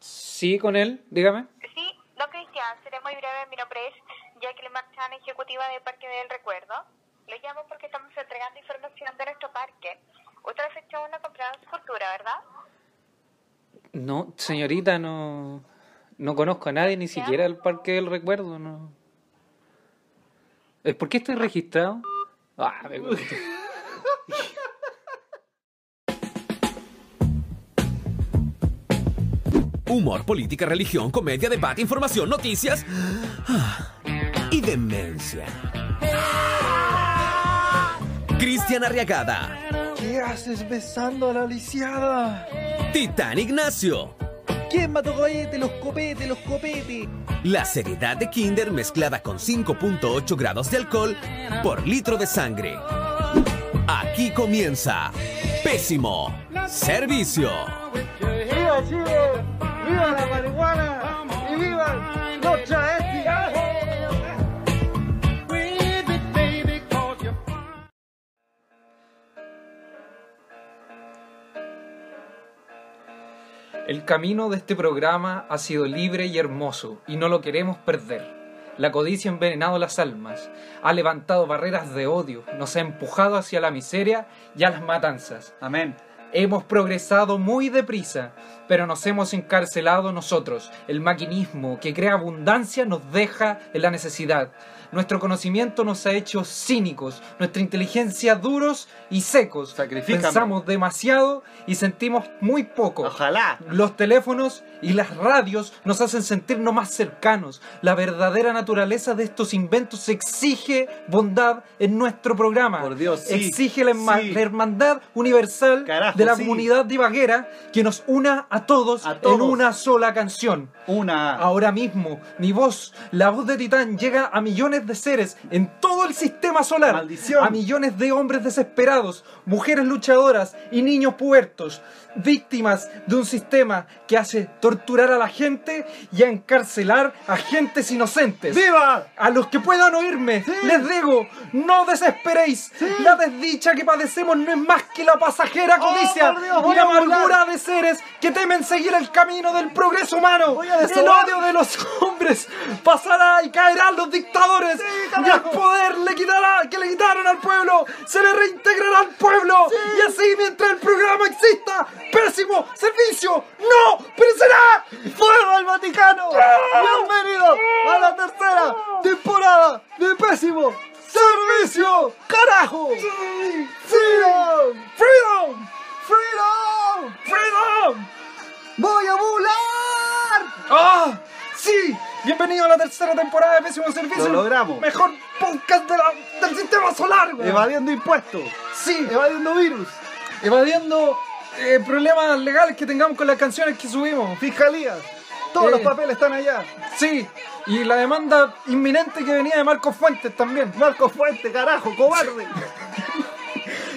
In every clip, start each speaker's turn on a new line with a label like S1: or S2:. S1: Sí, con él, dígame.
S2: Sí, don Cristian, seré muy breve. Mi nombre es Jacqueline Marchán, ejecutiva del Parque del Recuerdo. Lo llamo porque estamos entregando información de nuestro parque. Usted ha hecho una compra en Cultura, ¿verdad?
S1: No, señorita, no, no conozco a nadie, ni siquiera al Parque del Recuerdo. No. Eh, ¿Por qué estoy registrado? Ah, me gusta.
S3: Humor, política, religión, comedia, debate, información, noticias ah, y demencia. Cristian Arriagada,
S4: ¿Qué haces besando a la lisiada?
S3: Titán Ignacio.
S4: ¿Quién mató cohete? Los copete, los copete.
S3: La seriedad de Kinder mezclada con 5.8 grados de alcohol por litro de sangre. Aquí comienza Pésimo Servicio.
S4: ¡Viva Chile! ¡Viva la marihuana! ¡Y viva los travestis!
S1: El camino de este programa ha sido libre y hermoso, y no lo queremos perder. La codicia ha envenenado las almas, ha levantado barreras de odio, nos ha empujado hacia la miseria y a las matanzas.
S4: Amén.
S1: Hemos progresado muy deprisa, pero nos hemos encarcelado nosotros. El maquinismo que crea abundancia nos deja en la necesidad. Nuestro conocimiento nos ha hecho cínicos, nuestra inteligencia duros y secos.
S4: Sacrifícame.
S1: Pensamos demasiado y sentimos muy poco.
S4: Ojalá.
S1: Los teléfonos y las radios nos hacen sentirnos más cercanos. La verdadera naturaleza de estos inventos exige bondad en nuestro programa.
S4: Por Dios, sí,
S1: exige la, herma-
S4: sí.
S1: la hermandad universal
S4: Carajo,
S1: de la
S4: sí.
S1: comunidad divaguera que nos una a todos,
S4: A todos. Ah.
S1: en una sola canción.
S4: Una.
S1: Ahora mismo, mi voz, la voz de Titán, llega a millones de seres en todo el sistema solar.
S4: Maldición.
S1: A millones de hombres desesperados, mujeres luchadoras y niños puertos, víctimas de un sistema que hace torturar a la gente y a encarcelar a gentes inocentes.
S4: ¡Viva!
S1: A los que puedan oírme, les digo, no desesperéis. La desdicha que padecemos no es más que la pasajera
S4: Oh,
S1: codicia
S4: por Dios,
S1: y
S4: voy
S1: la
S4: a volar.
S1: amargura de seres que temen seguir el camino del progreso humano.
S4: Voy a
S1: El
S4: desovar.
S1: odio de los hombres pasará y caerán los dictadores. y el
S4: carajo.
S1: poder le quitará, que le quitaron al pueblo se le reintegrará al pueblo. Y así, mientras el programa exista, pésimo servicio no perecerá. Ah.
S4: ¡Fuego al Vaticano! ¡Bienvenidos a la tercera temporada de Pésimo Servicio! ¡Carajo! ¡Freedom!
S1: ¡Freedom!
S4: ¡Freedom!
S1: ¡Freedom!
S4: ¡Voy a volar!
S1: ¡Ah! ¡Sí! Bienvenido a la tercera temporada de Pésimo Servicio.
S4: Lo logramos.
S1: Mejor podcast de la- del sistema solar, güey.
S4: Evadiendo impuestos,
S1: Sí,
S4: evadiendo virus,
S1: evadiendo eh, problemas legales que tengamos con las canciones que subimos.
S4: fiscalías, todos
S1: Eh.
S4: los papeles están allá.
S1: Sí, y la demanda inminente que venía de Marcos Fuentes también.
S4: Marcos Fuente, carajo, cobarde.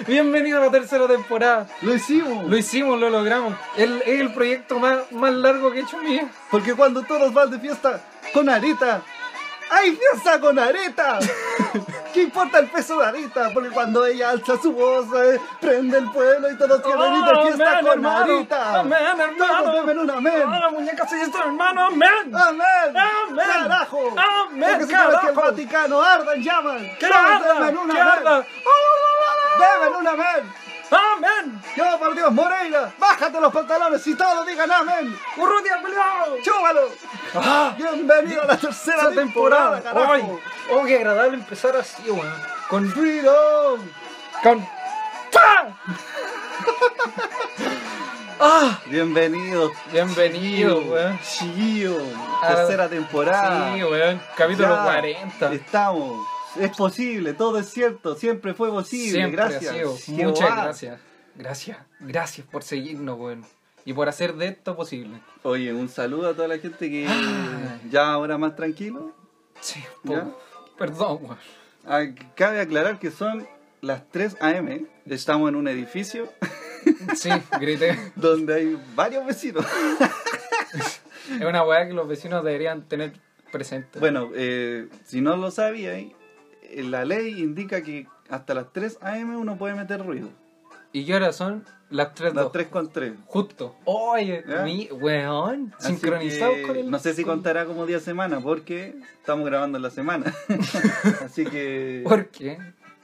S1: Bienvenido a la tercera temporada.
S4: Lo hicimos.
S1: Lo hicimos, lo logramos. El- Es el, proyecto más, más largo que he hecho en mi vida.
S4: Porque cuando todos van de fiesta con areta, ¡hay fiesta con areta! ¿Qué importa el peso de areta? Porque cuando ella alza su voz, eh, prende el pueblo y todos quieren ir de fiesta
S1: Oh, Amén,
S4: con
S1: hermano.
S4: areta.
S1: Amén, hermano.
S4: Todos beben un
S1: ¡Ah,
S4: amén.
S1: la muñeca se hizo, hermano! ¡Amén!
S4: ¡Amén!
S1: Amén.
S4: ¡Carajo!
S1: Amén,
S4: Porque si sabes que el
S1: carajo.
S4: Vaticano arda en llamas.
S1: ¡Que
S4: todos
S1: arda!
S4: ¡Beben un
S1: ¡Que
S4: amén!
S1: arda! ¡Ah,
S4: ¡Beben un amén!
S1: la,
S4: Ah.
S1: la! ¡Amén!
S4: ¡Yo, por Dios, Moreira! ¡Bájate los pantalones y todos digan amén!
S1: ¡Urrutia, culiao!
S4: ¡Chúbalo!
S1: ¡Ah!
S4: ¡Bienvenido a la tercera temporada, carajo!
S1: ¡Ay! ¡Oh, qué agradable empezar así, weón! Con...
S4: ¡Freedom!
S1: con... ¡Pa! ¡Ah!
S4: Bienvenido,
S1: Bienvenido, weón.
S4: Chillo,
S1: Ah,
S4: tercera temporada.
S1: Sí, weón. Capítulo
S4: Ya, Este,
S1: 40.
S4: Estamos. Es posible, todo es cierto, siempre fue posible.
S1: Siempre ha
S4: gracias.
S1: sido.
S4: Jehová.
S1: Muchas gracias. Gracias. Gracias por seguirnos, weón. Y por hacer de esto posible.
S4: Oye, un saludo a toda la gente que
S1: Ah.
S4: ya ahora más tranquilo.
S1: Sí, po.
S4: ¿Ya?
S1: Perdón, weón.
S4: Ah, Cabe aclarar que son las 3 AM. Estamos en un edificio
S1: Sí, grité.
S4: donde hay varios vecinos.
S1: Es una weá que los vecinos deberían tener presente.
S4: Bueno, eh, si no lo sabíais, eh, la ley indica que hasta las 3 AM uno puede meter ruido.
S1: ¿Y qué horas son? Las tres
S4: Las
S1: dos.
S4: 3 con 3.
S1: Justo. Oye,
S4: ¿Ya?
S1: mi weón.
S4: Así
S1: Sincronizados
S4: que
S1: con el.
S4: No sé si contará como día semana, porque estamos grabando en la semana. Así que.
S1: Porque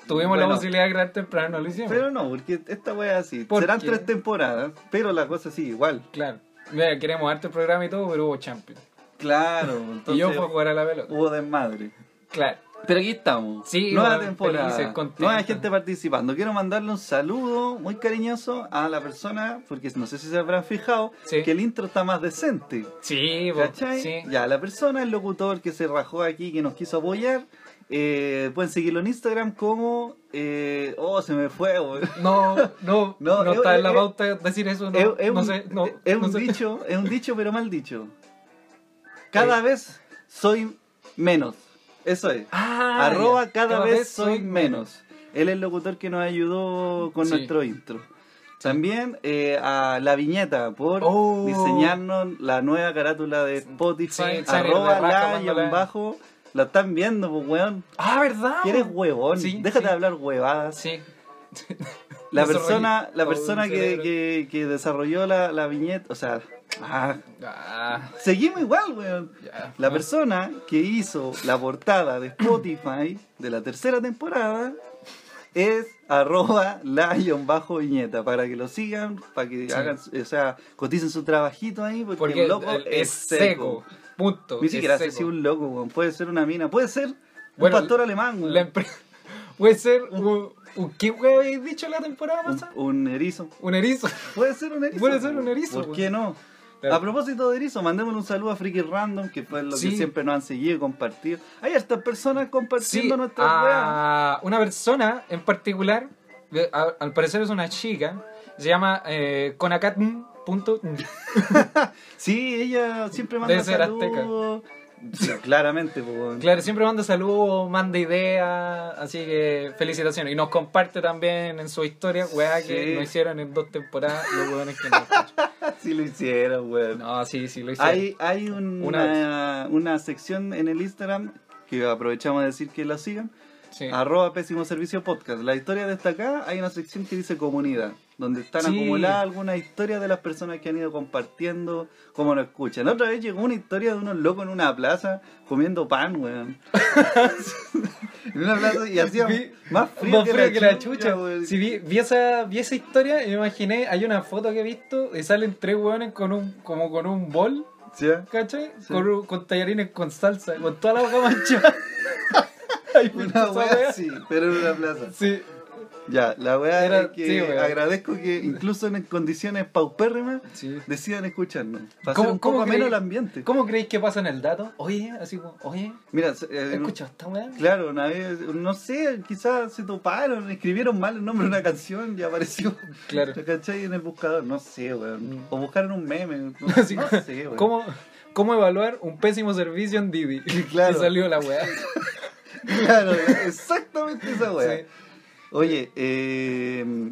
S1: tuvimos la
S4: Bueno.
S1: posibilidad de grabar temprano, no lo hicimos.
S4: Pero no, porque esta wea es así.
S1: ¿Por
S4: Serán
S1: qué?
S4: tres temporadas, pero la cosa sigue igual.
S1: Claro. Mira, queremos darte el programa y todo, pero hubo Champions.
S4: Claro,
S1: y yo
S4: entonces uh.
S1: puedo jugar a la pelota.
S4: hubo desmadre.
S1: Claro.
S4: Pero aquí estamos.
S1: Sí,
S4: nueva
S1: bueno, felices,
S4: temporada.
S1: contentos.
S4: Nueva gente participando. Quiero mandarle un saludo muy cariñoso a la persona, porque no sé si se habrán fijado,
S1: Sí.
S4: que el intro está más decente.
S1: Sí, vos.
S4: ¿Cachai?
S1: Sí.
S4: Ya, la persona, el locutor que se rajó aquí, que nos quiso apoyar. eh, pueden seguirlo en Instagram como. eh, oh, se me fue, weón.
S1: No, no, no,
S4: No, es-
S1: está en la
S4: es-
S1: pauta decir eso. No,
S4: es, es
S1: no
S4: un,
S1: sé, no,
S4: es
S1: no
S4: un
S1: sé.
S4: dicho, es un dicho, pero mal dicho. Cada vez soy menos. Eso es.
S1: Ah,
S4: Arroba
S1: ya.
S4: cada, vez, soy menos. Él es el locutor que nos ayudó con
S1: Sí.
S4: nuestro intro. También eh, a La Viñeta por
S1: Oh.
S4: diseñarnos la nueva carátula de Spotify.
S1: Sí, sale
S4: arroba
S1: la raja,
S4: la y
S1: mándala.
S4: un bajo. La están viendo, pues, weón.
S1: Ah, ¿verdad?
S4: Quieres huevón.
S1: Sí,
S4: Déjate
S1: sí.
S4: de hablar huevadas.
S1: Sí.
S4: La
S1: Desarrollé
S4: persona, la
S1: todo un
S4: persona que,
S1: cerebro.
S4: que- que desarrolló la, la viñeta, o sea, ah,
S1: Ah,
S4: seguimos igual, weón.
S1: ya.
S4: La persona que hizo la portada de Spotify de la tercera temporada es arroba lion bajo viñeta para que lo sigan, para que
S1: Sí.
S4: hagan, o sea, coticen su trabajito ahí porque,
S1: Porque
S4: el loco
S1: el-
S4: es seco.
S1: Punto.
S4: Ni
S1: es
S4: siquiera sé
S1: seco.
S4: si un loco, weón. Puede ser una mina, puede ser
S1: Bueno,
S4: un pastor alemán, weón.
S1: La empresa. Puede ser un. un- ¿Qué wey habéis dicho la temporada pasada?
S4: un, un erizo.
S1: Un erizo.
S4: Puede ser un erizo.
S1: Puede ser un erizo,
S4: ¿Por
S1: weón.
S4: qué no?
S1: Claro.
S4: A propósito de erizo, mandémosle un saludo a Freaky Random, que fue lo
S1: Sí.
S4: que siempre nos han seguido y compartido. Hay estas personas compartiendo nuestras weas.
S1: a una persona en particular, de- a- al parecer es una chica, se llama eh, Konakatn. Punto.
S4: Sí, ella siempre manda
S1: Debe ser
S4: saludos. Sí, claramente, po, weón.
S1: Claro, siempre manda saludos, manda ideas, así que felicitaciones. Y nos comparte también en su historia, weá, que
S4: Sí.
S1: no hicieron en dos temporadas, los weones que no escuchan.
S4: Sí lo hicieron, weón.
S1: No, sí, sí, lo hicieron.
S4: Hay, hay un-
S1: Una
S4: una, una sección en el Instagram que aprovechamos de decir que la sigan.
S1: Sí.
S4: Arroba Pésimo Servicio Podcast. La historia destacada, hay una sección que dice comunidad, donde están
S1: Sí.
S4: acumuladas algunas historias de las personas que han ido compartiendo, cómo lo escuchan. Otra vez llegó una historia de unos locos en una plaza comiendo pan, weón. en una plaza y hacía
S1: Vi-
S4: más frío,
S1: Más frío que la chucha,
S4: weón.
S1: Si vi, vi esa, vi esa historia y me imaginé, hay una foto que he visto y salen tres hueones con un, como con un bol,
S4: ¿Sí, eh?
S1: ¿cachai?
S4: Sí.
S1: Con, un- con tallarines con salsa, con toda la boca manchada. Hay
S4: Una wea así, pero en una plaza.
S1: Sí,
S4: Ya, la wea
S1: Era-
S4: es que
S1: sí, weón.
S4: agradezco que incluso en condiciones paupérrimas
S1: sí.
S4: decidan escucharnos. Para
S1: ¿Cómo-
S4: hacer un
S1: cómo
S4: poco menos
S1: creí-
S4: el ambiente.
S1: ¿Cómo creéis que pasa en el dato? Oye, así como, oye,
S4: Mira, eh,
S1: escucha esta weá.
S4: Claro, una vez, no sé, quizás se toparon, escribieron mal el nombre de una canción y apareció.
S1: Claro.
S4: ¿Lo ¿Cachai? En el buscador, no sé, weón. O buscaron un meme, no,
S1: Así
S4: no
S1: como,
S4: sé, weón.
S1: ¿cómo, ¿Cómo evaluar un pésimo servicio en Didi?
S4: Claro.
S1: Y salió la weá.
S4: Claro, exactamente esa weá.
S1: Sí.
S4: Oye, eh,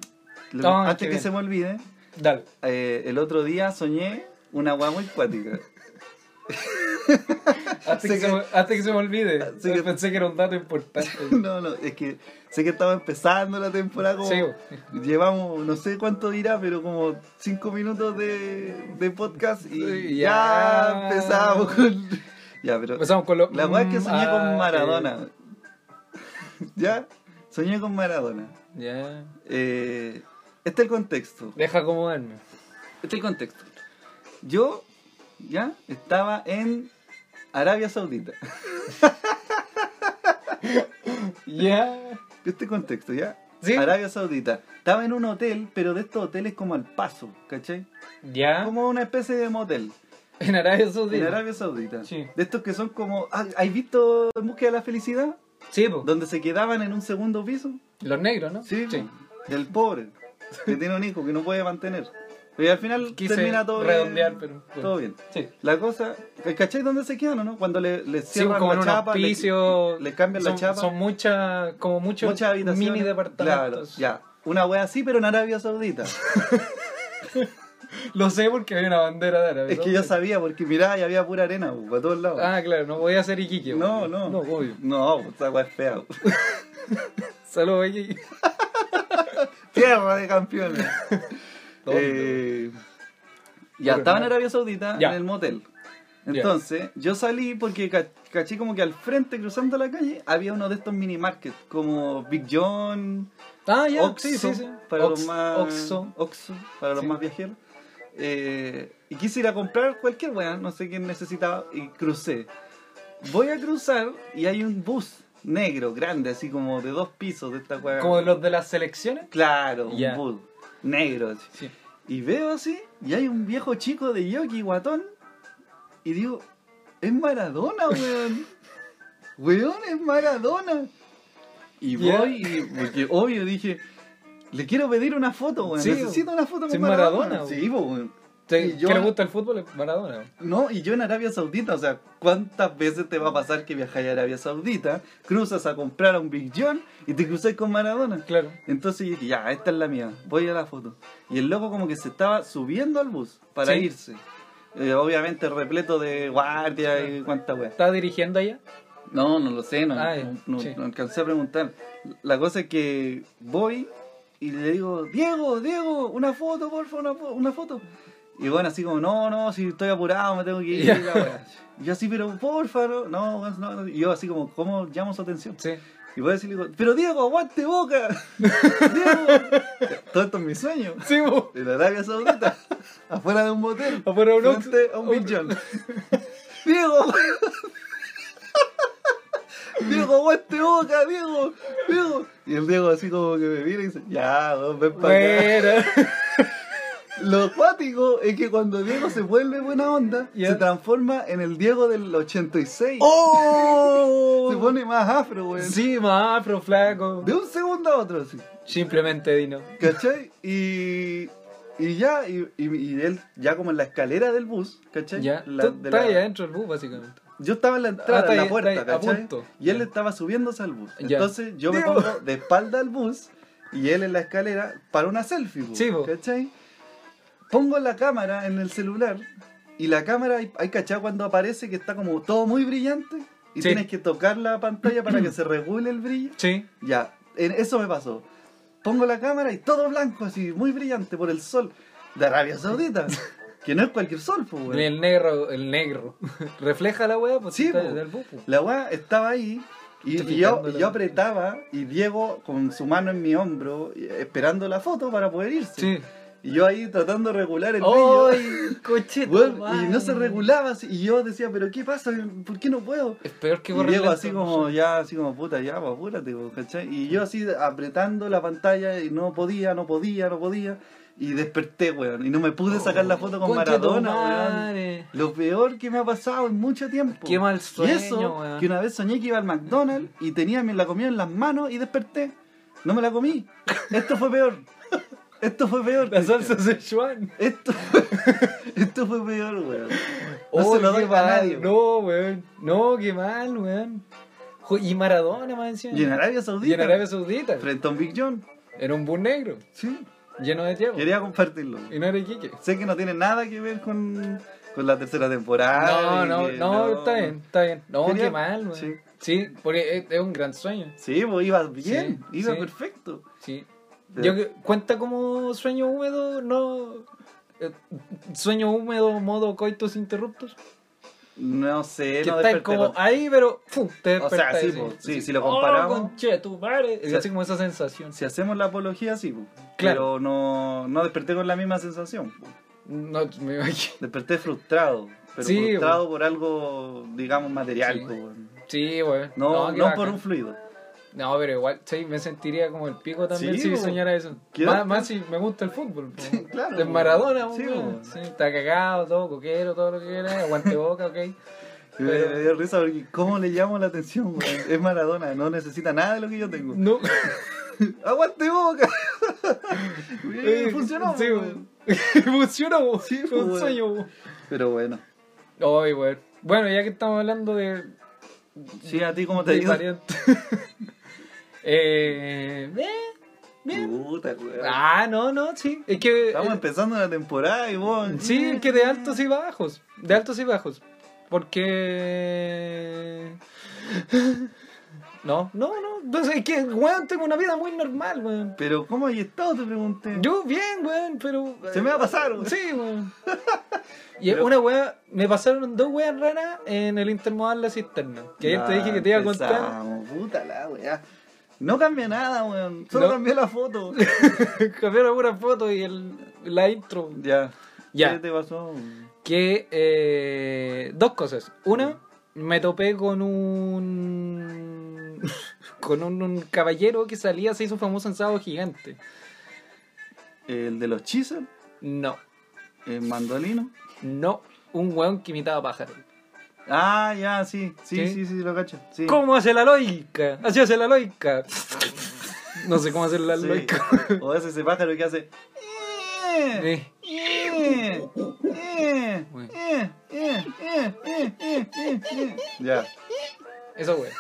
S4: lo-
S1: Ah, qué
S4: antes que
S1: bien.
S4: se me olvide,
S1: Dale.
S4: eh, el otro día soñé una weá muy cuática.
S1: Hasta que,
S4: Sé
S1: se,
S4: que-
S1: me- hasta que se me olvide.
S4: sé que-
S1: Pensé que era un dato importante.
S4: No, no, es que sé que estaba empezando la temporada como...
S1: Sí,
S4: Llevamos, no sé cuánto dirá, pero como cinco minutos de, de podcast y
S1: Sí, ya.
S4: ya, empezamos con... Ya, pero
S1: empezamos con lo.
S4: la weá es que soñé
S1: Ah,
S4: con Maradona. ¿Ya? Soñé con Maradona.
S1: eh, ya.
S4: Eh, este es el contexto.
S1: Deja acomodarme.
S4: Este es el contexto. Yo, ya, estaba en Arabia Saudita.
S1: Ya.
S4: Este contexto, ¿ya?
S1: Sí.
S4: Arabia Saudita. Estaba en un hotel, pero de estos hoteles como al paso, ¿cachai?
S1: Ya.
S4: Como una especie de motel.
S1: En Arabia Ah. Saudita.
S4: En Arabia Saudita.
S1: Sí.
S4: De estos que son como. ah, ¿Has visto En Búsqueda de la Felicidad?
S1: Sí, po.
S4: Donde se quedaban en un segundo piso.
S1: Los negros, ¿no?
S4: El pobre. Que tiene un hijo que no puede mantener. Y al final
S1: Quise
S4: termina todo
S1: redondear,
S4: bien.
S1: pero bueno.
S4: Todo bien.
S1: Sí.
S4: La cosa. ¿Cachai dónde se quedan o no? Cuando le, le
S1: Sí, pues,
S4: cierran
S1: como en
S4: la
S1: un
S4: chapa. le-
S1: auspicio.
S4: Le, cambian
S1: son,
S4: la chapa.
S1: Son muchas. Como muchos.
S4: muchas habitaciones.
S1: Mini departamentos.
S4: Claro, ya. Una wea así, pero en Arabia Saudita.
S1: Lo sé porque había una bandera de Arabia
S4: es que yo
S1: Saudita.
S4: sabía, porque mirá, y había pura arena, bu, a todos lados.
S1: Ah, claro, no voy a hacer Iquique.
S4: no,
S1: po.
S4: no.
S1: No, obvio.
S4: No, bu, esa wea es fea. bu.
S1: Saludos, Iquique.
S4: Tierra de campeones.
S1: ¿Dónde?
S4: Eh, ya estaba en Arabia Saudita,
S1: Ya.
S4: en el motel. Entonces, yo salí porque ca- caché como que al frente, cruzando la calle, había uno de estos mini markets, como Big John,
S1: Ah, ya,
S4: Oxxo,
S1: sí, sí, sí.
S4: para los
S1: Ox-
S4: más
S1: Oxxo.
S4: Oxxo, para los
S1: Sí.
S4: más viajeros. Eh, y quise ir a comprar cualquier weá, no sé quién necesitaba, y crucé. Voy a cruzar y hay un bus negro, grande, así como de dos pisos de esta weá.
S1: Como los de las selecciones.
S4: Claro,
S1: Ya.
S4: un bus negro. así.
S1: Sí.
S4: Y veo así, y hay un viejo chico de Yoki guatón. Y digo, es Maradona, weón. weón, es Maradona. Y
S1: Ya.
S4: voy, y, porque obvio dije, le quiero pedir una foto, weón.
S1: Sí,
S4: Necesito una foto con
S1: sí,
S4: Maradona.
S1: Maradona,
S4: sí, po, weón.
S1: ¿Te,
S4: Y yo-
S1: ¿Que le gusta el fútbol? Es Maradona.
S4: No, y yo en Arabia Saudita, o sea, ¿cuántas veces te va a pasar que viajáis a Arabia Saudita, cruzas a comprar a un Big John y te cruzas con Maradona?
S1: Claro.
S4: Entonces yo dije, ya, esta es la mía, voy a la foto. Y el loco como que se estaba subiendo al bus para
S1: Sí.
S4: irse. Eh, obviamente repleto de guardia y cuánta wea.
S1: ¿Está dirigiendo allá?
S4: No, no lo sé, no,
S1: Ah,
S4: no- no-
S1: sí.
S4: no alcancé a preguntar. La cosa es que voy y le digo, Diego, Diego, una foto, porfa, una, fo- una foto. Y bueno, así como, no, no, si estoy apurado, me tengo que ir.
S1: Ya.
S4: la wea". Y yo así, pero porfa, no, no, no". Y yo así como, ¿cómo llamo su atención?
S1: Sí.
S4: Y voy a decirle, pero Diego, aguante boca. Diego, todo esto es mi sueño.
S1: Sí, bo.
S4: En Arabia Saudita, afuera de un motel.
S1: Afuera de un Oxxo.
S4: frente a un Big John. Diego. Diego, aguante boca, Diego. Diego. Y el Diego así como que me mira y dice, ya, weón, ven para acá.
S1: Bueno.
S4: Lo cuático es que cuando Diego se vuelve buena onda,
S1: Ya.
S4: se transforma en el Diego del 86. Se
S1: ¡Oh!
S4: pone más afro, weón.
S1: Sí, más afro, flaco.
S4: De un segundo a otro, sí.
S1: Simplemente Dino.
S4: ¿Cachai? Y, y ya, y, y- y él ya como en la escalera del bus, ¿cachai?
S1: Ya.
S4: La-
S1: Tú
S4: de
S1: estás
S4: la-
S1: ahí adentro del bus, básicamente.
S4: Yo estaba en la
S1: Ah,
S4: entrada,
S1: está
S4: en
S1: ahí,
S4: la puerta,
S1: está ahí, a
S4: ¿cachai?
S1: punto.
S4: Y él
S1: Ya.
S4: estaba subiéndose al bus.
S1: Ya.
S4: Entonces yo me
S1: Diego.
S4: pongo de espalda al bus y él en la escalera para una selfie, po,
S1: Sí, pues. po.
S4: ¿cachai? Pongo la cámara en el celular y la cámara, hay, hay cachado cuando aparece que está como todo muy brillante y
S1: Sí.
S4: tienes que tocar la pantalla para que se regule el brillo.
S1: Sí.
S4: Ya, en eso me pasó. Pongo la cámara y todo blanco, así, muy brillante por el sol de Arabia Saudita. que no es cualquier sol, pues, weón.
S1: El negro, el negro. Refleja la weá, pues
S4: Sí,
S1: está
S4: po.
S1: del bus. po.
S4: La weá estaba ahí y,
S1: Estoy
S4: y yo,
S1: picándola.
S4: y yo apretaba y Diego con su mano en mi hombro y- esperando la foto para poder irse.
S1: Sí.
S4: Y yo ahí tratando de regular el brillo.
S1: ¡Ay! Cochito,
S4: Weón, y no se regulaba así, y yo decía, pero ¿qué pasa? ¿Por qué no puedo?
S1: Es peor que
S4: Y
S1: correr
S4: Diego
S1: lento,
S4: así
S1: no
S4: como,
S1: sé.
S4: ya, así como, puta, ya, pues, apúrate, pues, ¿cachai? Y yo así apretando la pantalla y no podía, no podía, no podía. Y desperté, weón. Y no me pude sacar la foto con
S1: Oh, Conche tu
S4: Maradona, weón.
S1: madre.
S4: Lo peor que me ha pasado en mucho tiempo.
S1: Qué mal sueño,
S4: Y eso,
S1: weón.
S4: que una vez soñé que iba al McDonald's y tenía la comida en las manos y desperté. No me la comí. Esto fue peor. Esto fue peor.
S1: La
S4: Cristian.
S1: salsa Szechuan.
S4: Esto, esto fue peor, weón. No se lo
S1: qué
S4: doy a
S1: mal.
S4: nadie. weón.
S1: No, weón. No, qué mal, weón. Jo, Y Maradona, más encima.
S4: Y en Arabia Saudita.
S1: Y en Arabia Saudita.
S4: Frente a un Big John.
S1: Era un bus negro,
S4: Sí.
S1: lleno de tiempo.
S4: Quería compartirlo.
S1: Y no era Iquique.
S4: Sé que no tiene nada que ver con, con la tercera temporada.
S1: no, no,
S4: y que
S1: no, está bien, está bien. No,
S4: Quería-
S1: qué mal, weón.
S4: sí.
S1: Sí. porque es, es un gran sueño.
S4: Sí, pues iba bien,
S1: Sí,
S4: iba
S1: sí.
S4: perfecto.
S1: Sí.
S4: Pero-
S1: Yo que- cuenta como sueño húmedo, no. eh, sueño húmedo, modo coitos interruptos.
S4: No sé,
S1: Que
S4: Eh, no
S1: está
S4: desperté.
S1: como
S4: con-
S1: ahí, pero ¡fum! te
S4: O sea,
S1: despertáis,
S4: sí, po, sí, si lo comparamos.
S1: ¡Oh, conchetumare!
S4: Sí.
S1: Así como esa sensación.
S4: Si hacemos la apología, sí, pues.
S1: Claro.
S4: Pero no, no desperté con la misma sensación. pues.
S1: No, me imagino.
S4: Desperté frustrado. Pero
S1: Sí, pues.
S4: frustrado por algo, digamos, material.
S1: Sí.
S4: pues, weón.
S1: Sí, weón.
S4: No, no,
S1: qué
S4: por
S1: bacán.
S4: un fluido.
S1: No, pero igual, sí, me sentiría como el pico también
S4: Sí,
S1: si
S4: bo.
S1: soñara eso.
S4: ¿Qué
S1: Más,
S4: onda?
S1: más si me gusta el fútbol. po.
S4: Sí, claro,
S1: De
S4: bo.
S1: Maradona, bo,
S4: Sí,
S1: weón.
S4: bo.
S1: Sí, está cagado, todo coquero, todo lo que quieras, aguante boca, ok.
S4: Y Me, me dio risa porque ¿cómo le llamo la atención? weón? Es Maradona, no necesita nada de lo que yo tengo.
S1: No.
S4: ¡Aguante boca! Eh, Funcionó.
S1: Sí,
S4: pues,
S1: bo.
S4: weón.
S1: Funcionó, bo.
S4: Sí,
S1: Fue un
S4: bo,
S1: sueño, bo.
S4: Pero bueno.
S1: Ay, weón. Bueno, ya que estamos hablando de.
S4: Sí, a ti cómo te
S1: de
S4: digo.
S1: pariente. eh. Bien. Bien.
S4: Puta, weón.
S1: Ah, no, no, sí. Es que.
S4: Uh. Estamos
S1: eh,
S4: empezando la temporada y vos.
S1: Sí, es que de altos y bajos. De altos y bajos. Porque. No, no, no. Entonces, es que, weón, tengo una vida muy normal, weón.
S4: Pero, ¿cómo has estado? Te pregunté.
S1: Yo bien, weón, pero. eh,
S4: Se me va a pasar, weón.
S1: Sí, weón. Y una weá, me pasaron dos weas raras en el intermodal La Cisterna. Que ayer te dije que te iba a contar.
S4: Empezamos, Puta la weá. No cambió nada, weón. Solo
S1: No.
S4: cambió la foto.
S1: Cambiaron una foto y el, la intro.
S4: ya.
S1: Ya.
S4: ¿Qué te pasó?
S1: Que eh, dos cosas. Una, me topé con un con un, un caballero que salía, se hizo famoso en sábado gigante.
S4: El de los chisel,
S1: No,
S4: el mandolino.
S1: no, un weón que imitaba pájaro.
S4: Ah, ya, sí. Sí,
S1: ¿Qué?
S4: sí, sí, lo cacho. Sí.
S1: ¿Cómo hace la loica? Así hace la loica. No sé cómo hacer la
S4: Sí.
S1: loica.
S4: O es ese pájaro que hace. "Eh".
S1: Sí.
S4: Ya.
S1: Eso weón.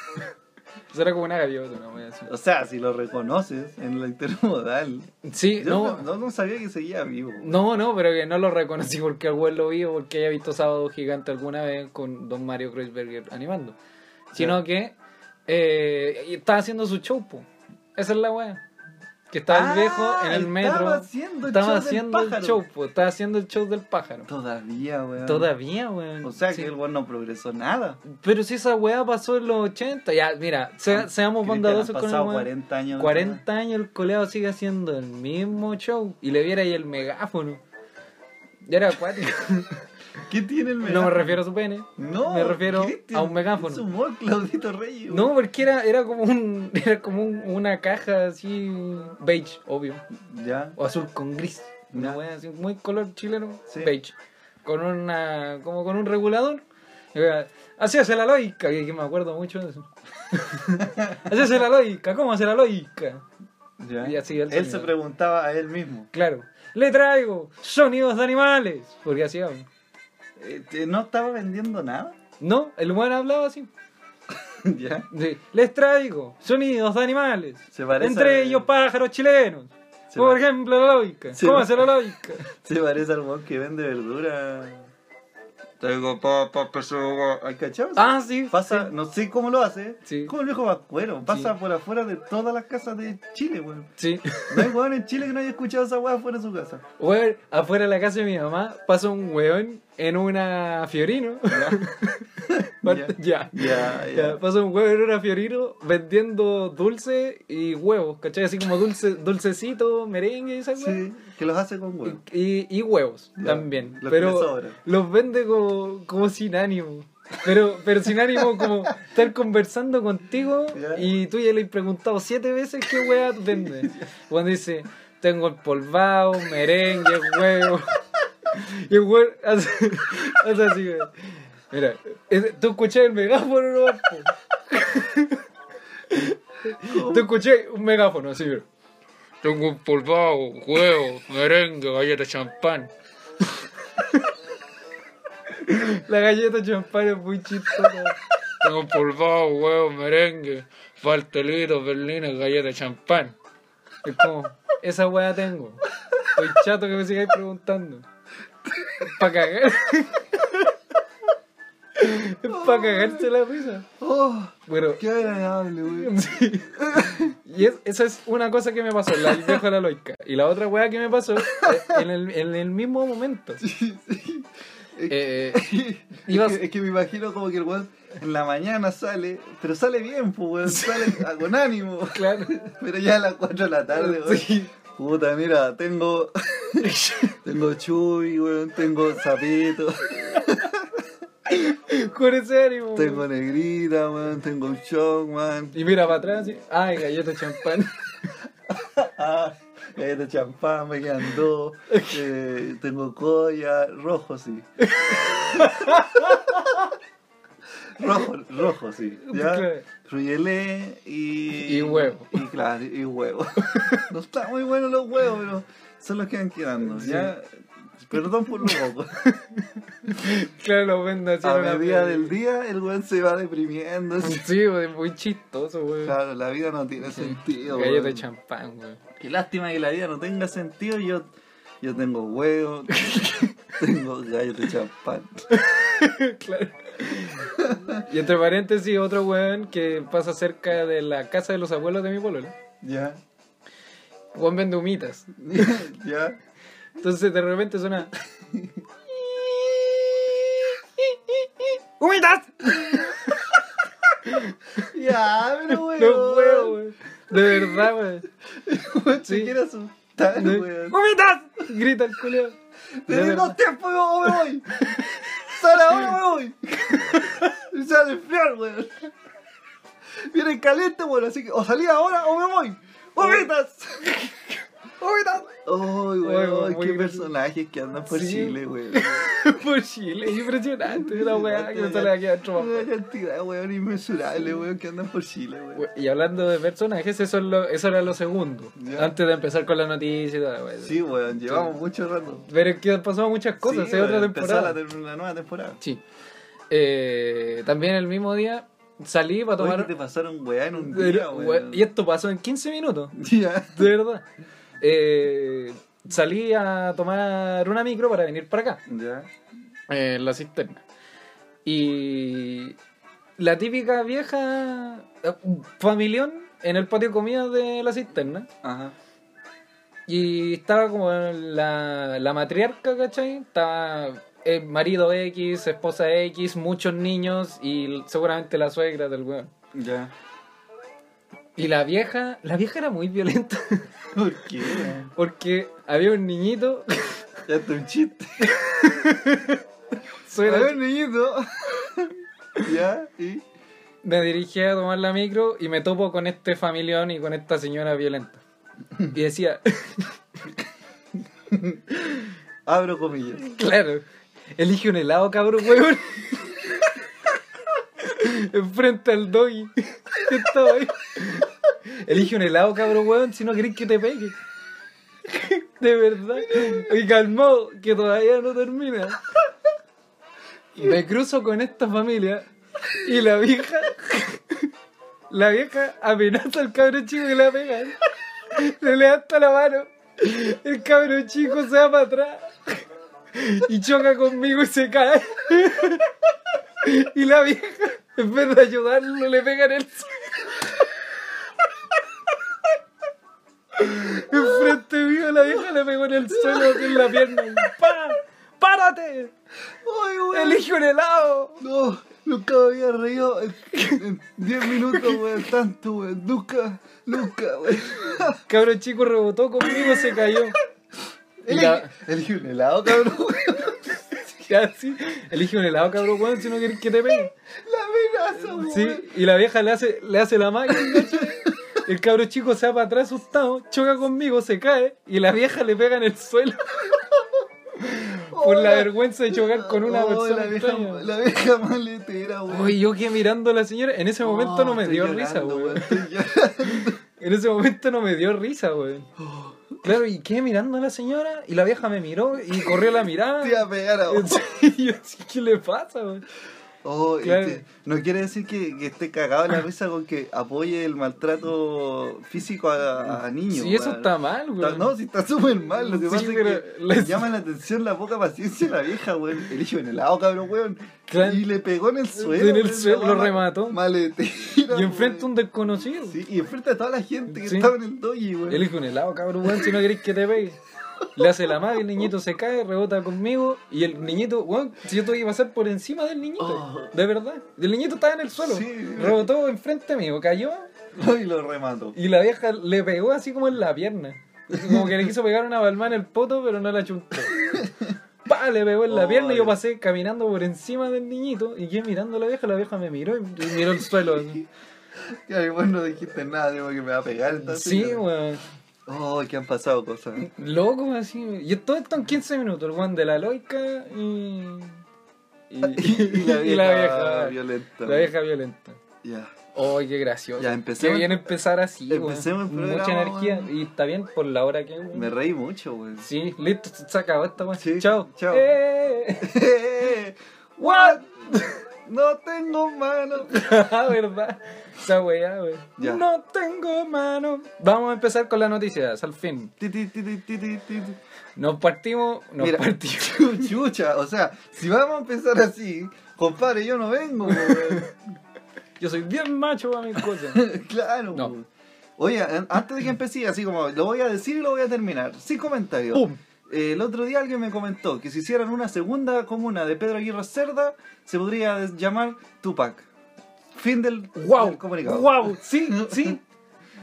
S1: Eso era como una gaviota, una wea así.
S4: O sea, si lo reconoces en la intermodal.
S1: Sí,
S4: Yo
S1: no,
S4: no, no sabía que seguía vivo.
S1: no, no, pero que no lo reconocí porque el weón lo vio, porque haya visto Sábado Gigante alguna vez con Don Mario Kreuzberger animando. Sino que eh, y estaba haciendo su show, po. Esa es la wea. Que estaba el viejo en el metro.
S4: Ah, Estaba haciendo
S1: Estaba haciendo
S4: el show del
S1: el
S4: pájaro.
S1: show, po, estaba haciendo el show del pájaro.
S4: Todavía, weón.
S1: Todavía, weón.
S4: O sea
S1: Sí.
S4: que el weón no progresó nada.
S1: Pero si esa weá pasó en los 80, ya, mira, se- seamos
S4: Ah, Cristian,
S1: bondadosos
S4: han
S1: con el
S4: pasado
S1: weón.
S4: 40 años.
S1: 40 años el coleado sigue haciendo el mismo show y le viera ahí el megáfono. Ya era acuático.
S4: ¿Qué tiene el
S1: no
S4: megáfono?
S1: me refiero a su pene.
S4: No,
S1: me refiero
S4: Cristian,
S1: a un megáfono.
S4: Es humor, Claudito Reyes. weón.
S1: No, porque era, era como un era como un- una caja así beige, obvio,
S4: Ya.
S1: o azul con gris. Una
S4: Ya.
S1: weá así muy color chileno,
S4: Sí.
S1: beige, con una como con un regulador. Y era, Así hace la lógica, que, que me acuerdo mucho de eso. así hace la lógica, ¿cómo hace la lógica?
S4: ya.
S1: Y así el
S4: él se
S1: sonido.
S4: preguntaba a él mismo.
S1: Claro. Le traigo sonidos de animales. Porque así hablan.
S4: eh, eh, ¿No estaba vendiendo nada?
S1: No, el humano hablaba así.
S4: ya.
S1: Sí. Les traigo sonidos de animales.
S4: Se parece
S1: Entre
S4: a-
S1: ellos pájaros chilenos.
S4: Se
S1: Por
S4: pare-
S1: ejemplo, la lógica.
S4: Se
S1: ¿Cómo
S4: pa-
S1: hace la lógica?
S4: Se parece al weón que vende verdura. Tengo papas, pechuga. ¿Hay cachado?
S1: Ah, sí.
S4: Pasa,
S1: sí.
S4: no sé cómo lo hace,
S1: Sí.
S4: como el viejo Pascuero, pasa
S1: Sí.
S4: por afuera de todas las casas de Chile, weón.
S1: Sí.
S4: No hay weón en Chile que no haya escuchado esa weá afuera de su casa.
S1: Weón, afuera de la casa de mi mamá pasa un weón en una Fiorino.
S4: Ya.
S1: ya.
S4: Ya,
S1: Ya,
S4: ya.
S1: pasa un huevo en una fiorino vendiendo dulce y huevos, ¿cachai? Así como dulce, dulcecito, merengue y esa weá.
S4: Sí, que los hace con weón.
S1: Y, y huevos
S4: Ya,
S1: también.
S4: los que le
S1: pero
S4: sobran.
S1: los vende como, como sin ánimo. Pero, pero sin ánimo como estar conversando contigo
S4: Ya.
S1: y tú ya le has preguntado siete veces qué hueá vende. Cuando dice, tengo el polvado, merengue, huevo. Y el huevo hace, hace así, weón. Mira, es- tú escuché el megáfono, no más, po. Tú escuché un megáfono, así, mira. Tengo un polvado, huevo, merengue, galleta champán. La galleta champán es muy chistosa. Tengo un polvado, huevo, merengue, pastelito, berlines, galleta champán. Es como, esa hueá tengo. Estoy chato que me sigáis preguntando. Pa' cagar. Es pa' cagarse la risa.
S4: ¡Oh!
S1: Bueno,
S4: ¡Qué agradable, weón!
S1: Sí. Y es- esa es una cosa que me pasó, la del viejo de la loica. Y la otra weá que me pasó eh, en el, en el mismo momento. Eh,
S4: Es,
S1: Ibas-
S4: que, es que me imagino como que el weón en la mañana sale, pero sale bien, pues weón, sale a- con ánimo.
S1: claro.
S4: Pero ya a las 4 de la tarde, weón.
S1: Sí.
S4: Puta, mira, tengo. tengo chuy, weón, tengo sapito.
S1: Con ese ánimo.
S4: Tengo negrita, weón, tengo un shock, man.
S1: Y mira para atrás y. Ay, galleta champán.
S4: Ah, galleta de champán, me quedan dos. Eh, tengo colla, rojo sí. rojo, rojo sí.
S1: Claro.
S4: ¿ya? Ruyelé y.
S1: Y huevo.
S4: Y claro, y huevo. no están muy buenos los huevos, pero son los que van quedando, ¿ya? Perdón por lo poco.
S1: Claro, lo venden así.
S4: A
S1: en una
S4: medida
S1: piel.
S4: del día, el weón se va deprimiendo. así.
S1: Sí, weón, es muy chistoso, weón.
S4: Claro, la vida no tiene
S1: Sí.
S4: sentido.
S1: Galleta
S4: weón.
S1: champán, weón.
S4: Qué lástima que la vida no tenga sentido. Yo Yo tengo huevo, tengo gallos de champán.
S1: Claro. Y entre paréntesis, otro weón que pasa cerca de la casa de los abuelos de mi pololo.
S4: Ya,
S1: Juan vende humitas.
S4: ya.
S1: Entonces de repente suena. ¡Humitas!
S4: Ya, pero weón.
S1: No puedo, weón. De verdad, weón.
S4: weón.
S1: Sí.
S4: Se quiere asustar, weón.
S1: ¡Humitas! Grita el culeo. De
S4: Tengo
S1: verdad.
S4: dos tiempos, yo me voy. Sara, ahora me voy. Y Se va a enfriar, weón. Viene caliente, weón, así que o salí ahora o me voy. ¡Bobitas!
S1: ¡Humitas!
S4: ¡Ay,
S1: weón,
S4: weón!
S1: muy
S4: ¡Qué
S1: gracioso.
S4: personajes que andan por
S1: Sí.
S4: Chile, weón!
S1: Por Chile, es impresionante. Una weá que no sale de aquí adentro.
S4: Una cantidad de weón inmensurable, weón, que andan por Chile, weón.
S1: Y hablando de personajes, eso, es lo- eso era lo segundo.
S4: Ya.
S1: Antes de empezar con la noticia y toda la weá.
S4: Sí, weón, llevamos mucho rato.
S1: Pero es que han pasado muchas cosas,
S4: Sí,
S1: es otra
S4: weón, empezó
S1: temporada.
S4: La, tem- la nueva temporada.
S1: Sí. Eh, también el mismo día salí para
S4: Oye,
S1: tomar.
S4: que te pasaron, weón, en un
S1: Pero,
S4: día, weón.
S1: we- Y esto pasó en 15 minutos,
S4: Ya.
S1: de verdad. Eh, salí a tomar una micro para venir para acá,
S4: Ya.
S1: eh, en la cisterna. Y la típica vieja eh, familión en el patio de comida de la cisterna.
S4: Ajá.
S1: Y estaba como la, la matriarca, ¿cachai? Estaba el marido X, esposa X, muchos niños y l- seguramente la suegra del weón.
S4: Ya.
S1: Y la vieja, la vieja era muy violenta
S4: ¿Por qué, weón?
S1: porque había un niñito,
S4: Ya está un chiste.
S1: suena-
S4: A ver, niñito. ya, y.
S1: me dirigí a tomar la micro y me topo con este familión y con esta señora violenta. Y decía,
S4: Abro comillas.
S1: claro, elige un helado, cabrón, weón. Enfrente al doggy. que estaba ahí. Elige un helado, cabrón, weón, si no querés que te pegue. De verdad. Y calmado, que todavía no termina. Me cruzo con esta familia y la vieja. La vieja amenaza al cabro chico que la pega. Le levanta la mano. El cabro chico se va para atrás y choca conmigo y se cae. Y la vieja, en vez de ayudarlo, le pega en el suelo. Enfrente mío, la vieja le pegó en el suelo con la pierna. ¡Pa! ¡Párate!
S4: ¡Ay, weón!
S1: ¡Elige un helado!
S4: No, nunca me había reído en- en 10 minutos, weón. Tanto, weón. Nunca, nunca, weón.
S1: Cabro chico rebotó conmigo, se cayó. Y
S4: Elige,
S1: la-
S4: elige un helado, cabrón, weón.
S1: y así, elige un helado, cabrón, weón, si no quieres que te pegue.
S4: La amenaza, weón.
S1: Sí, y la vieja le hace, le hace la magia. ¿cachai? El cabro chico se va para atrás asustado, choca conmigo, se cae y la vieja le pega en el suelo. Por la vergüenza de chocar con una
S4: Oh,
S1: persona
S4: la vieja,
S1: extraña.
S4: la vieja maletera, weón.
S1: Uy, yo que mirando a la señora, en ese momento
S4: Oh,
S1: no me
S4: estoy
S1: dio risa,
S4: llorando,
S1: weón.
S4: Estoy llorando.
S1: En ese momento no me dio risa, weón. Claro, y quedé mirando a la señora y la vieja me miró y corrió la mirada.
S4: Te iba a pegar a vos.
S1: Y yo así, ¿qué le pasa, weón?
S4: Oh,
S1: Claro.
S4: este, no quiere decir que, que esté cagado en la risa con que apoye el maltrato físico a, a niños.
S1: Sí, eso
S4: weón.
S1: está mal,
S4: Está-
S1: weón.
S4: no, sí, está súper mal. Lo que
S1: Sí,
S4: pasa es
S1: pero
S4: que
S1: la-
S4: llama la atención la poca paciencia de la vieja, weón. El hijo en el lado, cabrón, weón.
S1: Claro.
S4: Y le pegó en el suelo.
S1: En el
S4: weón,
S1: suelo,
S4: la
S1: lo
S4: mala-
S1: remató.
S4: Maletera.
S1: Y enfrente a
S4: weón.
S1: un desconocido.
S4: Sí, y enfrente a toda la gente que
S1: Sí.
S4: estaba en el doji, weón.
S1: Elige un helado, cabrón, weón, si no querés que te pegue. Le hace la magia, el niñito se cae, rebota conmigo. Y el niñito, weón, si yo tuve que pasar por encima del niñito.
S4: Oh.
S1: De verdad. El niñito estaba en el suelo.
S4: Sí.
S1: Rebotó enfrente mío, cayó.
S4: No, y lo remató.
S1: Y la vieja le pegó así como en la pierna. Como que le quiso pegar una balma en el poto, pero no la chuntó. Pa, le pegó en la
S4: Oh.
S1: pierna y yo pasé caminando por encima del niñito. Y yo mirando a la vieja, la vieja me miró y y miró el suelo. así.
S4: Y ahí vos no dijiste nada, digo que me va a pegar. entonces,
S1: Sí,
S4: weón.
S1: weón.
S4: Oh, que han pasado cosas. ¿eh?
S1: Loco, así. Y todo esto en 15 minutos, el weón de la loica y. Y,
S4: y la vieja,
S1: y la vieja
S4: violenta.
S1: La vieja violenta.
S4: Ya.
S1: Oh, qué gracioso.
S4: Ya,
S1: Qué
S4: empecemos-
S1: bien empezar así, weón.
S4: empecemos el programa,
S1: Mucha energía.
S4: weón.
S1: Y está bien por la hora que. weón.
S4: Me reí mucho, weón.
S1: Sí, listo, se acabó esta weón.
S4: Sí,
S1: Chao.
S4: chao.
S1: Eh.
S4: What? No tengo mano.
S1: Ah, ¿verdad? Esa weá, wey.
S4: Ya.
S1: No tengo mano. Vamos a empezar con las noticias, al fin.
S4: Ti, ti, ti, ti, ti, ti, ti.
S1: Nos partimos, nos
S4: Mira,
S1: partimos.
S4: chucha, o sea, si vamos a empezar así, compadre, yo no vengo, weón.
S1: Yo soy bien macho para mis cosas.
S4: claro.
S1: No.
S4: weón. Oye, an- antes de que empecé, así como lo voy a decir y lo voy a terminar, sin comentarios.
S1: ¡Pum!
S4: Eh, el otro día alguien me comentó que si hicieran una segunda comuna de Pedro Aguirre Cerda, se podría des- llamar Tupac. Fin del,
S1: ¡Wow!
S4: del comunicado.
S1: ¡Wow! Sí, sí.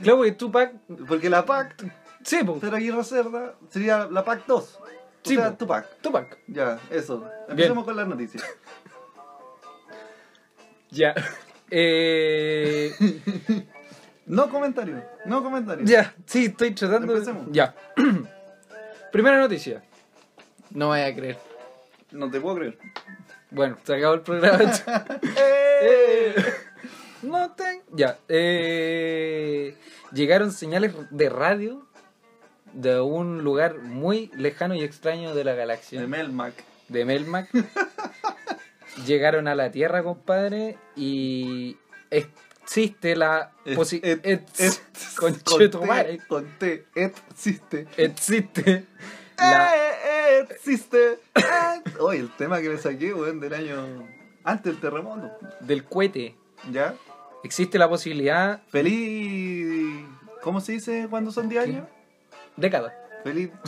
S1: Claro, porque Tupac.
S4: Porque la PAC,
S1: Sí, po.
S4: Pedro Aguirre Cerda, sería la PAC 2. O
S1: Sí,
S4: sea,
S1: po.
S4: Tupac.
S1: Tupac.
S4: Ya, eso. Empecemos con las noticias.
S1: Ya. Eh,
S4: No comentario, no comentario.
S1: ya, sí, estoy tratando. de-
S4: Empecemos.
S1: Ya. Primera noticia. No vaya a creer.
S4: No te puedo creer.
S1: Bueno, se acabó el programa. Eh, no ten- Ya. eh, llegaron señales de radio de un lugar muy lejano y extraño de la galaxia.
S4: De Melmac.
S1: de Melmac. Llegaron a la Tierra, compadre, y existe la posi-
S4: Et- et-
S1: ex-
S4: et-
S1: Conchetumare.
S4: Con T, existe. Eh,
S1: Existe Eh, la...
S4: Existe. Oye, el tema que me saqué, weón, del año. Antes del terremoto.
S1: del cohete.
S4: ¿Ya?
S1: Existe la posibilidad
S4: Feliz. ¿Cómo se dice cuando son 10 años?
S1: de cada.
S4: Feliz.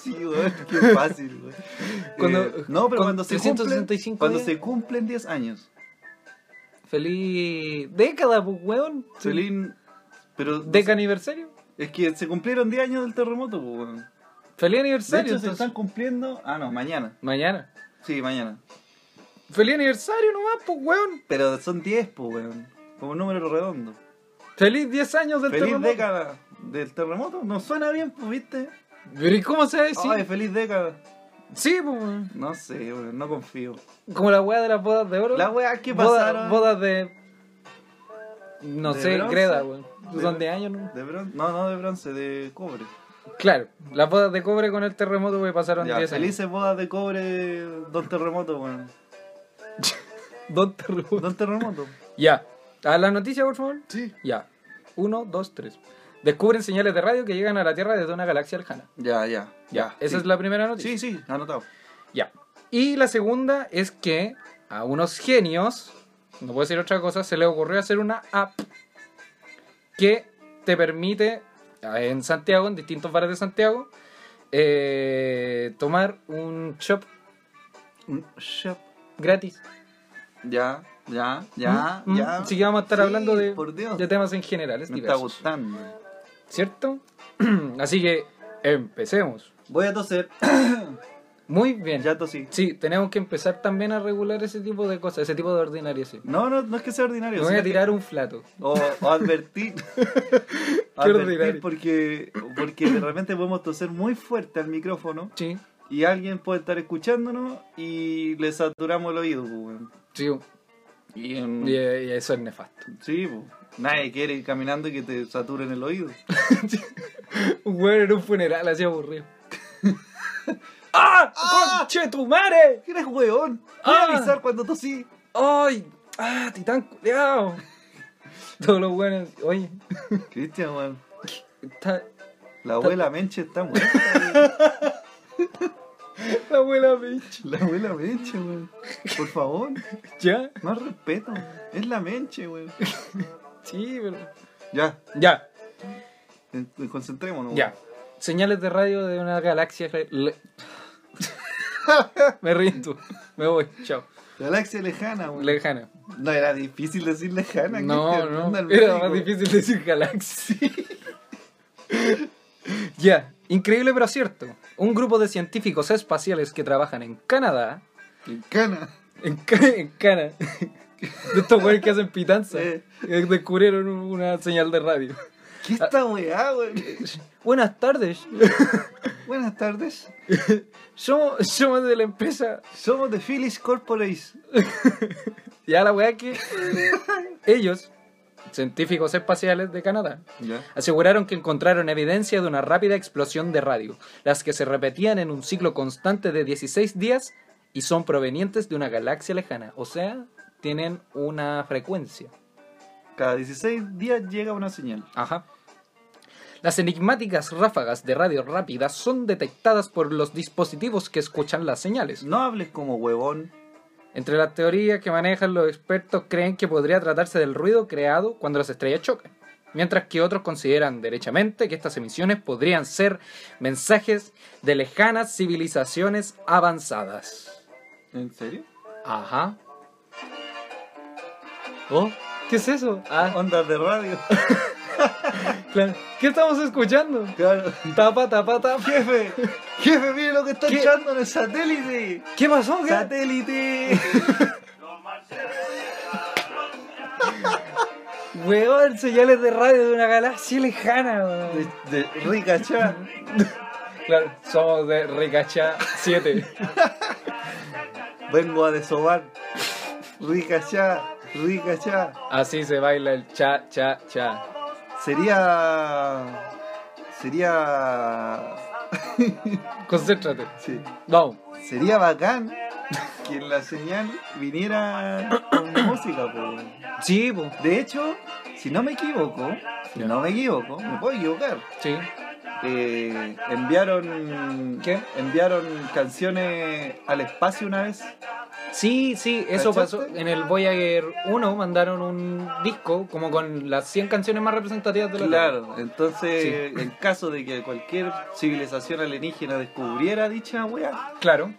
S4: sí, weón, qué fácil, weón.
S1: Cuando-
S4: Eh, no, pero
S1: con
S4: cuando se, cumplen,
S1: 365
S4: cuando
S1: días.
S4: se cumplen 10 años.
S1: Feliz década, pues, weón.
S4: Feliz. Pero
S1: Deca aniversario.
S4: es que se cumplieron 10 años del terremoto, pues, weón.
S1: Feliz
S4: De
S1: aniversario.
S4: hecho, se
S1: entonces.
S4: están cumpliendo. Ah, no, mañana.
S1: Mañana.
S4: Sí, mañana.
S1: Feliz aniversario nomás, pues, weón.
S4: Pero son 10, pues, weón. Como número redondo.
S1: Feliz 10 años del
S4: feliz
S1: terremoto.
S4: década del terremoto. No suena bien, pues, viste.
S1: Pero ¿y cómo se va a decir?
S4: Ay, feliz década.
S1: sí, pues, weón.
S4: No sé, weón, no confío.
S1: Como la weá de las bodas de oro.
S4: Las weas que
S1: Boda-
S4: pasaron.
S1: bodas de. No
S4: ¿De
S1: sé,
S4: bronce?
S1: Greda, weón.
S4: ¿De
S1: Son de
S4: bronce?
S1: años, ¿no?
S4: De bronce. No, no de bronce, de cobre.
S1: Claro, las bodas de cobre con el terremoto, weón, pasaron
S4: Ya,
S1: 10 años.
S4: felices bodas de cobre, don terremoto, weón.
S1: Dos terremotos.
S4: Don terremoto.
S1: Ya. A la noticia, por favor.
S4: Sí.
S1: Ya. Uno, dos, tres. Descubren señales de radio que llegan a la Tierra desde una galaxia lejana.
S4: Ya, ya.
S1: Ya. Esa
S4: sí.
S1: es la primera noticia.
S4: Sí, sí, anotado.
S1: Ya. Y la segunda es que a unos genios, no puedo decir otra cosa, se les ocurrió hacer una app que te permite ah, en Santiago, en distintos bares de Santiago, eh, tomar un shop
S4: Un shop.
S1: gratis.
S4: Ya, ya, ya,
S1: ¿Mm? ¿Mm?
S4: ya.
S1: Así que vamos a estar
S4: Sí,
S1: hablando de,
S4: Por Dios.
S1: de temas en generales,
S4: Me está
S1: diversos,
S4: gustando.
S1: ¿cierto? Así que empecemos.
S4: Voy a toser.
S1: Muy bien.
S4: ya tosí.
S1: Sí, tenemos que empezar también a regular ese tipo de cosas, ese tipo de ordinarias.
S4: No, no, no es que sea ordinario.
S1: Me voy a
S4: sino que-
S1: tirar un flato.
S4: O, o advertir.
S1: ordinario.
S4: advertir porque, porque de repente podemos toser muy fuerte al micrófono
S1: Sí.
S4: y alguien puede estar escuchándonos y le saturamos el oído. pues, weón.
S1: Sí,
S4: Y, en-
S1: y, eh, y eso es nefasto.
S4: Sí, pues. Nadie quiere ir caminando y que te saturen el oído.
S1: Un weón en un funeral así aburrido. ¡Ah! ¡Conche tu madre!
S4: ¡Eres weón! Voy
S1: Ah.
S4: a avisar cuando tosí.
S1: ¡Ay! ¡Ah, titán culeado! Todos los buenos. Oye,
S4: Cristian, weón.
S1: está
S4: La abuela Menche está muerta.
S1: la abuela bitch.
S4: La abuela Menche, weón. Por favor,
S1: ¿Ya?
S4: más respeto. weón. Es la Menche, weón.
S1: Sí, pero.
S4: Ya,
S1: Ya,
S4: en- concentrémonos. weón.
S1: ya. Señales de radio de una galaxia. re- le- me rindo. Me voy. Chao.
S4: Galaxia lejana, weón.
S1: Lejana.
S4: No, era difícil decir lejana.
S1: No,
S4: Cristian,
S1: no.
S4: anda al
S1: Era más
S4: médico.
S1: difícil decir Galaxy. Ya, increíble pero cierto. Un grupo de científicos espaciales que trabajan en Canadá.
S4: Lejana.
S1: En, Ca- en Cana. De estos güeyes que hacen pitanza.
S4: Eh.
S1: eh, Descubrieron un- una señal de radio.
S4: ¿Qué
S1: Ah.
S4: esta weá, weón?
S1: Buenas tardes.
S4: Buenas tardes.
S1: Somos, somos de la empresa.
S4: Somos de Philips Corporation.
S1: Ya la weá que. Ellos, científicos espaciales de Canadá,
S4: Ya.
S1: aseguraron que encontraron evidencia de una rápida explosión de radio, las que se repetían en un ciclo constante de 16 días y son provenientes de una galaxia lejana, o sea, tienen una frecuencia.
S4: Cada 16 días llega una señal.
S1: Ajá. Las enigmáticas ráfagas de radio rápida son detectadas por los dispositivos que escuchan las señales.
S4: No hables como huevón.
S1: Entre las teorías que manejan los expertos creen que podría tratarse del ruido creado cuando las estrellas chocan, mientras que otros consideran derechamente que estas emisiones podrían ser mensajes de lejanas civilizaciones avanzadas.
S4: ¿En serio?
S1: Ajá. Oh, ¿qué es eso? Ah,
S4: Ondas de radio.
S1: claro. ¿Qué estamos escuchando?
S4: Claro.
S1: Tapa, tapa, tapa.
S4: Jefe, jefe, mire lo que está
S1: ¿Qué?
S4: echando en el satélite.
S1: ¿Qué pasó? qué?
S4: Satélite.
S1: Weón, señales de radio de una galaxia lejana, weón.
S4: De, de Ricachá.
S1: Claro, somos de Ricachá 7.
S4: Vengo a desobar. Ricachá, Ricachá.
S1: Así se baila el cha, cha, cha.
S4: Sería. Sería.
S1: Concéntrate.
S4: Sí.
S1: Vamos.
S4: Sería bacán que en la señal viniera con música, po.
S1: Sí, po.
S4: De hecho, si no me equivoco, si no me equivoco, me puedo equivocar.
S1: Sí.
S4: Eh, enviaron.
S1: ¿Qué?
S4: Enviaron canciones al espacio una vez.
S1: Sí, sí, eso
S4: ¿Cachaste?
S1: pasó. En el Voyager 1 mandaron un disco como con las 100 canciones más representativas de la
S4: Claro, entonces, en caso de que cualquier civilización alienígena descubriera dicha wea,
S1: Tierra. Claro.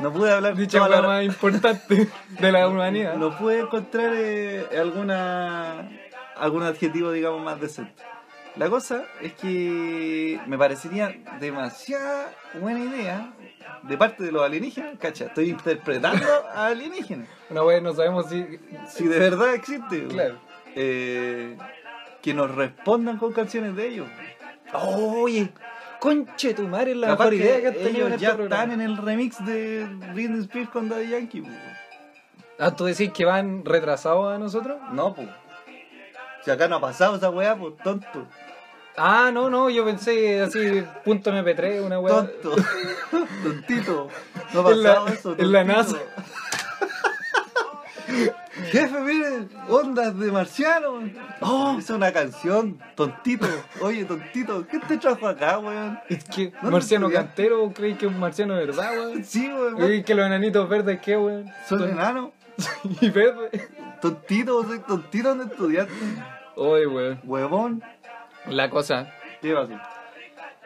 S4: no pude hablar
S1: Dicha
S4: toda
S1: la
S4: la-
S1: más importante de la humanidad.
S4: No pude encontrar eh, alguna algún adjetivo, digamos, más decente. La cosa es que me parecería demasiada buena idea de parte de los alienígenas. Cacha, estoy interpretando a alienígenas.
S1: Una wea no sabemos si.
S4: Si de verdad existe.
S1: Claro.
S4: eh, que nos respondan con canciones de ellos.
S1: Oye, conche tu madre, es la mejor
S4: Capaz que
S1: idea que has tenido en
S4: ellos
S1: este
S4: ya
S1: programa.
S4: están en el remix de Britney Spears con Daddy Yankee. pues.
S1: Ah, tú decís que van retrasados a nosotros.
S4: No, pues. Si acá no ha pasado esa weá, pues tonto.
S1: Ah, no, no, yo pensé así, punto MP3, una wea.
S4: Tonto. Tontito. No ha
S1: En la-
S4: pasado eso.
S1: en la
S4: tontito.
S1: NASA.
S4: Jefe, miren, ondas de marciano. Oh, es una canción, tontito. Oye, tontito, ¿qué te trajo acá, weón?
S1: Es que,
S4: ¿Dónde
S1: marciano
S4: estudiaste?
S1: cantero, ¿vos creéis que es un marciano de verdad, weón?
S4: Sí, weón.
S1: ¿Creéis que los enanitos verdes qué, weón?
S4: Soy
S1: Son-
S4: enano.
S1: Y verde.
S4: Tontito, soy tontito donde estudiaste.
S1: Oye, weón.
S4: Huevón.
S1: La cosa.
S4: ¿Qué pasó?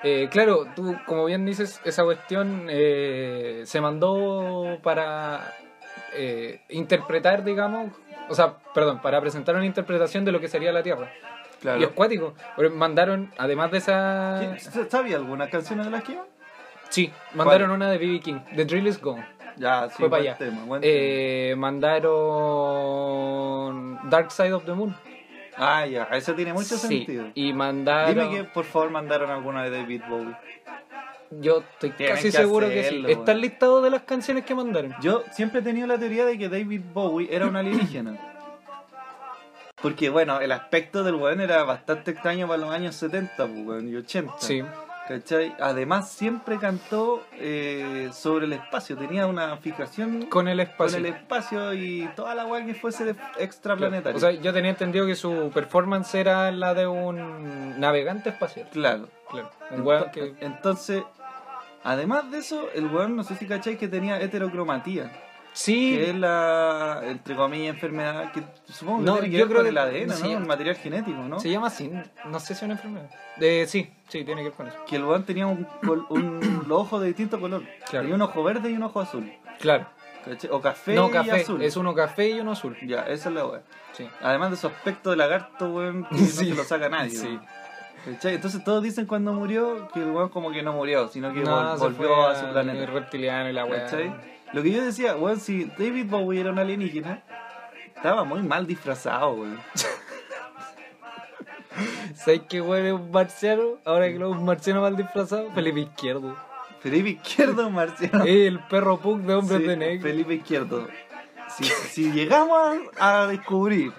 S1: Eh, claro, tú, como bien dices, esa cuestión eh, se mandó para eh, interpretar, digamos, o sea, perdón, para presentar una interpretación de lo que sería la Tierra. Y es cuático. porque Mandaron, además de esa...
S4: ¿Quién- ¿Sabía alguna canción de la que iba?
S1: Sí, mandaron una de B.B. King, The Drill is Gone.
S4: Ya, sí,
S1: Fue para
S4: buen
S1: allá.
S4: tema, buen
S1: Eh, mandaron Dark Side of the Moon.
S4: tema. Ah, ya, eso tiene mucho
S1: Sí,
S4: sentido.
S1: Y mandaron.
S4: Dime que por favor mandaron alguna de David Bowie.
S1: Yo estoy
S4: Tienen
S1: casi
S4: que
S1: seguro
S4: hacerlo,
S1: que sí. Está
S4: weón.
S1: el listado de las canciones que mandaron.
S4: Yo siempre he tenido la teoría de que David Bowie era un alienígena. Porque bueno, el aspecto del weón era bastante extraño para los años 70 pues, weón, y 80.
S1: Sí.
S4: ¿Cachai? Además siempre cantó eh, sobre el espacio, tenía una fijación
S1: Con el
S4: con
S1: espacio.
S4: el espacio y toda la weá que fuese de- extraplanetaria.
S1: o sea, yo tenía entendido que su performance era la de un navegante espacial.
S4: claro.
S1: Claro. Un weón
S4: Ento-
S1: que.
S4: Entonces, además de eso, el weón, no sé si cacháis que tenía heterocromatía, que es
S1: Sí.
S4: la, entre comillas, enfermedad que supongo que
S1: No,
S4: tiene que
S1: yo
S4: ver
S1: creo
S4: con
S1: que-
S4: el ADN,
S1: sí.
S4: ¿no? El material genético, ¿no?
S1: Se llama así. No sé si es una enfermedad. Eh, sí, sí, tiene que ver con eso.
S4: Que el weón tenía un, col- un- los ojos de distinto color.
S1: Claro.
S4: Tenía un ojo verde y un ojo azul.
S1: Claro.
S4: ¿cachai? O café,
S1: No,
S4: y
S1: café.
S4: azul.
S1: Es uno café y uno azul.
S4: Ya, esa es la weá.
S1: Sí.
S4: Además de su aspecto de lagarto, weón, que
S1: Sí.
S4: no se lo saca nadie.
S1: Sí.
S4: ¿cachai? Entonces todos dicen cuando murió que el weón como que no murió, sino que vol-
S1: No, se
S4: volvió
S1: fue
S4: a su planeta.
S1: El reptiliano y la weá.
S4: ¿Cachai? Lo que yo decía, weón, si David Bowie era un alienígena, estaba muy mal disfrazado, weón.
S1: ¿Sabes qué weón es un marciano? Ahora que lo es un marciano mal disfrazado, Felipe Izquierdo.
S4: Felipe Izquierdo, Marciano.
S1: Eh, el perro punk de hombres
S4: Sí,
S1: de negro.
S4: Felipe Izquierdo. Si, si llegamos a, a descubrir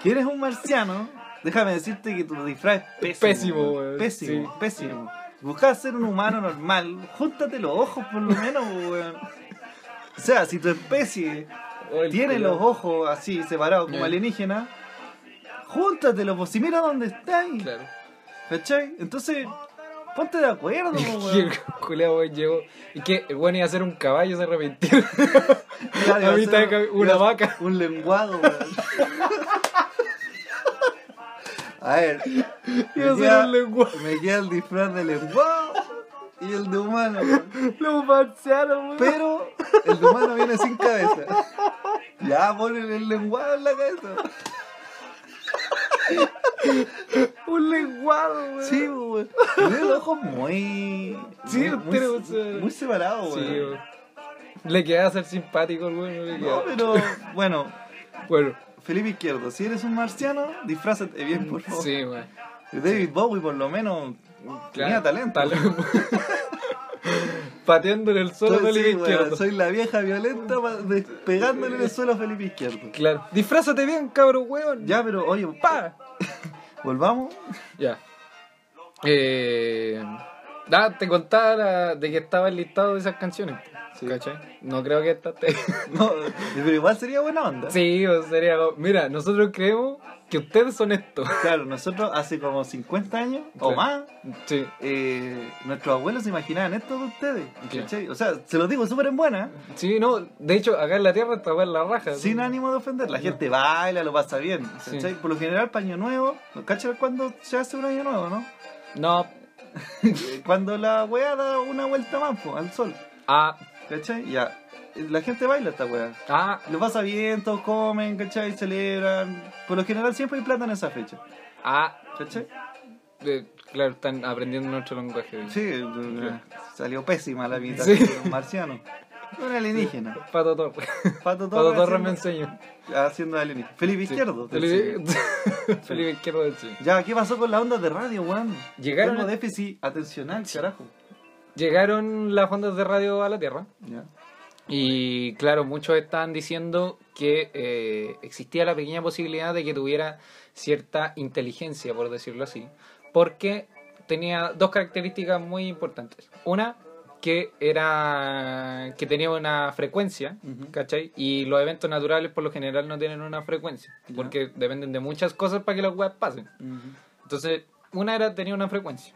S4: que eres un marciano, déjame decirte que tu disfraz
S1: Pésimo,
S4: es pésimo.
S1: weón.
S4: Pésimo,
S1: Sí.
S4: pésimo. Buscá ser un humano normal, júntate los ojos por lo menos, weón. O sea, si tu especie
S1: Oh, el culo.
S4: Tiene
S1: Eh.
S4: los ojos así separados como
S1: Ya.
S4: alienígena. Júntatelo, pues si mira dónde estáis.
S1: Claro.
S4: ¿Cachai? Entonces, ponte de acuerdo, po,
S1: Y
S4: weón.
S1: el culiao, weón, llegó. Y que el weón iba a ser un caballo, se arrepintió.
S4: Claro, iba
S1: a
S4: a
S1: mitad de
S4: ser
S1: cami- una
S4: iba a-
S1: vaca.
S4: Un lenguado, weón. A ver.
S1: Iba a
S4: me
S1: ser
S4: queda-
S1: un lenguado.
S4: Me queda el disfraz de lenguado y el de humano, weón.
S1: Lo marcharon, weón.
S4: Pero el de humano viene sin cabeza. Ya ponen el lenguado en la cabeza.
S1: Un lenguado, weón.
S4: Sí, weón. Tiene los ojos muy.
S1: Sí,
S4: muy,
S1: los
S4: muy,
S1: tiene, weón.
S4: muy separados,
S1: Sí,
S4: weón.
S1: weón. Le quedaba ser simpático el weón, no le
S4: No,
S1: quedaba.
S4: pero bueno,
S1: Bueno,
S4: Felipe Izquierdo, si eres un marciano, disfrázate bien, por favor.
S1: sí, weón.
S4: David Bowie, por lo menos, tenía talento.
S1: Pateándole el suelo
S4: Soy-
S1: del
S4: sí, weón,
S1: izquierdo.
S4: soy la vieja violenta pa- de- pegándole en el suelo a Felipe Izquierdo.
S1: Claro. Disfrázate bien, cabro weón.
S4: Ya, pero oye,
S1: Pa.
S4: volvamos.
S1: Ya. Eh. Ah, te contaba la- de que estaba el listado de esas canciones.
S4: Sí.
S1: ¿Cachai? No creo que esta esté.
S4: No, pero igual sería buena onda.
S1: sí, o sería. lo- Mira, nosotros creemos que ustedes son esto.
S4: Claro, nosotros hace como 50 años o
S1: Claro.
S4: más,
S1: Sí.
S4: eh, nuestros abuelos se imaginaban esto de ustedes.
S1: Claro.
S4: ¿cachai? O sea, se los digo súper en buena,
S1: Sí, no. De hecho, acá en la tierra esta weá es la raja.
S4: sin ánimo de ofender. La gente baila, lo pasa bien.
S1: Sí.
S4: ¿cachai? Por lo general, para año nuevo, ¿cachai? cuando se hace un año nuevo, no? Eh,
S1: No.
S4: Cuando la weá da una vuelta más po, al sol,
S1: Ah.
S4: ¿cachai? Ya, la gente baila esta weá.
S1: Ah.
S4: Lo pasa bien, todos comen, ¿cachai? Celebran. Por lo general siempre hay plata en esa fecha,
S1: Ah.
S4: ¿cachai?
S1: Eh, claro, están aprendiendo nuestro lenguaje. hoy.
S4: Sí, eh, salió pésima la mitad
S1: Sí.
S4: de un marciano. Un alienígena.
S1: Pato Torres. Pato
S4: Pato Torres,
S1: Torres me
S4: haciendo,
S1: enseñó.
S4: haciendo alienígena. Felipe
S1: Sí.
S4: Izquierdo. te
S1: Felipe,
S4: enseña.
S1: Felipe Izquierdo del Chile.
S4: Ya, ¿qué pasó con las ondas de radio, weón?
S1: Llegaron-
S4: Tengo déficit atencional, carajo.
S1: Llegaron las ondas de radio a la Tierra
S4: Ya.
S1: y claro, muchos estaban diciendo que eh, existía la pequeña posibilidad de que tuviera cierta inteligencia, por decirlo así, porque tenía dos características muy importantes. Una, que era que tenía una frecuencia,
S4: Ujú.
S1: ¿cachai? Y los eventos naturales por lo general no tienen una frecuencia,
S4: Ya.
S1: porque dependen de muchas cosas para que las webs pasen. Entonces, una era tenía una frecuencia.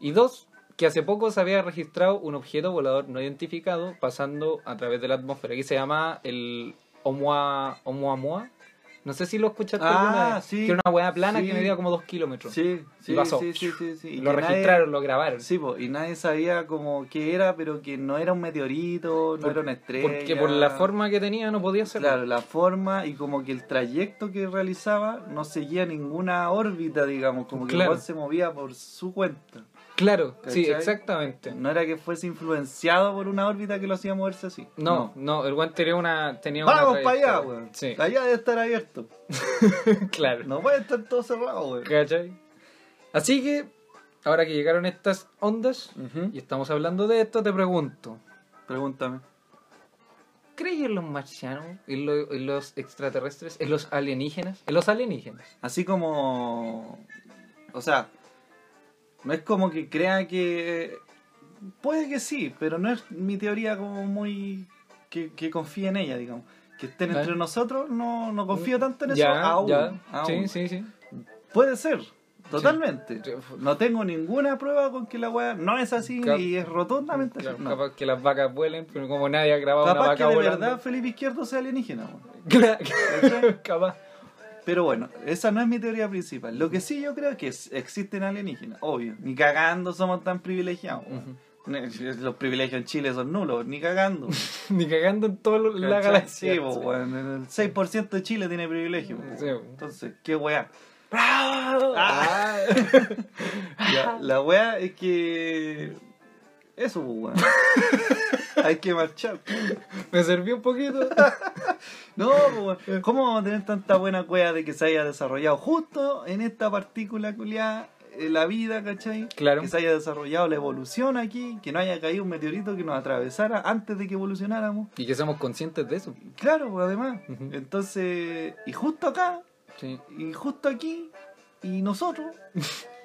S1: Y dos, que hace poco se había registrado un objeto volador no identificado pasando a través de la atmósfera, que se llama el Oumuamua. Oumuamua. No sé si lo escuchaste
S4: Ah,
S1: alguna vez.
S4: sí.
S1: Que era una hueá plana
S4: Sí.
S1: que medía como dos kilómetros.
S4: Sí, sí,
S1: Y pasó.
S4: sí, sí, sí, sí. Y
S1: lo
S4: que nadie-
S1: registraron, lo grabaron.
S4: Sí, po, y nadie sabía como qué era, pero que no era un meteorito, no
S1: Por-
S4: era una estrella.
S1: Porque por la forma que tenía no podía ser.
S4: Claro, la forma y como que el trayecto que realizaba no seguía ninguna órbita, digamos, como que
S1: Claro.
S4: igual se movía por su cuenta.
S1: Claro, sí,
S4: ¿Cachai?
S1: exactamente.
S4: No era que fuese influenciado por una órbita que lo hacía moverse así.
S1: No, no, el guante tenía una. Tenía una
S4: Vamos para allá,
S1: trayectoria.
S4: weón.
S1: Sí,
S4: Allá debe estar abierto.
S1: claro.
S4: No puede estar todo cerrado, weón.
S1: ¿Cachai? Así que, ahora que llegaron estas ondas
S4: Ujú.
S1: y estamos hablando de esto, te pregunto:
S4: Pregúntame.
S1: ¿crees en los marcianos, en, lo- en los extraterrestres, en los alienígenas? En los alienígenas.
S4: Así como. O sea, no es como que crea que. Puede que sí, pero no es mi teoría como muy. que, que confíe en ella, digamos. Que estén
S1: Vale. Mm,
S4: entre nosotros, no, no confío tanto en eso aún. aún.
S1: Sí, sí, sí.
S4: Puede ser, totalmente.
S1: Sí.
S4: No tengo ninguna prueba con que la weá no es así
S1: Cap-
S4: y es rotundamente
S1: Claro,
S4: así. No.
S1: Capaz que las vacas vuelen, pero como nadie ha grabado una
S4: Capaz que
S1: vaca
S4: de
S1: volando.
S4: verdad Felipe Izquierdo sea alienígena. weón.
S1: Claro, capaz.
S4: Pero bueno, esa no es mi teoría principal. Lo que sí yo creo que es- existen alienígenas, obvio. Ni cagando somos tan privilegiados. weón. Los privilegios en Chile son nulos, ni cagando.
S1: Ni cagando en toda la
S4: ¿Cachai?
S1: galaxia.
S4: Sí, po, weón, el 6% de Chile tiene privilegio. po,
S1: Sí,
S4: weón.
S1: po.
S4: Entonces, qué weá.
S1: Ah.
S4: La, la weá es que. Eso, po, weón. Hay que marchar.
S1: Me serví un poquito.
S4: No, po, weón. ¿cómo vamos a tener tanta buena cueva de que se haya desarrollado justo en esta partícula culiada eh, la vida, ¿cachai?
S1: Claro.
S4: Que se haya desarrollado la evolución aquí, que no haya caído un meteorito que nos atravesara antes de que evolucionáramos.
S1: Y que somos conscientes de eso.
S4: Claro, po, además.
S1: Ujú.
S4: Entonces, y justo acá,
S1: Sí.
S4: y justo aquí, y nosotros.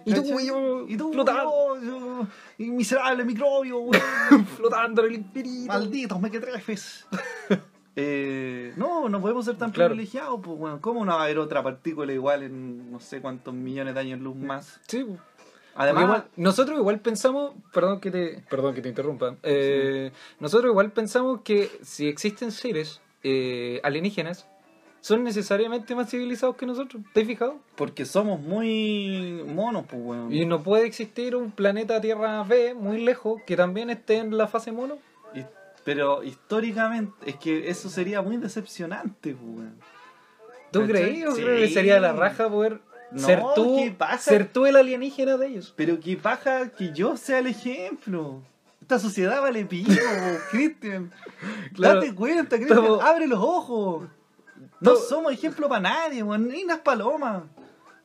S1: Y tú,
S4: ¿cachai?
S1: yo,
S4: y tú,
S1: flotando.
S4: yo, yo, y miserable microbio, weón.
S1: flotando en el infinito.
S4: Malditos mequetrefes. Eh, no, no podemos ser tan
S1: Claro.
S4: privilegiados. Pues, weón. ¿Cómo no va a haber otra partícula igual en no sé cuántos millones de años luz más?
S1: Sí, pues. po.
S4: Además,
S1: Porque igual- nosotros igual pensamos, perdón que te, perdón que te interrumpa, eh, nosotros igual pensamos que si existen seres eh, alienígenas, son necesariamente más civilizados que nosotros. ¿Te has fijado?
S4: porque somos muy monos, pues, weón.
S1: Y no puede existir un planeta Tierra B muy lejos que también esté en la fase mono.
S4: Y- pero históricamente, es que eso sería muy decepcionante, pues, weón.
S1: ¿Tú
S4: ¿Cachai?
S1: crees? Yo creo que
S4: Sí.
S1: sería la raja poder
S4: No,
S1: ser tú,
S4: ¿qué pasa?
S1: ser tú el alienígena de ellos.
S4: Pero qué paja que yo sea el ejemplo. Esta sociedad vale pillo, Cristian.
S1: Claro.
S4: Date cuenta, Cristian.
S1: Estamos-
S4: Abre los ojos. No
S1: Todo-
S4: somos ejemplo para nadie, weón. Ni las palomas.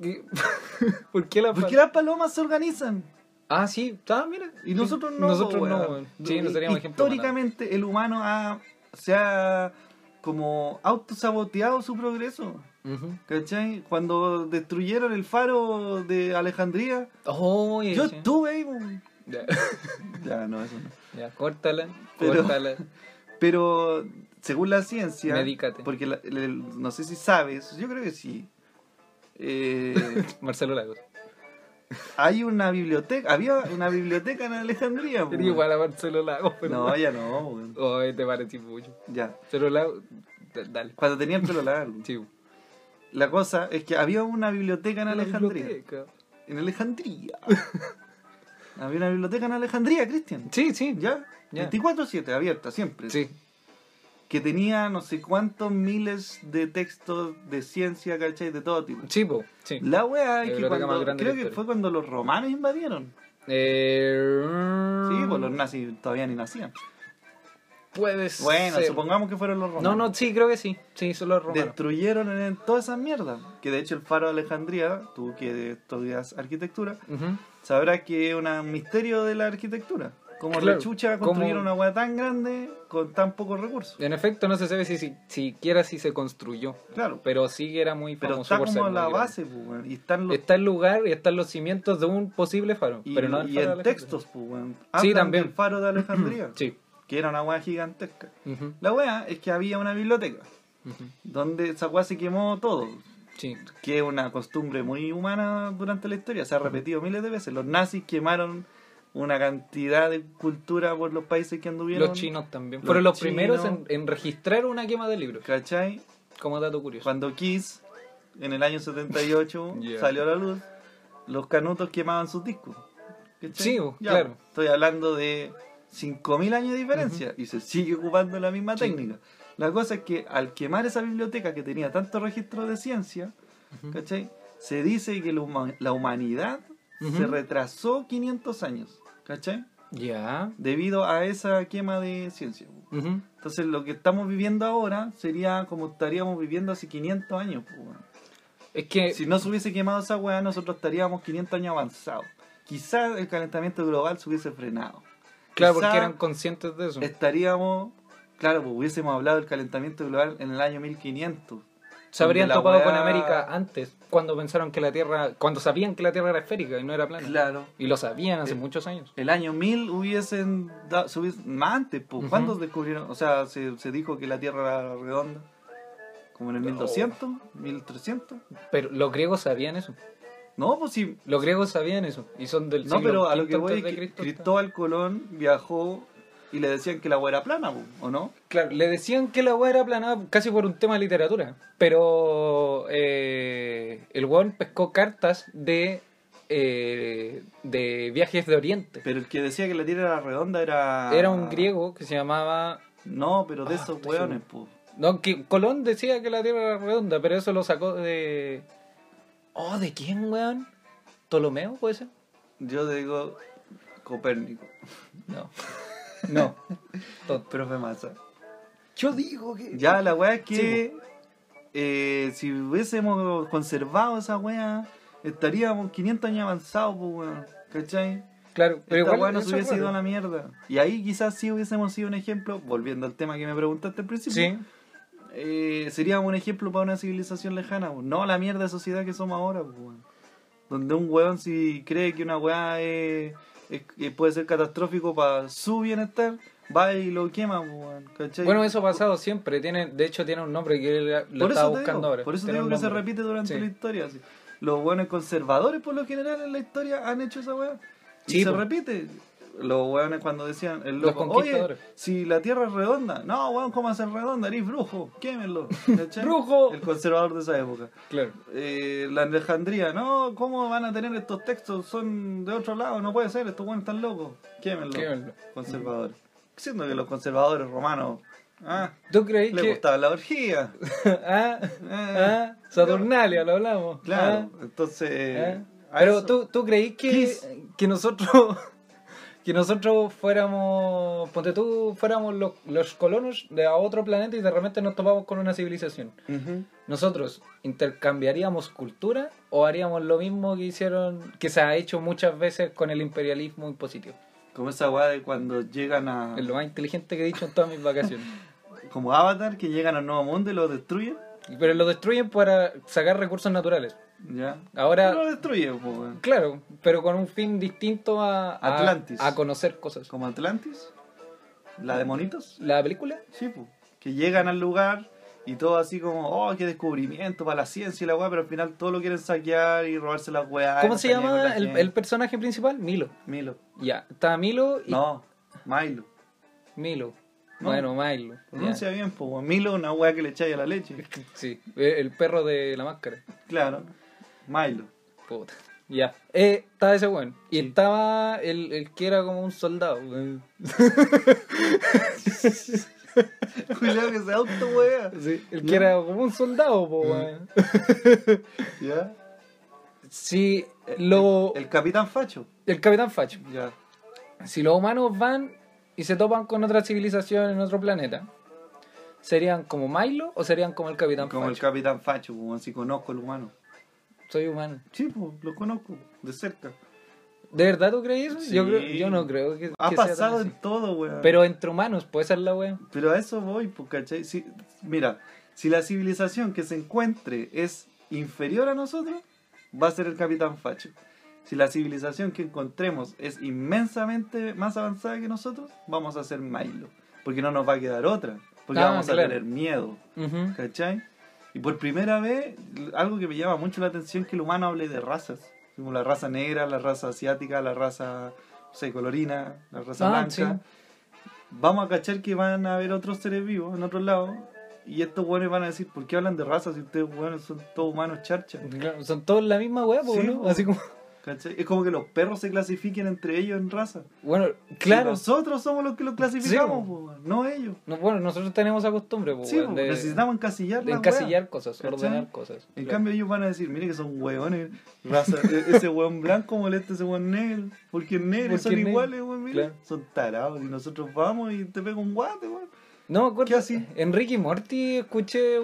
S1: ¿Qué? ¿Por qué la
S4: Porque
S1: fa-
S4: las palomas se organizan.
S1: Ah, sí, ah, mira.
S4: Y nosotros no.
S1: Nosotros
S4: weón.
S1: no, weón. Sí, no seríamos ejemplo para nada.
S4: Históricamente el humano ha- se ha como autosaboteado su progreso.
S1: Ujú.
S4: ¿Cachai? Cuando destruyeron el faro de Alejandría,
S1: Oye,
S4: yo
S1: sí.
S4: estuve ahí. weón.
S1: Ya,
S4: Ya, no, eso no.
S1: ya, córtala,
S4: Pero-
S1: córtala.
S4: Pero según la ciencia,
S1: Medícate.
S4: porque la- el- el- no sé si sabes, yo creo que sí. eh,
S1: Marcelo Lagos.
S4: hay una biblioteca, había una biblioteca en Alejandría. po,
S1: Era
S4: weón.
S1: igual a Marcelo Lagos, pero.
S4: No, ya no, weón.
S1: Oye, te parecí mucho.
S4: ya.
S1: Marcelo Lagos, da- dale.
S4: Cuando tenía el pelo largo.
S1: Sí.
S4: La cosa es que había una biblioteca en Alejandría.
S1: biblioteca.
S4: En Alejandría. había una biblioteca en Alejandría, Cristian.
S1: Sí, sí, ya. Ya.
S4: ¿Ya? 24-7, abierta siempre.
S1: Sí.
S4: Que tenía no sé cuántos miles de textos de ciencia, ¿cachai? De todo tipo.
S1: Sí, po, sí.
S4: La wea
S1: La
S4: es que
S1: biblioteca más
S4: cuando,
S1: grande de
S4: creo
S1: la
S4: que
S1: historia.
S4: fue cuando los romanos invadieron.
S1: Eh,
S4: Sí, pues los nazis todavía ni nacían.
S1: Puede ser.
S4: Bueno, supongamos que fueron los
S1: No,
S4: romanos.
S1: no, sí, creo que sí. Sí, son los romanos.
S4: Destruyeron en, todas esas mierdas. Que de hecho el faro de Alejandría, tú que estudias arquitectura,
S1: Ujú.
S4: sabrás que es una- un misterio de la arquitectura. Como
S1: Claro,
S4: la chucha
S1: como-
S4: construyeron una hueá tan grande con tan pocos recursos.
S1: En efecto, no se sabe si, si siquiera si se construyó.
S4: Claro, pero,
S1: Pero sí que era muy famoso
S4: está
S1: por ser
S4: como
S1: muy
S4: la
S1: grande.
S4: base, pues, weón, y están los
S1: Está el lugar y están los cimientos de un posible faro.
S4: y,
S1: pero no el faro
S4: y
S1: de
S4: en
S1: Alejandría.
S4: textos, pues, weón.
S1: Sí,
S4: Hablan
S1: también.
S4: del faro de Alejandría,
S1: Sí.
S4: que era una hueá gigantesca.
S1: Ujú,
S4: La wea es que había una biblioteca
S1: ujú.
S4: donde esa wea se quemó todo,
S1: Sí.
S4: que es una costumbre muy humana durante la historia, se ha repetido miles de veces. Los nazis quemaron una cantidad de cultura por los países que anduvieron.
S1: Los chinos también.
S4: Los
S1: Fueron los
S4: chinos.
S1: primeros en, en registrar una quema de libros.
S4: ¿Cachai?
S1: Como dato curioso.
S4: Cuando Kiss, en el año 78,
S1: Yeah.
S4: salió a la luz, los canutos quemaban sus discos. ¿Cachai?
S1: Sí, bo, claro.
S4: Estoy hablando de 5.000 años de diferencia y se sigue ocupando la misma
S1: Sí.
S4: técnica. La cosa es que al quemar esa biblioteca que tenía tanto registro de ciencia, ¿cachai? Se dice que la, huma- la humanidad se
S1: Ujú.
S4: retrasó 500 años, ¿cachai?
S1: Ya.
S4: Debido a esa quema de ciencia.
S1: Ujú.
S4: Entonces lo que estamos viviendo ahora sería como estaríamos viviendo hace 500 años. pues, weón.
S1: Es que.
S4: Si no se hubiese quemado esa weá, nosotros estaríamos 500 años avanzados. Quizás el calentamiento global se hubiese frenado.
S1: claro,
S4: quizá-
S1: porque eran conscientes de eso.
S4: Estaríamos, claro, pues hubiésemos hablado del calentamiento global en el año 1500.
S1: Se habrían
S4: la
S1: topado
S4: weá-
S1: con América antes, cuando pensaron que la Tierra. Cuando sabían que la Tierra era esférica y no era plana.
S4: Claro.
S1: Y lo sabían hace
S4: Eh,
S1: muchos años.
S4: El año 1000 hubiesen dado, se hubiesen- más antes, pues,
S1: Ujú.
S4: ¿cuándo descubrieron? O sea, se, se dijo que la Tierra era redonda. Como en el 1200, 1300.
S1: Pero los griegos sabían eso.
S4: No, pues si
S1: Los griegos sabían eso. Y son del
S4: No,
S1: siglo
S4: pero a lo
S1: V
S4: que voy es
S1: antes de
S4: que
S1: Cristo.
S4: Cristóbal Colón viajó y le decían que la agua era plana, po, ¿o no?
S1: Claro, le decían que la weá era aplanada casi por un tema de literatura, pero eh, el weón pescó cartas de, eh, de viajes de Oriente.
S4: Pero el que decía que la tierra era redonda era.
S1: Era un griego que se llamaba...
S4: No, pero de
S1: Ah,
S4: esos
S1: estoy
S4: hueones, po.
S1: No, que Colón decía que la Tierra era redonda, pero eso lo sacó de... Oh, ¿de quién, weón? ¿Ptolomeo puede ser?
S4: Yo digo Copérnico,
S1: No. No. Tonto.
S4: pero fue masa.
S1: Yo digo que...
S4: Ya, la wea es que. eh, si hubiésemos conservado esa wea, estaríamos 500 años avanzados, pues, weón. ¿Cachai?
S1: Claro, pero
S4: Esta
S1: igual...
S4: wea nos
S1: eso es
S4: hubiese
S1: raro.
S4: ido a la mierda. Y ahí quizás sí hubiésemos sido un ejemplo, volviendo al tema que me preguntaste al principio.
S1: Sí.
S4: eh, sería un ejemplo para una civilización lejana, po. no la mierda de sociedad que somos ahora, po, weón. donde un weón si cree que una weá es- es- que puede ser catastrófico para su bienestar, va y lo quema, weón, ¿cachai?
S1: Bueno, eso ha pasado siempre. Tiene, de hecho, tiene un nombre que él lo
S4: por
S1: estaba
S4: eso te
S1: buscando
S4: digo,
S1: ahora.
S4: Por eso te
S1: Tiene
S4: digo
S1: un
S4: que se
S1: nombre.
S4: repite durante
S1: Sí.
S4: la historia. así. Los buenos conservadores, por lo general, en la historia han hecho esa weá. Y
S1: Sí,
S4: se
S1: po.
S4: repite. Los weones cuando decían, el
S1: Los
S4: loco, oye,
S1: conquistadores.
S4: si la tierra es redonda, no, weón, ¿cómo hacer redonda? Eres brujo, quémelo. ¿cachai?
S1: ¡Brujo!
S4: El conservador de esa época.
S1: Claro.
S4: Eh, la Alejandría, no, ¿cómo van a tener estos textos? Son de otro lado, no puede ser, estos buenos están locos. Quémenlo.
S1: Quémenlo.
S4: Conservadores. Siendo que los conservadores romanos, ah,
S1: ¿Tú creí
S4: les
S1: que.?
S4: gustaba la orgía.
S1: ah, ah, Saturnalia, lo hablamos.
S4: Eh, Claro,
S1: Ah,
S4: entonces.
S1: ah.
S4: a
S1: Pero
S4: eso-
S1: tú, tú creí que,
S4: Kiss.
S1: que nosotros. Que nosotros fuéramos, ponte tú, fuéramos los, los colonos de a otro planeta y de repente nos topamos con una civilización.
S4: Ujú.
S1: ¿Nosotros intercambiaríamos cultura o haríamos lo mismo que hicieron, que se ha hecho muchas veces con el imperialismo impositivo?
S4: Como esa weá de cuando llegan a.
S1: Es lo más inteligente que he dicho en todas mis vacaciones.
S4: Como Avatar, que llegan al nuevo mundo y lo destruyen.
S1: Pero lo destruyen para sacar recursos naturales.
S4: Ya.
S1: Ahora-
S4: Pero lo destruyen, po, weón.
S1: Claro, pero con un fin distinto a, a-
S4: Atlantis.
S1: a conocer cosas.
S4: Como Atlantis. La de Monitos.
S1: ¿La película?
S4: Sí, po. Que llegan al lugar y todo así como, oh, qué descubrimiento para la ciencia y la weá, pero al final todo lo quieren saquear y robarse las weá. y
S1: ¿Cómo
S4: no
S1: se
S4: pelean Ah, con
S1: llama
S4: la
S1: el,
S4: gente.
S1: el personaje principal? Milo.
S4: Milo.
S1: Ya, está Milo y
S4: No, Milo.
S1: Milo.
S4: No.
S1: Bueno, Milo. ya.
S4: Pronuncia bien, po. weón. Milo es una weá que le echáis a la leche.
S1: Sí, eh, el perro de la máscara.
S4: Claro. Milo.
S1: Puta. Ya. Eh, estaba ese weón. Y estaba el, el que era como un soldado. eh.
S4: Cuidado que se auto wea.
S1: Sí, el que era como un soldado,
S4: Mm.
S1: po, weón.
S4: Ya.
S1: Si lo. El,
S4: El capitán facho.
S1: capitán Facho.
S4: Ya.
S1: Si los humanos van y se topan con otra civilización en otro planeta, ¿serían como Milo o serían como el capitán
S4: Como el
S1: Facho?
S4: capitán facho, como así conozco al humano.
S1: Soy humano.
S4: Sí, pues, lo conozco, de cerca.
S1: ¿De verdad tú crees eso?
S4: Sí.
S1: Yo, creo, yo no creo que.
S4: Ha
S1: que sea tan
S4: pasado
S1: así.
S4: en todo, weón.
S1: Pero entre humanos, puede ser la wea.
S4: Pero a eso voy, pues, ¿cachai? Si- mira, si la civilización que se encuentre es inferior a nosotros, va a ser el capitán facho. Si la civilización que encontremos es inmensamente más avanzada que nosotros, vamos a ser Milo. Porque no nos va a quedar otra. Porque
S1: Ah,
S4: vamos a
S1: claro.
S4: tener miedo.
S1: Ujú.
S4: ¿Cachai? Y por primera vez, l- algo que me llama mucho la atención es que el humano hable de razas. Como la raza negra, la raza asiática, la raza, no sé, colorina, la raza
S1: Ah,
S4: blanca.
S1: sí.
S4: Vamos a cachar que van a haber otros seres vivos en otro lado. Y estos hueones van a decir, ¿por qué hablan de razas si ustedes hueones son todos humanos charcha?
S1: Claro, Son todos la misma wea, po,
S4: Sí,
S1: ¿no?
S4: po.
S1: Así como.
S4: ¿Cachai? Es como que los perros se clasifiquen entre ellos en raza.
S1: Bueno,
S4: Y
S1: claro.
S4: nosotros somos los que los clasificamos, po, weón, no ellos.
S1: No, bueno, nosotros tenemos esa costumbre, po,
S4: Sí,
S1: weón,
S4: po,
S1: de,
S4: necesitamos encasillar
S1: de
S4: la
S1: encasillar
S4: weá.
S1: cosas,
S4: ¿cachai?
S1: ordenar cosas.
S4: En
S1: Claro.
S4: cambio ellos van a decir, mire que son hueones, raza, e- ese hueón blanco molesta a ese hueón negro, porque es negro,
S1: Porque
S4: son
S1: es negro,
S4: iguales, hueón, mire,
S1: claro.
S4: son tarados, y nosotros vamos y te pega un guate, hueón.
S1: no me acuerdo.
S4: ¿qué así?
S1: En Ricky Morty escuché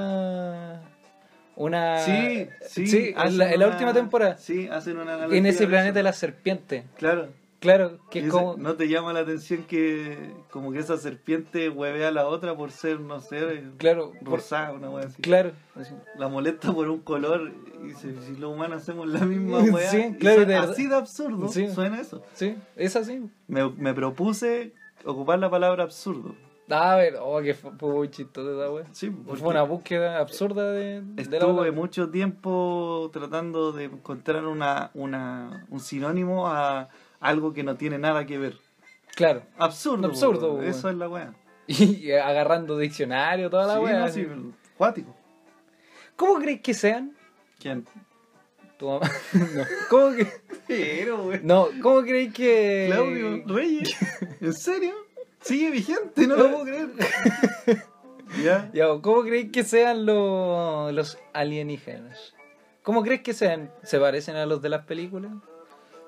S1: una. Una.
S4: Sí, sí, hacen
S1: Ah, en, la, en la
S4: una-
S1: última temporada.
S4: Sí, hacen una analogía.
S1: en ese
S4: de
S1: planeta de
S4: eso.
S1: las serpientes.
S4: Claro.
S1: Claro,
S4: Y
S1: que es
S4: ese-
S1: como.
S4: ¿No te llama la atención que como que esa serpiente huevea a la otra por ser, no sé,
S1: Claro, por-
S4: rosada, una hueá así?
S1: claro. así.
S4: La molesta por un color y dice, si los humanos hacemos la misma
S1: Sí,
S4: hueá, y
S1: claro,
S4: suena
S1: de verdad.
S4: así de absurdo
S1: Sí.
S4: suena eso.
S1: Sí, es así.
S4: Me, me propuse ocupar la palabra absurdo.
S1: A ver, oh, que fue, fue muy chistoso esa wea.
S4: Sí, porque
S1: Fue una búsqueda absurda de, de la
S4: estuve
S1: palabra.
S4: mucho tiempo tratando de encontrar una, una, un sinónimo a algo que no tiene nada que ver.
S1: Claro.
S4: Absurdo.
S1: Absurdo,
S4: weón.
S1: weón.
S4: Eso es la weá.
S1: Y agarrando diccionario, toda la
S4: sí,
S1: wea.
S4: no,
S1: así.
S4: sí, cuático.
S1: ¿Cómo crees que sean?
S4: ¿Quién?
S1: Tu mamá. No. ¿Cómo que.?
S4: Pero, weón.
S1: No, ¿cómo creéis que. Eh.
S4: Claudio Reyes. ¿En serio? Sigue vigente, no lo puedo creer. ¿Ya?
S1: Ya, ¿Cómo creéis que sean los, los alienígenas? ¿Cómo crees que sean? ¿Se parecen a los de las películas?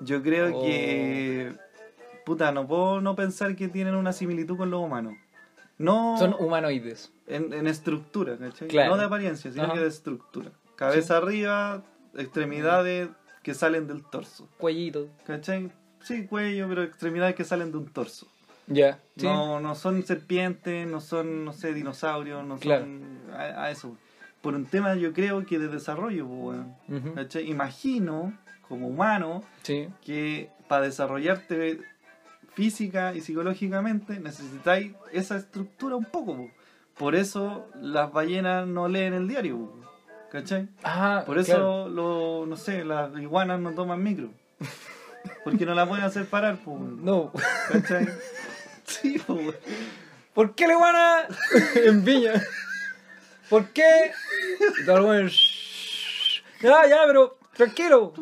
S4: Yo creo
S1: Oh.
S4: que. Puta, no puedo no pensar que tienen una similitud con los humanos. No.
S1: Son humanoides.
S4: En, en estructura, ¿cachai?
S1: Claro.
S4: No de apariencia, sino
S1: Ajá.
S4: que de estructura. Cabeza arriba, extremidades que salen del torso,
S1: Cuellitos.
S4: ¿cachai? Sí, cuello, pero extremidades que salen de un torso.
S1: Ya. Sí.
S4: No, no son serpientes, no son, no sé, dinosaurios, no
S1: Claro.
S4: son... A, a eso. Por un tema yo creo que de desarrollo, pues, weón,
S1: Ujú.
S4: ¿cachai? Imagino, como humano,
S1: Sí.
S4: que para desarrollarte física y psicológicamente necesitáis esa estructura un poco. po. Por eso las ballenas no leen el diario, po, ¿cachai?
S1: Ah,
S4: Por eso,
S1: claro.
S4: lo, no sé, las iguanas no toman micro. Porque no la pueden hacer parar, po,
S1: No.
S4: ¿cachai? Sí, po, weón.
S1: ¿Por qué le van a. en Viña? ¿Por qué? Y todo el weón, "Shh". Ya, ya, pero. Tranquilo.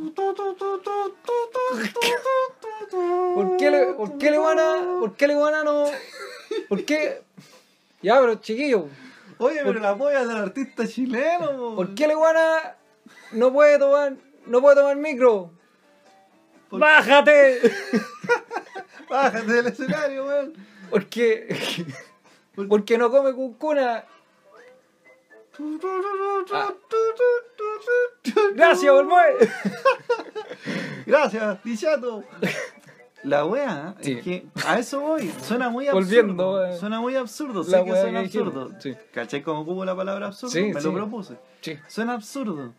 S1: ¿Por qué le, por qué le van a.? ¿Por qué le van a no.? ¿Por qué.? Ya, pero chiquillo.
S4: Oye, pero la polla del artista chileno, po.
S1: ¿Por qué le van a.? No puede tomar. No puede tomar micro.
S4: ¿Por-
S1: ¡Bájate!
S4: Bájate del escenario, weón.
S1: Porque. Porque no come cuncuna. Ah. Gracias, Olmoe.
S4: Gracias, Dichato. La wea ¿eh?
S1: Sí.
S4: es que a eso voy. Suena muy absurdo.
S1: Volviendo, wea.
S4: Suena muy absurdo.
S1: La
S4: sé que
S1: wea
S4: suena
S1: que dijimos,
S4: absurdo.
S1: sí.
S4: ¿Cachai cómo cubo la palabra absurdo?
S1: Sí,
S4: Me
S1: sí.
S4: lo propuse.
S1: Sí.
S4: Suena absurdo.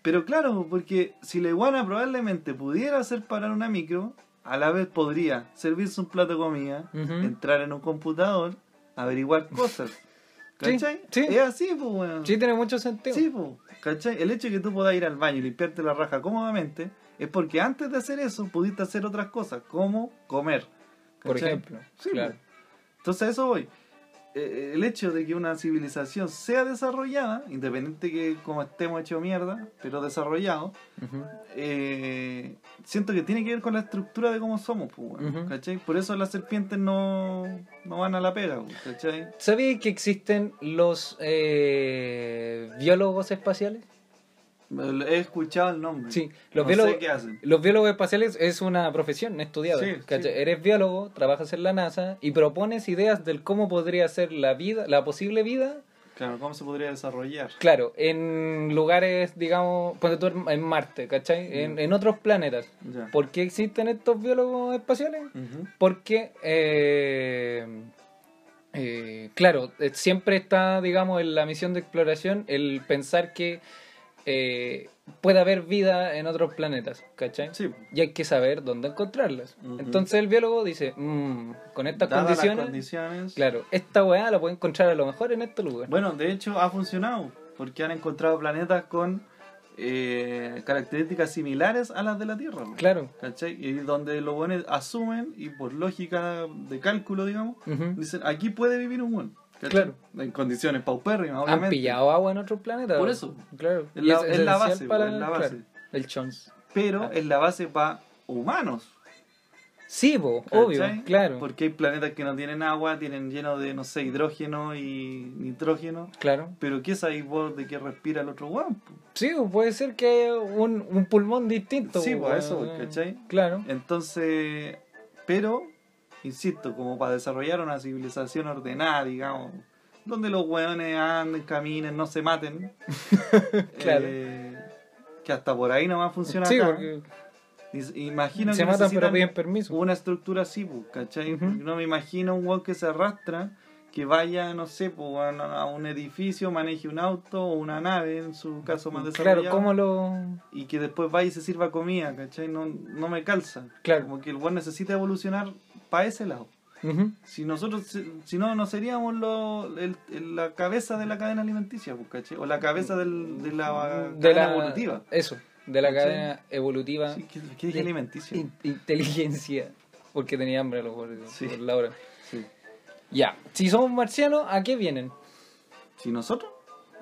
S4: Pero claro, porque si la iguana probablemente pudiera hacer parar una micro, a la vez podría servirse un plato de comida,
S1: Ujú.
S4: entrar en un computador, averiguar cosas.
S1: Sí,
S4: ¿Cachai?
S1: sí.
S4: Es así, pues, weón.
S1: Sí, tiene mucho sentido.
S4: Sí, po, ¿cachai? El hecho de que tú puedas ir al baño y limpiarte la raja cómodamente es porque antes de hacer eso pudiste hacer otras cosas, como comer.
S1: Por
S4: ¿cachai?
S1: ejemplo,
S4: Sí,
S1: claro.
S4: po. Entonces a eso voy. Eh, El hecho de que una civilización sea desarrollada, independiente que como estemos hecho mierda, pero desarrollado,
S1: Ujú.
S4: eh, siento que tiene que ver con la estructura de cómo somos, po, weón,
S1: Ujú.
S4: ¿cachai? Por eso las serpientes no, no van a la pega, po, ¿cachai?
S1: ¿Sabías que existen los eh, biólogos espaciales?
S4: He escuchado el nombre.
S1: Sí, los
S4: no
S1: biólogos-
S4: sé qué hacen.
S1: Los biólogos espaciales es una profesión estudiada.
S4: Sí,
S1: ¿cachai?
S4: sí.
S1: Eres biólogo, trabajas en la NASA y propones ideas del cómo podría ser la vida, la posible vida,
S4: Claro, ¿cómo se podría desarrollar?
S1: claro, en lugares, digamos, ponte tú en en Marte, ¿cachai?
S4: Mm.
S1: En, en otros planetas.
S4: Ya.
S1: ¿Por qué existen estos biólogos espaciales?
S4: Ujú.
S1: Porque, eh, eh, claro, eh, siempre está, digamos, en la misión de exploración el pensar que eh, puede haber vida en otros planetas, ¿cachai?
S4: Sí.
S1: Y hay que saber dónde encontrarlas.
S4: Ujú.
S1: Entonces el biólogo dice, "Mm, con estas
S4: Dadas las
S1: condiciones,
S4: condiciones.
S1: claro, esta weá la puedo encontrar a lo mejor en este lugar.
S4: Bueno, de hecho ha funcionado, porque han encontrado planetas con eh, características similares a las de la Tierra. ¿no?
S1: Claro.
S4: ¿Cachai? Y donde los buenos asumen, y por lógica de cálculo, digamos,
S1: Ujú.
S4: dicen, aquí puede vivir un buen.
S1: Claro.
S4: En condiciones paupérrimas, obviamente.
S1: Han pillado agua en otros planetas.
S4: Por eso.
S1: Claro.
S4: Es la- es la
S1: esencial
S4: base, es la base.
S1: el chons.
S4: Pero
S1: Ah.
S4: es la base para humanos.
S1: Sí, po,
S4: ¿cachai?
S1: obvio, claro.
S4: Porque hay planetas que no tienen agua, tienen lleno de, no sé, hidrógeno y nitrógeno.
S1: Claro.
S4: Pero ¿qué sabéis vos de qué respira el otro guapo?
S1: Sí, o puede ser que haya un, un pulmón distinto.
S4: Sí,
S1: po,
S4: pues, a eso voy,
S1: weón.
S4: ¿cachai?
S1: Claro.
S4: Entonces, pero, insisto, como para desarrollar una civilización ordenada, digamos, donde los hueones anden, caminen, no se maten.
S1: Claro.
S4: eh, que hasta por ahí nomás funciona.
S1: Sí,
S4: acá.
S1: porque
S4: Y- Imagino
S1: se
S4: que
S1: matan pero
S4: necesitan
S1: piden permiso.
S4: una estructura así, pues, ¿cachai?
S1: Ujú.
S4: Porque No me imagino un hueón que se arrastra, que vaya, no sé, pues, a a un edificio, maneje un auto o una nave, en su caso más desarrollado.
S1: Claro, ¿cómo lo...?
S4: y que después vaya y se sirva comida, ¿cachai? No, no me calza.
S1: Claro.
S4: Como que el weón necesita evolucionar para ese lado.
S1: Ujú.
S4: Si nosotros, si- si no, no seríamos lo- el- el- la cabeza de la cadena alimenticia, pues, ¿cachai? O la cabeza del- de la
S1: De
S4: cadena
S1: la...
S4: evolutiva.
S1: Eso, de la
S4: ¿Cachai?
S1: cadena evolutiva.
S4: Sí, ¿Qué, qué dije
S1: de-
S4: alimenticia?
S1: in- Inteligencia. Porque tenía hambre a los pobres,
S4: Sí.
S1: por la hora.
S4: Sí.
S1: Ya, si somos marcianos, ¿a qué vienen?
S4: Si nosotros,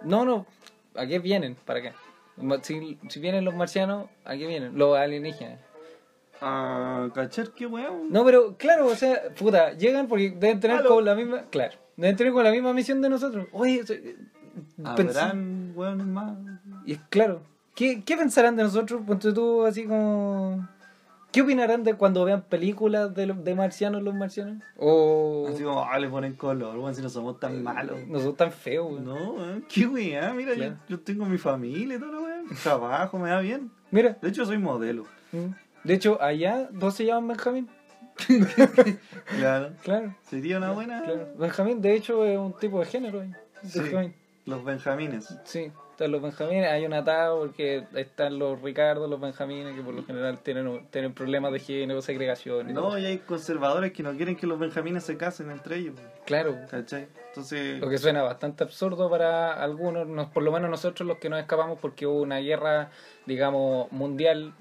S1: No, no, ¿a qué vienen? ¿Para qué? Ma- Si, si vienen los marcianos, ¿a qué vienen? Los alienígenas.
S4: a cachar ah, qué weón.
S1: No, pero claro, o sea, puta, llegan porque deben tener
S4: Aló.
S1: con la misma, claro, deben tener con la misma misión de nosotros. Oye, so- pensé-
S4: Habrán weones más.
S1: y es claro, ¿qué, qué pensarán de nosotros? Ponte tú así como ¿Qué opinarán de cuando vean películas de, los- de marcianos los marcianos? O
S4: Así como, ah, le ponen color, weón, si no somos tan malos.
S1: no son tan feos, güey.
S4: No, weón, qué weón, mira,
S1: Claro.
S4: yo, yo tengo mi familia y todo, weón. Trabajo, me da bien.
S1: Mira,
S4: De hecho, soy modelo.
S1: mm, de hecho allá dos se llaman Benjamín,
S4: Claro.
S1: claro.
S4: Sería una buena.
S1: Claro. Benjamín, de hecho, es un tipo de género. ¿eh?
S4: Sí.
S1: Benjamín.
S4: Los Benjamines.
S1: Sí, están los Benjamines, hay un atado porque están los Ricardo, los Benjamines, que por lo general tienen, tienen problemas de género, segregación. y
S4: No,
S1: todo.
S4: y hay conservadores que no quieren que los Benjamines se casen entre ellos.
S1: Claro,
S4: ¿Cachai? Entonces,
S1: lo que suena bastante absurdo para algunos, nos- por lo menos nosotros los que nos escapamos porque hubo una guerra, digamos, mundial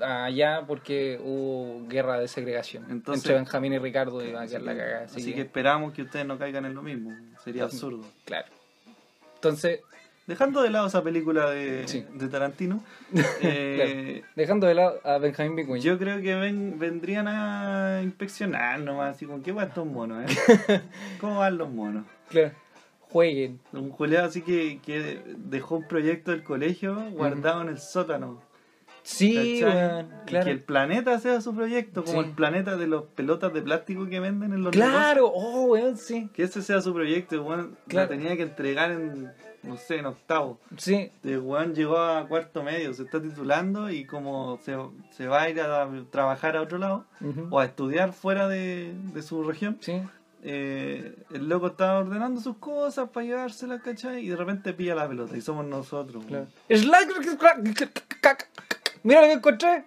S1: allá porque hubo guerra de segregación
S4: Entonces-
S1: entre Benjamín y Ricardo iba a quedar la cagada.
S4: así, que esperamos que ustedes no caigan en lo mismo. Sería absurdo.
S1: Claro. Entonces,
S4: Dejando de lado esa película de,
S1: Sí.
S4: de Tarantino, eh,
S1: dejando de lado a Benjamín Vicuña.
S4: yo creo que ven- vendrían a inspeccionar nomás, así como, ¿qué van estos monos? eh? ¿Cómo van los monos?
S1: Claro. Jueguen.
S4: Un Julián así que, que dejó un proyecto del colegio guardado en el sótano.
S1: Sí,
S4: ¿cachai?
S1: weón,
S4: Y
S1: claro.
S4: que el planeta sea su proyecto, como
S1: Sí.
S4: el planeta de los pelotas de plástico que venden en los negocios.
S1: Claro, oh, weón, sí.
S4: Que ese sea su proyecto, weón.
S1: Claro.
S4: La tenía que entregar en, no sé, en octavo.
S1: Sí,
S4: El este weón llegó a cuarto medio, se está titulando y como se, se va a ir a trabajar a otro lado
S1: ujú,
S4: o a estudiar fuera de, de su región,
S1: sí.
S4: eh, el loco estaba ordenando sus cosas para llevárselas, ¿cachai? Y de repente pilla la pelota y somos nosotros.
S1: Claro.
S4: weón.
S1: Slack- Mira lo que encontré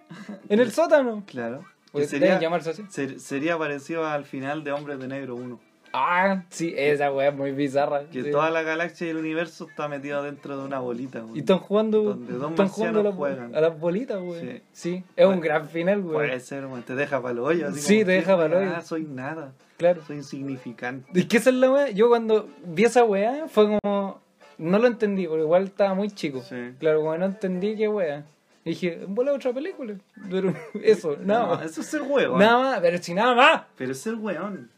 S1: en el sótano.
S4: Claro. Que
S1: Oye,
S4: sería,
S1: deben llamarse así.
S4: ser- sería parecido al final de Hombres de Negro 1.
S1: Ah, sí, esa weá es muy bizarra.
S4: Que
S1: sí.
S4: toda la galaxia y el universo está metido dentro de una bolita. weón.
S1: Y están jugando,
S4: Donde dos
S1: están jugando a,
S4: marcianos
S1: las-
S4: juegan.
S1: a las bolitas, weón.
S4: Sí.
S1: Sí. es
S4: Bueno, pues.
S1: un gran final, weón.
S4: Puede ser, weón, te deja para el hoyo. así
S1: Sí, te
S4: como, ¿qué
S1: deja pa'l
S4: weá?
S1: hoyo.
S4: Soy nada,
S1: Claro.
S4: soy insignificante.
S1: Es que esa es la weá. Yo cuando vi esa weá fue como. No lo entendí, porque igual estaba muy chico.
S4: Sí.
S1: Claro, como que no entendí qué weá. Dije, vuela otra película. Pero eso, nada
S4: No,
S1: más.
S4: eso es ser huevón.
S1: Nada más, pero si nada más.
S4: Pero es ser hueón.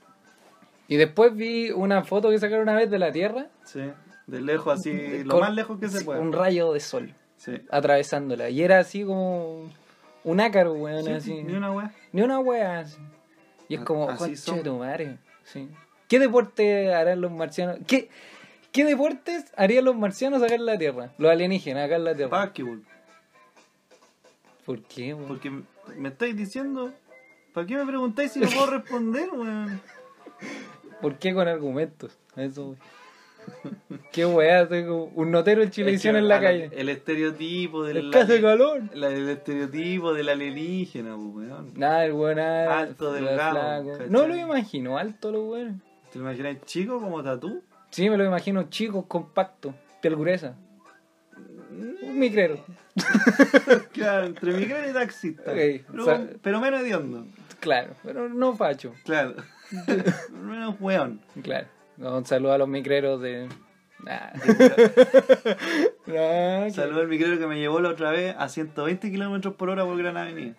S1: Y después vi una foto que sacaron una vez de la Tierra. eh,
S4: Sí. De lejos, así, lo
S1: con-
S4: más lejos que se
S1: sí,
S4: pueda.
S1: Un rayo de sol
S4: Sí.
S1: atravesándola. Y era así como un ácaro, weón.
S4: Sí,
S1: así.
S4: Ni una wea.
S1: Ni una wea. así. Y es
S4: A-
S1: como,
S4: Ah, así
S1: concha de
S4: son".
S1: tu madre. Sí. ¿Qué deporte harán los marcianos? ¿Qué, ¿Qué deportes harían los marcianos acá en la Tierra? Los alienígenas acá en la Tierra.
S4: Basketball.
S1: ¿Por qué, weón?
S4: Porque m- me estáis diciendo. ¿Para qué me preguntáis si no puedo responder, weón?
S1: ¿Por qué con argumentos? A Eso, weón. qué weá, soy como un notero en Chilevisión
S4: Es que,
S1: en la
S4: bueno,
S1: calle.
S4: El estereotipo del.
S1: El caso de calor.
S4: la- el estereotipo del alienígena, pues, weón.
S1: Nada, el weón era
S4: Alto,
S1: era
S4: delgado,
S1: flaco.
S4: ¿cachai?
S1: No lo imagino alto, lo weón.
S4: ¿Te lo imaginas chico como tatú?
S1: Sí, me lo imagino chico, compacto, piel gruesa. Mm, Un micrero.
S4: Claro, entre migrante y taxista.
S1: Ok,
S4: pero,
S1: o sea-
S4: pero menos hediondo.
S1: Claro, pero no facho.
S4: Claro. menos weón.
S1: Claro. No, un saludo a los micreros de. Ah. Nah. Nah, que-
S4: Saludo al micrero que me llevó la otra vez a 120 kilómetros por hora por Gran Avenida.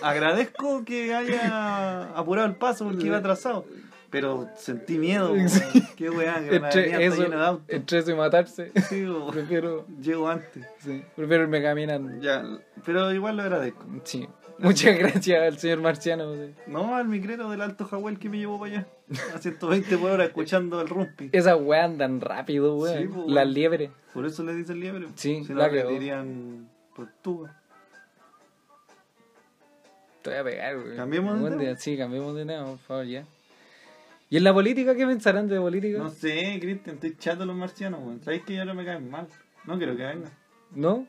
S4: Agradezco que haya apurado el paso porque iba atrasado. Pero sentí miedo. weón. Qué weá, Gran Avenida
S1: Entre
S4: está
S1: eso,
S4: lleno de autos.
S1: entre eso y matarse,
S4: Sí, weón.
S1: prefiero,
S4: Llego antes.
S1: sí, prefiero irme caminando.
S4: Ya, pero igual lo agradezco.
S1: Sí. Muchas gracias al señor marciano. sí.
S4: No, al micrero del Alto Jahuel que me llevó para allá. A 120 por hora escuchando el rumpi.
S1: Esas weas andan rápido, weón.
S4: Sí, po,
S1: Las
S4: weón.
S1: liebres.
S4: Por eso le dicen liebre.
S1: Sí,
S4: si no
S1: la
S4: le
S1: cagó.
S4: dirían "Pues tortuga.
S1: Te voy a pegar, güey.
S4: Cambiemos de
S1: Buen
S4: tema.
S1: día, Sí, cambiemos de tema, por favor, ya. ¿Y en la política qué pensarán de política?
S4: No
S1: ¿No?
S4: sé, Cristian, estoy chato de los marcianos, weón. Sabéis que ya no me caen mal. No quiero que vengan. No.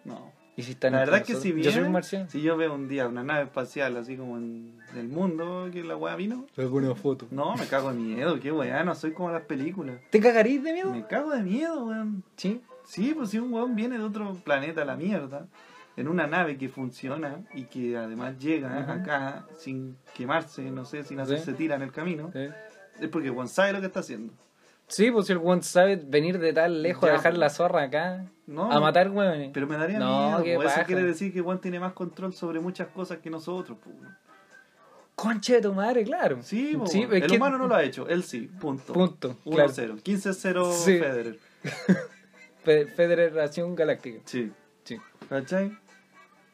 S1: ¿Y si están
S4: la
S1: entre
S4: verdad es que
S1: nosotros?
S4: si viene,
S1: Yo soy un marciano.
S4: si yo veo un día una nave espacial así como en el mundo que la weá vino,
S1: Le hago una foto.
S4: no, me cago de miedo, qué weá, no soy como las películas.
S1: ¿Te cagarís de miedo?
S4: Me cago de miedo, weón.
S1: Sí.
S4: Sí, pues si un weón viene de otro planeta a la mierda, en una nave que funciona y que además llega
S1: Ajá.
S4: acá sin quemarse, no sé, sin hacerse tira en el camino,
S1: ¿Eh?
S4: es porque weón sabe lo que está haciendo.
S1: Sí, pues si el weón sabe venir de tan lejos
S4: Ya,
S1: a dejar
S4: po.
S1: la zorra acá.
S4: No,
S1: a matar weones.
S4: Pero me daría
S1: No,
S4: miedo,
S1: qué
S4: po. eso
S1: paja.
S4: quiere decir que Juan tiene más control sobre muchas cosas que nosotros. pues, po.
S1: Concha de tu madre, claro.
S4: Sí, po.
S1: es
S4: el
S1: que-
S4: humano no lo ha hecho, él sí, punto.
S1: Punto,
S4: 1-0,
S1: claro.
S4: 15-0
S1: Sí.
S4: Federer.
S1: Fe- Federación Galáctica.
S4: Sí.
S1: Sí.
S4: ¿Cachai?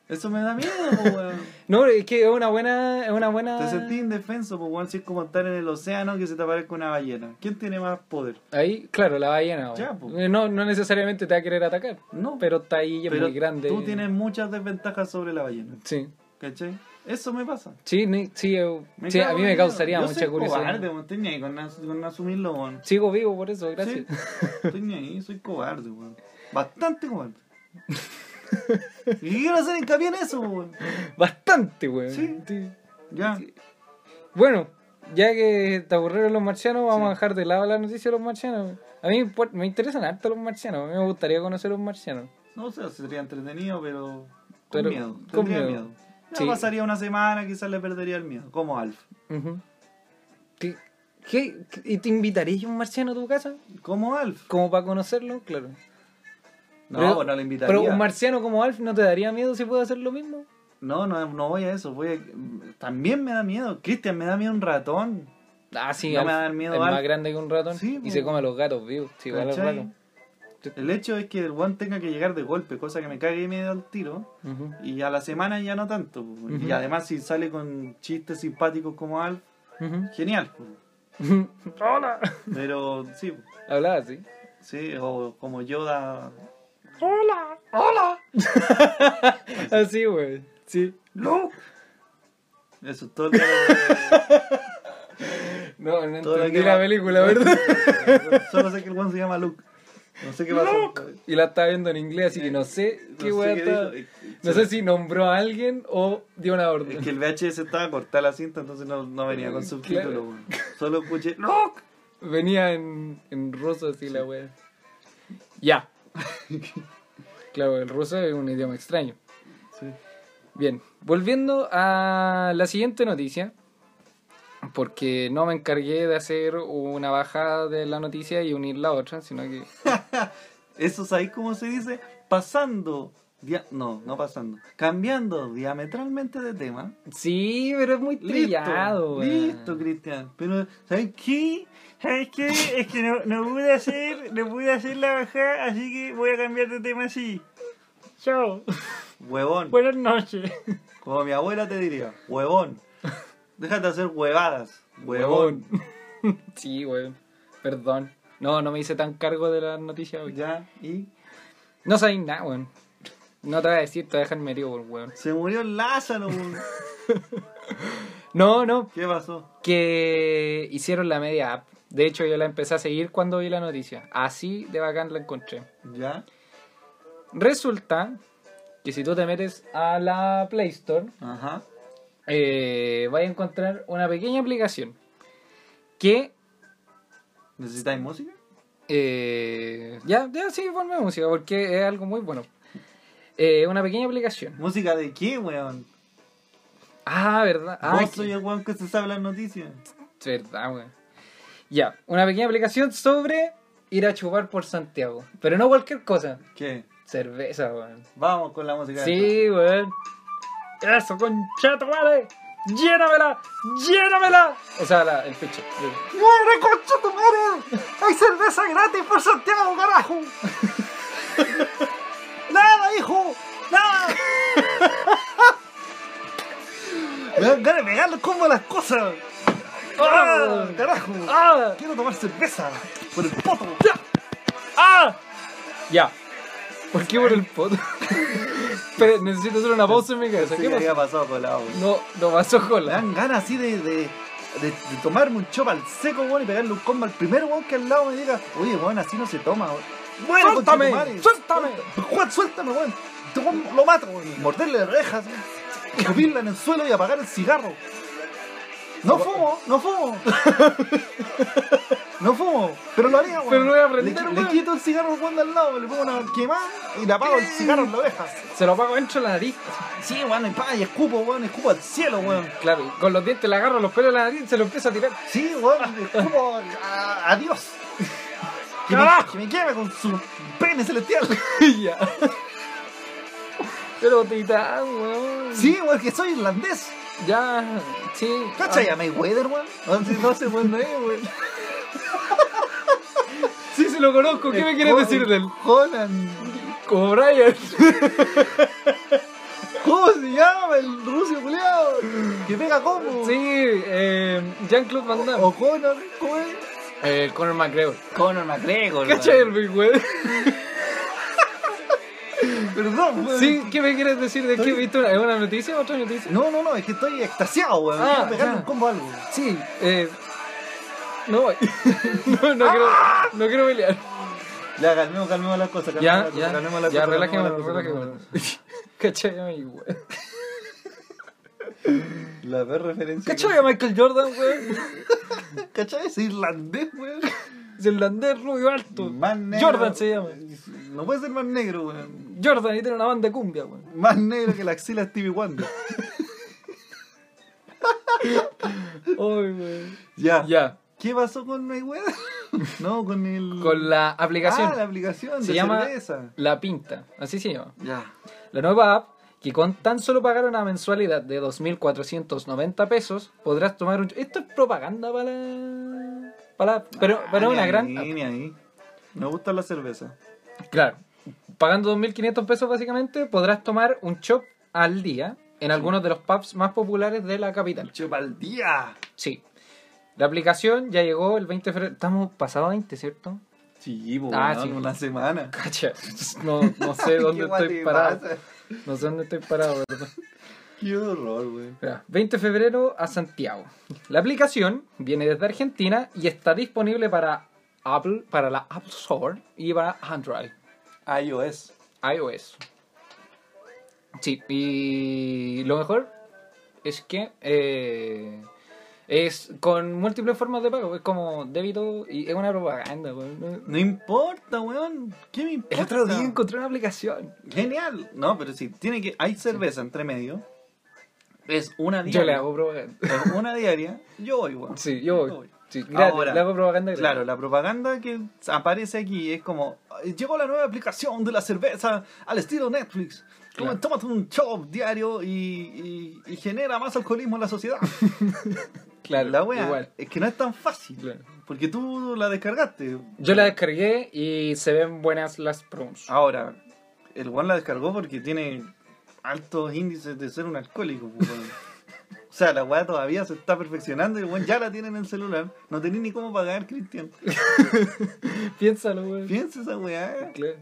S4: Eso me da miedo, po, weón.
S1: No, es que es una buena. Es una buena.
S4: Te sentís indefenso, po, weón. Si es como estar en el océano que se te aparezca una ballena. ¿Quién tiene más poder?
S1: Ahí, claro, la ballena.
S4: Ya,
S1: weón. Eh,
S4: po.
S1: No, no necesariamente te va a querer atacar.
S4: No,
S1: Pero está ahí y es
S4: pero
S1: muy grande.
S4: tú tienes muchas desventajas sobre la ballena.
S1: Sí.
S4: ¿Cachai? Eso me pasa.
S1: Sí, ni- sí, yo-
S4: Me
S1: sí, a
S4: cago
S1: mí
S4: en
S1: me
S4: Dios.
S1: causaría
S4: Yo
S1: mucha
S4: soy
S1: curiosidad.
S4: Cobarde, weón. Estoy ni ahí con, as- con asumirlo, weón.
S1: Sigo vivo por eso, gracias.
S4: Sí, estoy ni ahí, soy cobarde, weón. Bastante cobarde. y quiero hacer hincapié en eso, weón.
S1: Bastante, weón.
S4: Sí.
S1: Sí.
S4: Ya.
S1: Bueno, ya que te aburrieron los marcianos, vamos a dejar de lado la noticia de los marcianos. A mí pues, me interesan harto los marcianos, a mí me gustaría conocer a los marcianos.
S4: No sé, sería entretenido, pero. Con
S1: Pero-
S4: miedo.
S1: con
S4: Tendría
S1: miedo.
S4: miedo. Ya
S1: Sí.
S4: pasaría una semana, quizás le perdería el miedo. Como Alf.
S1: Ujú. ¿Qué, qué, qué- y te invitarías un marciano a tu casa?
S4: Como Alf.
S1: ¿Como para conocerlo? Claro.
S4: No,
S1: Pero-
S4: pues no le invitaría.
S1: Pero un marciano como Alf no te daría miedo si puede hacer lo mismo.
S4: No, no, no voy a eso. Voy a... También me da miedo. Cristian, me da miedo un ratón.
S1: Ah, sí,
S4: No
S1: Alf
S4: me va a dar miedo
S1: es
S4: Alf.
S1: más grande que un ratón
S4: Sí,
S1: y
S4: pues.
S1: se come a los gatos vivos. Sí, igual es
S4: ¿Cachai?
S1: raro.
S4: El hecho es que el one tenga que llegar de golpe, cosa que me cague y me da el tiro.
S1: Ujú.
S4: Y a la semana ya no tanto. po. Y
S1: Ujú.
S4: además si sale con chistes simpáticos como Alf,
S1: Ujú.
S4: genial. po.
S1: ¡Hola!
S4: Pero sí, po.
S1: Hablaba así.
S4: sí, o como Yoda.
S1: Así, güey. Sí.
S4: ¡No! Eso es todo lo que...
S1: No, no
S4: Todo lo
S1: entendí
S4: que
S1: la
S4: va-
S1: película, ¿verdad?
S4: Solo sé que el one se llama Luke. No sé qué pasa.
S1: Y la estaba viendo en inglés, así que no sé qué
S4: No
S1: weá
S4: sé qué
S1: estaba-
S4: dijo.
S1: No sé si nombró a alguien o dio una
S4: Es
S1: orden.
S4: que el VHS estaba cortada la cinta, entonces no, no venía con subtítulos.
S1: Claro.
S4: weón. Solo escuché ¡Look!
S1: Venía en, en ruso así la weá. Ya. claro, el ruso es un idioma extraño.
S4: Sí.
S1: Bien, volviendo a la siguiente noticia, porque no me encargué de hacer una bajada de la noticia y unir la otra, sino que...
S4: Eso es ahí como se dice, pasando, dia- no, no pasando, cambiando diametralmente de tema.
S1: Sí, pero es muy trillado,
S4: Listo,
S1: weá.
S4: listo, Cristian. Pero, ¿sabes qué? ¿Sabes qué? Es que no, no pude hacer, no pude hacer la bajada, así que voy a cambiar de tema así.
S1: Chao.
S4: Huevón,
S1: Buenas noches.
S4: como mi abuela te diría, huevón. Déjate hacer huevadas, huevón.
S1: sí, weón. Perdón. No, no me hice tan cargo de la noticia hoy.
S4: Ya, y
S1: No sabéis nada, weón. No te voy a decir, te voy a dejar medio, weón.
S4: se murió Lázaro. weón.
S1: No, no,
S4: ¿Qué pasó?
S1: que hicieron la media app. De hecho, yo la empecé a seguir cuando vi la noticia. Así de bacán la encontré.
S4: Ya,
S1: Resulta que si tú te metes a la Play Store,
S4: ajá.
S1: eh, vas a encontrar una pequeña aplicación que
S4: ¿Necesitáis música?
S1: Eh, ya, ya sí, ponme música porque es algo muy bueno. Eh, una pequeña aplicación.
S4: ¿Música de qué, weón?
S1: Ah, verdad. Ah,
S4: Vos
S1: que-
S4: soy el weón que se sabe las noticias.
S1: verdad, weón. Ya, una pequeña aplicación sobre ir a chupar por Santiago. Pero no cualquier cosa.
S4: ¿Qué?
S1: Cerveza, weón.
S4: Vamos con la música. de
S1: Sí, weón. Eso, conchato, vale. Llénamela, llénamela. Esa es la, el pitch.
S4: ¡Muere, concha tu madre! ¡Hay cerveza gratis por Santiago, carajo! ¡Nada, hijo! ¡Nada! Me dan ganas de pegarle como a las cosas. ¡Ah, ¡Carajo!
S1: ¡Ah!
S4: Quiero tomar cerveza por el poto.
S1: ¡Ah! Ya. ¿Por qué por el poto? Pero necesito hacer una pausa en mi cabeza. ¿Qué pasó?
S4: pasado con la
S1: No, no pasó
S4: Me
S1: cola.
S4: dan ganas así de, de, de- de tomarme un chop al seco, weón, y pegarle un combo al primer weón que al lado me diga, oye, weón, así no se toma, weón. Bueno,
S1: ¡Suéltame!
S4: conchetumare.
S1: ¡Suéltame!
S4: Juan, suéltame, weón. Te pon- Lo mato, weón. Morderle las orejas, weón. escupirla en el suelo y apagar el cigarro. No fumo, no fumo. No fumo, pero lo haría, weón.
S1: Pero lo voy a prender,
S4: le, qui-
S1: weón.
S4: le quito el cigarro al weón de al lado, le pongo una quemada y le apago el cigarro en la oreja.
S1: Se lo apago dentro de la nariz.
S4: Sí, weón, y, pa, y escupo, weón, escupo al cielo, weón.
S1: Claro, y con los dientes le agarro los pelos de la nariz y se lo empiezo a tirar.
S4: Sí, weón, es como a- adiós. Que me,
S1: ¡Carajo!
S4: que me queme con su pene celestial.
S1: ya. Pero titán, weón.
S4: Sí, weón, que soy irlandés.
S1: Ya, sí.
S4: ¿Cacha ya Mayweather, weón? No sé, no sé, weón, no es, weón.
S1: Ah, Sí, se lo conozco.
S4: Eh,
S1: ¿Qué me quieres
S4: Con-
S1: decir del
S4: Conan.
S1: Como Brian?
S4: ¿Cómo se llama el ruso culiao? Que pega como.
S1: sí, eh, Jean-Claude Van Damme.
S4: O Conan, ¿cómo es?
S1: Eh, Conor McGregor.
S4: Conan McGregor.
S1: ¿Cacha el Big Weón?
S4: Perdón, weón.
S1: Sí, ¿qué me quieres decir de qué
S4: Estoy-
S1: viste? una- ¿Es una noticia o otra noticia?
S4: No, no, no, es que estoy extasiado, weón.
S1: Ah,
S4: Quiero pegarle
S1: ya.
S4: un combo a algo.
S1: Sí, eh. No voy. no, no quiero, no quiero pelear.
S4: Ya, calmemos, calmemos las cosas. calmemos
S1: Ya,
S4: las cosas,
S1: ya.
S4: calmemos las
S1: Ya,
S4: cosas,
S1: relájeme,
S4: calmemos las cosas,
S1: relájeme. Cachai, mi güey.
S4: La peor referencia. que-
S1: Cachai a Michael Jordan, güey.
S4: ¿Cachai? Es irlandés, weón.
S1: Irlandés rubio alto.
S4: Más negro.
S1: Jordan se llama.
S4: No puede ser más negro, weón.
S1: Jordan y tiene una banda de cumbia, güey.
S4: Más negro que la axila de Stevie Wonder.
S1: Ay, güey.
S4: Ya.
S1: Ya.
S4: ¿Qué pasó con mi weón? No, con el.
S1: Con la
S4: Ah, la
S1: aplicación.
S4: aplicación
S1: Se
S4: de
S1: llama
S4: cerveza.
S1: La Pinta. Así se llama.
S4: Ya.
S1: La nueva app, que con tan solo pagar una mensualidad de 2.490 pesos, podrás tomar un... Esto es propaganda para la... Para la app, pero, pero
S4: Ah,
S1: una
S4: ni
S1: gran...
S4: ahí, ni ahí. Me gusta la cerveza.
S1: Claro. Pagando 2.500 pesos básicamente, podrás tomar un chop al día en algunos de los pubs más populares de la capital.
S4: Chupa al día.
S1: Sí. La aplicación ya llegó el 20 de febrero. Estamos pasado 20, ¿cierto?
S4: Sí, po,
S1: Ah,
S4: weón,
S1: sí.
S4: una semana.
S1: Cacha. No, no sé
S4: ¿Qué
S1: dónde
S4: guay
S1: estoy
S4: te
S1: parado.
S4: pasa?
S1: No sé dónde estoy parado, ¿verdad?
S4: Qué horror, weón.
S1: Espera, 20 de febrero a Santiago. La aplicación viene desde Argentina y está disponible para Apple, para la App Store y para Android,
S4: iOS.
S1: iOS. Sí, y lo mejor es que eh, es con múltiples formas de pago, es como débito y es una propaganda. weón.
S4: No importa, weón. ¿Qué me importa?
S1: El otro día encontré una aplicación.
S4: Genial. No, pero si tiene que. Hay cerveza entre medio. Es una diaria.
S1: Yo le hago propaganda.
S4: Es una diaria. Yo voy, weón.
S1: Sí, yo voy. Sí, gratis,
S4: Ahora,
S1: le hago propaganda. gratis.
S4: Claro, la propaganda que aparece aquí es como llegó la nueva aplicación de la cerveza al estilo Netflix. Como
S1: Claro.
S4: tómate un chop diario y, y- y genera más alcoholismo en la sociedad.
S1: claro,
S4: la wea
S1: igual.
S4: es que no es tan fácil.
S1: Claro.
S4: Porque tú la descargaste.
S1: Yo la descargué y se ven buenas las promos.
S4: Ahora, el Juan la descargó porque tiene altos índices de ser un alcohólico. pues, weón. O sea, la weá todavía se está perfeccionando y el weón ya la tiene en el celular. No tenés ni cómo pagar, Cristian.
S1: Piénsalo, güey.
S4: Piensa esa weá.
S1: Claro.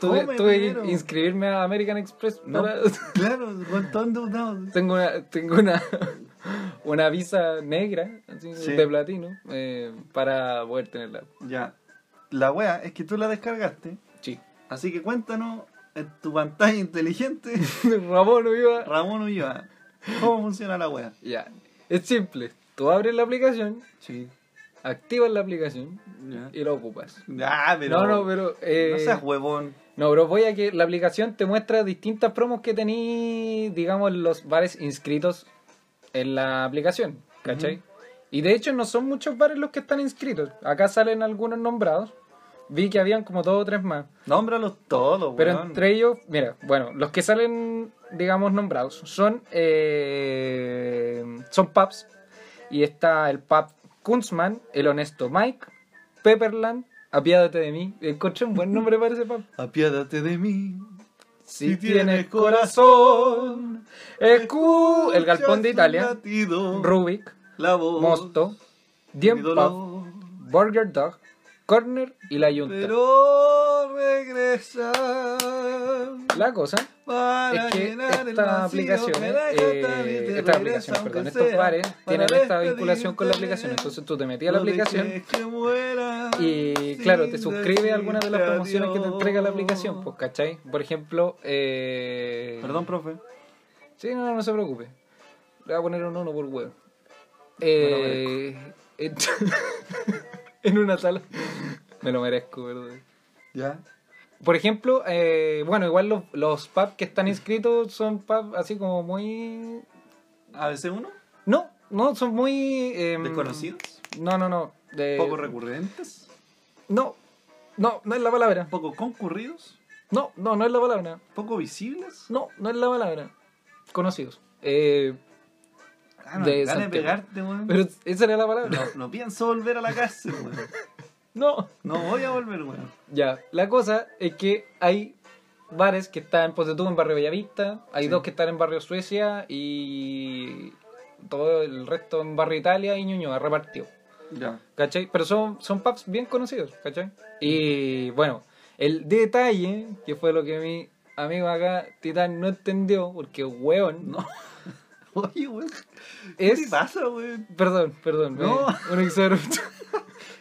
S1: Tuve,
S4: Come
S1: tuve
S4: dinero.
S1: que inscribirme a American Express.
S4: No,
S1: para-
S4: claro, el weón todo endeudado.
S1: tengo una, tengo una, una visa negra así,
S4: Sí.
S1: de platino eh, para poder tenerla.
S4: Ya. La weá es que tú la descargaste.
S1: Sí.
S4: Así que cuéntanos en tu pantalla inteligente,
S1: Ramón Ulloa.
S4: Ramón Ulloa, cómo funciona la weá.
S1: Ya. Es simple. Tú abres la aplicación,
S4: Sí.
S1: activas la aplicación
S4: Ya.
S1: y la ocupas.
S4: Ah, pero.
S1: no, no, pero. eh,
S4: no seas huevón.
S1: No, pero voy a que la aplicación te muestra distintas promos que tení, digamos, en los bares inscritos en la aplicación, ¿cachai? Y de hecho no son muchos bares los que están inscritos. Acá salen algunos nombrados. Vi que habían como dos o tres más.
S4: Nómbralos todos,
S1: Pero
S4: weón.
S1: entre ellos, mira, bueno, los que salen, digamos, nombrados son, eh, son pubs. Y está el pub Kunzman, El Honesto Mike, Pepperland, Apiádate de mí. Encontré un buen nombre para ese pub.
S4: Apiádate de mí.
S1: Si tienes corazón, escu- el galpón de
S4: escucha su
S1: Italia,
S4: latido,
S1: Rubik,
S4: la voz,
S1: Mosto,
S4: mi
S1: Diem Pub,
S4: dolor,
S1: Burger Dog, Corner y la Junta.
S4: pero regresa
S1: La cosa
S4: para
S1: es que
S4: llenar el
S1: esta
S4: vacío
S1: aplicación,
S4: que deja tal y
S1: eh,
S4: te
S1: esta
S4: regresa
S1: aplicación,
S4: aunque
S1: perdón, estos
S4: sea
S1: bares
S4: para
S1: tienen esta vinculación
S4: despedirte
S1: con la
S4: de
S1: aplicación.
S4: él.
S1: Entonces tú te metías a la
S4: No dejes
S1: aplicación
S4: que muera
S1: y,
S4: sin
S1: claro, te suscribes a alguna de las
S4: decirte
S1: promociones que te entrega la aplicación,
S4: adiós.
S1: pues, ¿cachai? Por ejemplo, eh...
S4: Perdón, profe.
S1: Sí, no, no, no se preocupe. Le voy a poner un uno por huevo. Eh, en, en una sala. Me lo merezco, ¿verdad?
S4: Ya.
S1: Por ejemplo, eh, bueno, igual los, los pubs que están inscritos son pubs así como muy...
S4: ABC1,
S1: No, no, son muy... em,
S4: desconocidos,
S1: No, no, no. de-
S4: poco recurrentes,
S1: No, no, no es la palabra.
S4: poco concurridos,
S1: No, no, no es la palabra.
S4: poco visibles.
S1: No, no es la palabra. Conocidos. Eh,
S4: Ah, no,
S1: De
S4: ganas de
S1: Santiago.
S4: pegarte, weón.
S1: pero esa era la palabra.
S4: No, no pienso volver a la cárcel, weón.
S1: no.
S4: No voy a volver, weón.
S1: Ya, la cosa es que hay bares que están, pues tú en Barrio Bellavista, hay
S4: Sí.
S1: dos que están en Barrio Suecia y todo el resto en Barrio Italia y Ñuñoa, repartido.
S4: Ya.
S1: ¿Cachai? Pero son, son pubs bien conocidos, ¿cachai? Y bueno, el detalle, que fue lo que a mí amigo, acá Titán no entendió porque weón.
S4: No. Oye, weón. ¿Qué
S1: Es-
S4: te pasa, weón?
S1: Perdón, perdón. me-
S4: No.
S1: Un exabrupto.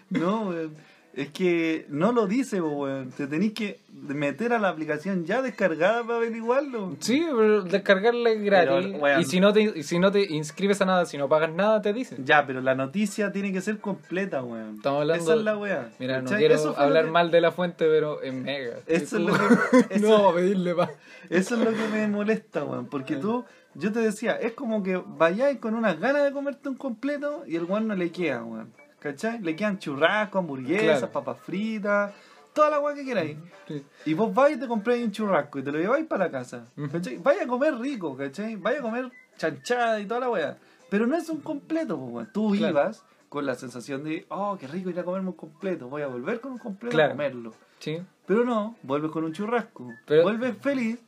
S4: No, weón. Es que no lo dice, weón. Te tenés que meter a la aplicación ya descargada para averiguarlo.
S1: Sí, pero descargarla es gratis.
S4: Pero, weón.
S1: y, si no te, y si no te inscribes a nada, si no pagas nada, te dicen.
S4: Ya, pero la noticia tiene que ser completa, weón.
S1: Estamos hablando-
S4: Esa es la weá.
S1: Mira, no
S4: ¿Cachai?
S1: quiero
S4: Eso fue lo
S1: hablar
S4: que-
S1: mal de la fuente, pero es mega.
S4: Eso es lo que- eso-
S1: No, vamos a pedirle pa.
S4: Eso es lo que me molesta, weón. Porque tú, yo te decía, es como que vayáis con unas ganas de comerte un completo y el weón no le queda, weón. ¿Cachai? Le quedan churrasco, hamburguesas,
S1: Claro.
S4: papas fritas, toda la weá que queráis.
S1: Sí.
S4: Y vos vais y te compráis un churrasco y te lo lleváis para la casa. ¿Cachai? Vaya a comer rico, ¿cachai? Vaya a comer chanchada y toda la weá. Pero no es un completo, pues, weón. Tú
S1: Claro.
S4: ibas con la sensación de, oh, qué rico ir a comerme un completo. Voy a volver con un completo
S1: Claro.
S4: a comerlo.
S1: Sí.
S4: Pero no, vuelves con un churrasco.
S1: Pero-
S4: vuelves feliz,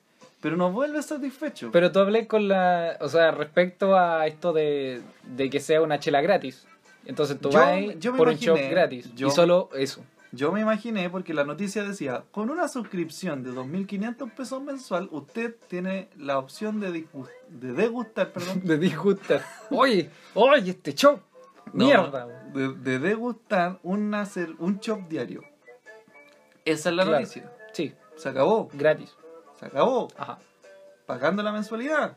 S4: pero no vuelves satisfecho.
S1: Pero tú hablé con la. O sea, respecto a esto de, de que sea una chela gratis. Entonces tú
S4: Yo-
S1: vas
S4: yo me
S1: por un
S4: imaginé,
S1: shop gratis.
S4: yo-
S1: Y solo eso.
S4: Yo me imaginé, porque la noticia decía, con una suscripción de 2.500 pesos mensual, usted tiene la opción de, disgust- de degustar, perdón.
S1: De disgustar. Oye, oye, este shop.
S4: No,
S1: Mierda. weón.
S4: de, de degustar una cer- un chop diario. Esa es la
S1: Claro.
S4: noticia.
S1: Sí,
S4: Se acabó,
S1: gratis.
S4: se acabó.
S1: Ajá.
S4: Pagando la mensualidad.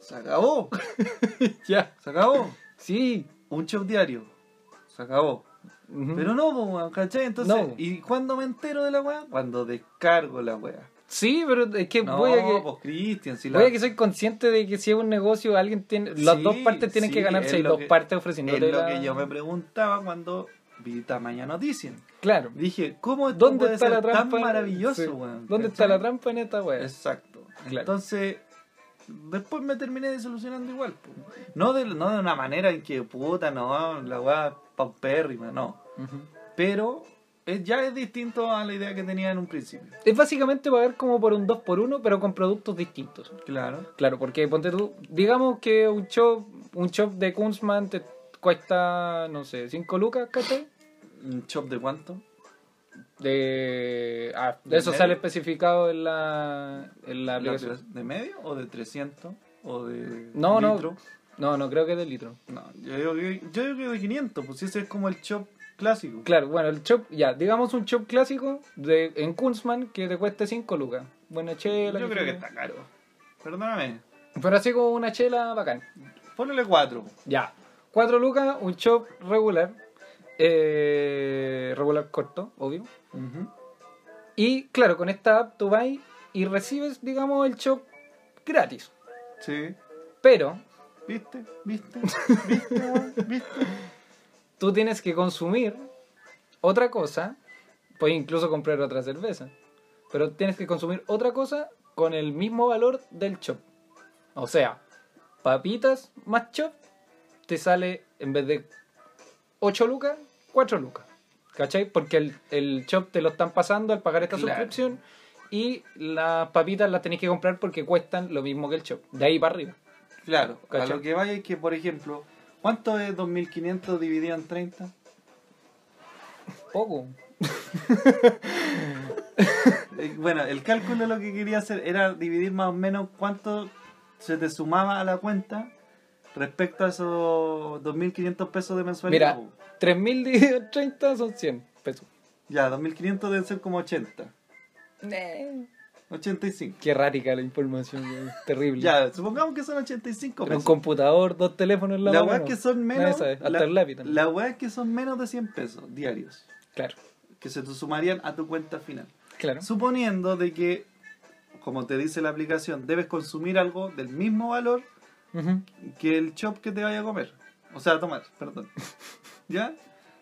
S4: Se acabó,
S1: Ya.
S4: se acabó.
S1: Sí.
S4: Un chop diario. Se acabó.
S1: Ujú.
S4: Pero no, Mm. po, weón, ¿cachai? Entonces,
S1: No.
S4: ¿y cuándo me entero de la weá? Cuando descargo la weá.
S1: Sí, pero es que
S4: No,
S1: voy a que.
S4: pues Cristian, si la...
S1: Voy a que soy consciente de que si es un negocio, alguien tiene. Las
S4: Sí,
S1: dos partes tienen
S4: sí,
S1: que ganarse
S4: es
S1: y
S4: lo
S1: dos
S4: que-
S1: partes
S4: Es
S1: ofreciéndote.
S4: lo
S1: la-
S4: que yo me preguntaba cuando vi Tamaña Noticias.
S1: Claro.
S4: Dije, ¿cómo esto
S1: ¿Dónde
S4: puede
S1: está
S4: ser
S1: la trampa?
S4: tan maravilloso,
S1: Sí.
S4: weón?
S1: ¿Dónde
S4: ¿Cachai?
S1: está la trampa en esta wea?
S4: Exacto.
S1: Claro.
S4: Entonces, después me terminé desilusionando igual. po. No de, no de una manera en que, puta, no, la weá paupérrima, no.
S1: Ujú.
S4: Pero es- ya es distinto a la idea que tenía en un principio.
S1: Es básicamente pagar como por un 2x1, pero con productos distintos.
S4: Claro.
S1: Claro, porque ponte tú, digamos que un shop, un shop de Kunzman te cuesta, no sé, 5 lucas, ¿cachai?
S4: ¿Un chop de cuánto?
S1: De, ah,
S4: ¿De
S1: eso
S4: medio?
S1: sale especificado en la, en la aplicación.
S4: ¿De medio o de 300? ¿O de
S1: No, no.
S4: litro?
S1: No, no, creo que es de litro.
S4: No, yo digo, que, yo digo que de 500, pues ese es como el chop clásico.
S1: Claro, bueno, el shop, ya, digamos un shop clásico de, en Kunzman que te cueste 5 lucas. Buena chela.
S4: yo
S1: qué
S4: creo
S1: sé
S4: que
S1: yo.
S4: está caro. Perdóname.
S1: Pero así como una chela bacán.
S4: Ponele 4.
S1: Ya. 4 lucas, un shop regular. eh, regular corto, obvio. Y claro, con esta app tú vas y recibes, digamos, el shop gratis.
S4: Sí.
S1: Pero
S4: ¿Viste? ¿Viste? ¿Viste? weón? ¿Viste?
S1: tú tienes que consumir otra cosa. Puedes incluso comprar otra cerveza. Pero tienes que consumir otra cosa con el mismo valor del shop. O sea, papitas más chop te sale en vez de 8 lucas, 4 lucas. ¿Cachai? Porque el, el shop te lo están pasando al pagar esta
S4: Claro.
S1: suscripción y las papitas las tenés que comprar porque cuestan lo mismo que el shop. De ahí para arriba.
S4: Claro. A
S1: ¿Cachai?
S4: lo que vaya es que, por ejemplo, ¿cuánto es 2500 dividido en 30?
S1: Poco.
S4: Eh, Bueno, el cálculo lo que quería hacer era dividir más o menos cuánto se te sumaba a la cuenta respecto a esos 2500 pesos de mensualidad.
S1: Mira,
S4: po.
S1: 3.000 dividido en 30 son 100 pesos.
S4: Ya, 2500 deben ser como 80.
S1: Eh,
S4: 85.
S1: Qué errática la información, güey. terrible.
S4: Ya, supongamos que son 85
S1: Mm. Pero un
S4: pesos.
S1: computador, dos teléfonos en la
S4: La
S1: mano.
S4: weá es que son
S1: Nadie
S4: menos.
S1: sabe, Hasta
S4: la,
S1: el lápiz también.
S4: la weá es que son menos de 100 pesos diarios.
S1: Claro,
S4: Que se te sumarían a tu cuenta final.
S1: claro.
S4: Suponiendo de que, como te dice la aplicación, debes consumir algo del mismo valor
S1: Ujú.
S4: que el chop que te vaya a comer. O sea, a tomar, perdón. ¿Ya?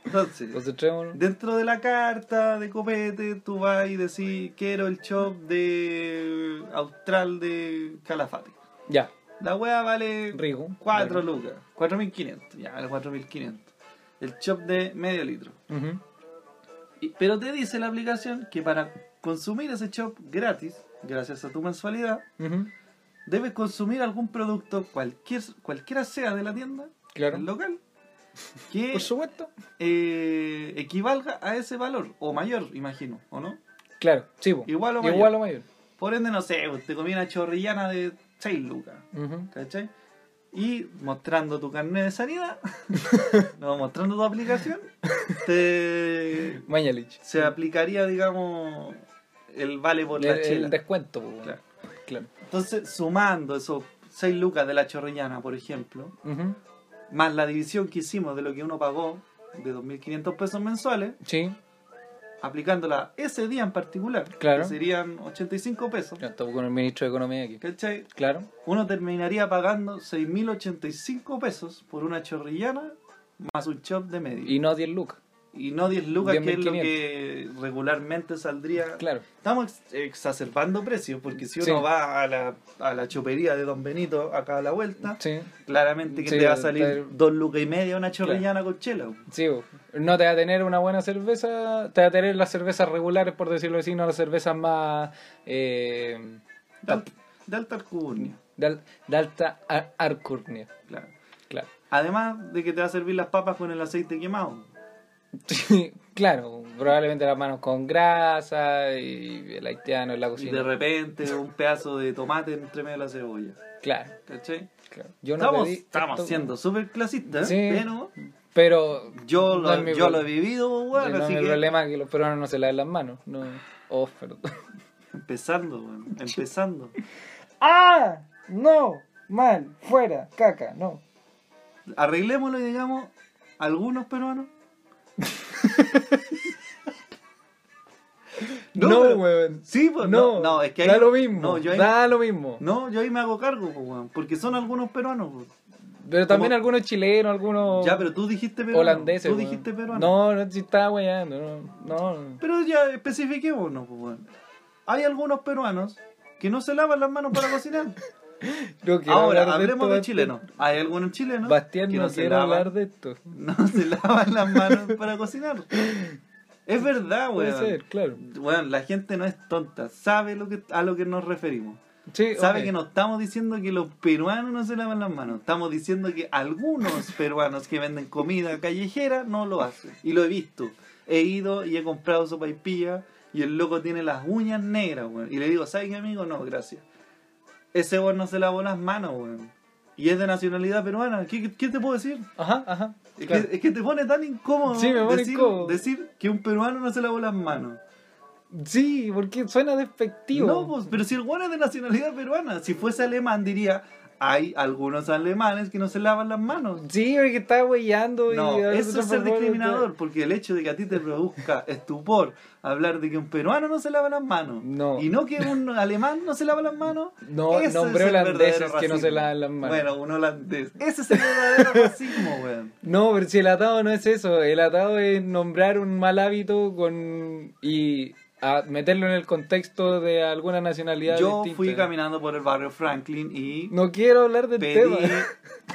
S4: Entonces,
S1: Concentrémonos.
S4: dentro de la carta de copete, tú vas y decís, quiero el chop de Austral de Calafate.
S1: Ya,
S4: La wea vale
S1: rico.
S4: 4
S1: Bueno.
S4: lucas. 4.500. Ya, vale 4.500. El chop de medio litro.
S1: Ujú.
S4: Y- pero te dice la aplicación que para consumir ese chop gratis, gracias a tu mensualidad,
S1: Ujú.
S4: debes consumir algún producto, cualquier, cualquiera sea de la tienda,
S1: Claro.
S4: del local, que
S1: Por supuesto.
S4: eh, equivalga a ese valor, o mayor, imagino, ¿o no?
S1: Claro, sí, po.
S4: Igual o
S1: Igual
S4: mayor.
S1: o mayor.
S4: Por ende, no sé, pues, te comí una chorrillana de 6 lucas.
S1: Ujú.
S4: ¿Cachai? Y mostrando tu carnet de sanidad, no, mostrando tu aplicación, te,
S1: Mañalich.
S4: se aplicaría, digamos, el vale por
S1: El,
S4: la
S1: el
S4: chela.
S1: descuento, po, weón.
S4: Claro.
S1: Claro.
S4: Entonces, sumando esos 6 lucas de la chorrillana, por ejemplo,
S1: Ujú.
S4: más la división que hicimos de lo que uno pagó, de 2.500 pesos mensuales,
S1: Sí.
S4: aplicándola ese día en particular,
S1: Claro.
S4: que serían 85 pesos,
S1: Yo estaba con el ministro de Economía aquí.
S4: ¿cachai?
S1: Claro.
S4: Uno terminaría pagando 6.085 pesos por una chorrillana más un chop de medio.
S1: Y no 10 lucas.
S4: Y, no 10 lucas, que es lo
S1: 10.500.
S4: que regularmente saldría.
S1: Claro.
S4: Estamos ex- exacerbando precios, porque si uno
S1: Sí.
S4: va a la, a la chopería de Don Benito acá a la vuelta,
S1: Sí.
S4: claramente que
S1: Sí,
S4: te va a
S1: te-
S4: salir 2 lucas y media una chorrillana con chela.
S1: Sí, po. no te va a tener una buena cerveza, te va a tener las cervezas regulares, por decirlo así, no las cervezas más eh,
S4: De, al- de alta alcurnia,
S1: de, al- de alta ar- arcurnia.
S4: claro.
S1: Claro.
S4: Además de que te va a servir las papas con el aceite quemado.
S1: Sí, claro, probablemente las manos con grasa y el haitiano en la
S4: Y
S1: cocina.
S4: de repente un pedazo de tomate entre medio de la cebolla.
S1: Claro,
S4: ¿Cachai?
S1: claro. Yo no
S4: estamos
S1: pedí
S4: estamos
S1: esto, ¿eh?
S4: siendo súper clasistas,
S1: Sí.
S4: pero
S1: Pero
S4: yo,
S1: no
S4: lo,
S1: es mi
S4: yo
S1: problema.
S4: lo he vivido, weón,
S1: no
S4: así
S1: mi
S4: que
S1: problema es que los peruanos no se laven las manos. No. Oh, perdón.
S4: empezando, weón, empezando.
S1: ¡Ah! No, mal, fuera, caca, no.
S4: Arreglémoslo y digamos, algunos peruanos.
S1: No,
S4: pero-
S1: weón.
S4: Sí, pues no.
S1: no,
S4: No, es que ahí-
S1: da lo mismo.
S4: No, yo ahí,
S1: Da lo mismo.
S4: no, yo ahí me hago cargo, pues, weón, porque son algunos peruanos. pues.
S1: Pero también
S4: Como-
S1: algunos chilenos, algunos
S4: Ya, pero tú dijiste peruano.
S1: holandeses.
S4: Tú
S1: weón.
S4: dijiste peruano.
S1: No, no, si estaba weyando. No, no.
S4: Pero ya especifiquémonos, pues, weón. Hay algunos peruanos que no se lavan las manos para cocinar.
S1: No quiero
S4: Ahora,
S1: hablar
S4: hablemos
S1: esto,
S4: de,
S1: Bastián.
S4: chilenos. Hay algunos chilenos
S1: Bastián,
S4: que
S1: no,
S4: no, se
S1: quiero
S4: lavan,
S1: hablar de esto.
S4: no se lavan las manos para cocinar. Es verdad,
S1: Puede
S4: weón.
S1: ser, claro.
S4: Weón, la gente no es tonta, sabe lo que, a lo que nos referimos.
S1: Sí,
S4: Sabe
S1: ok.
S4: que no estamos diciendo que los peruanos no se lavan las manos, estamos diciendo que algunos peruanos que venden comida callejera no lo hacen. Y lo he visto. He ido y he comprado sopa y y el loco tiene las uñas negras, weón. Y le digo, ¿sabes qué, amigo? No, gracias. Ese weón no se lavó las manos, weón. Y es de nacionalidad peruana. ¿Qué, qué- qué te puedo decir?
S1: Ajá, ajá.
S4: Es,
S1: claro.
S4: que, eh, es que te pone tan incómodo,
S1: Sí, me pone
S4: decir,
S1: incómodo.
S4: decir que un peruano no se lavó las manos.
S1: Sí, porque suena despectivo.
S4: No, pues, pero si el guano es de nacionalidad peruana, si fuese alemán diría, hay algunos alemanes que no se lavan las manos.
S1: Sí, porque está weyando. y-
S4: No, eso
S1: por
S4: es ser
S1: favor,
S4: discriminador, porque el hecho de que a ti te produzca estupor hablar de que un peruano no se lava las manos
S1: No.
S4: y no que un alemán no se lava las manos.
S1: No,
S4: ese
S1: nombré
S4: es el
S1: holandeses
S4: verdadero
S1: que no se
S4: racismo.
S1: lavan las manos.
S4: Bueno, un holandés. Ese es el verdadero racismo, weón.
S1: No, pero si el atado no es eso. El atado es nombrar un mal hábito con y a- meterlo en el contexto de alguna nacionalidad
S4: Yo
S1: distinta.
S4: fui caminando por el barrio Franklin y
S1: No quiero hablar del
S4: pedí,
S1: tema.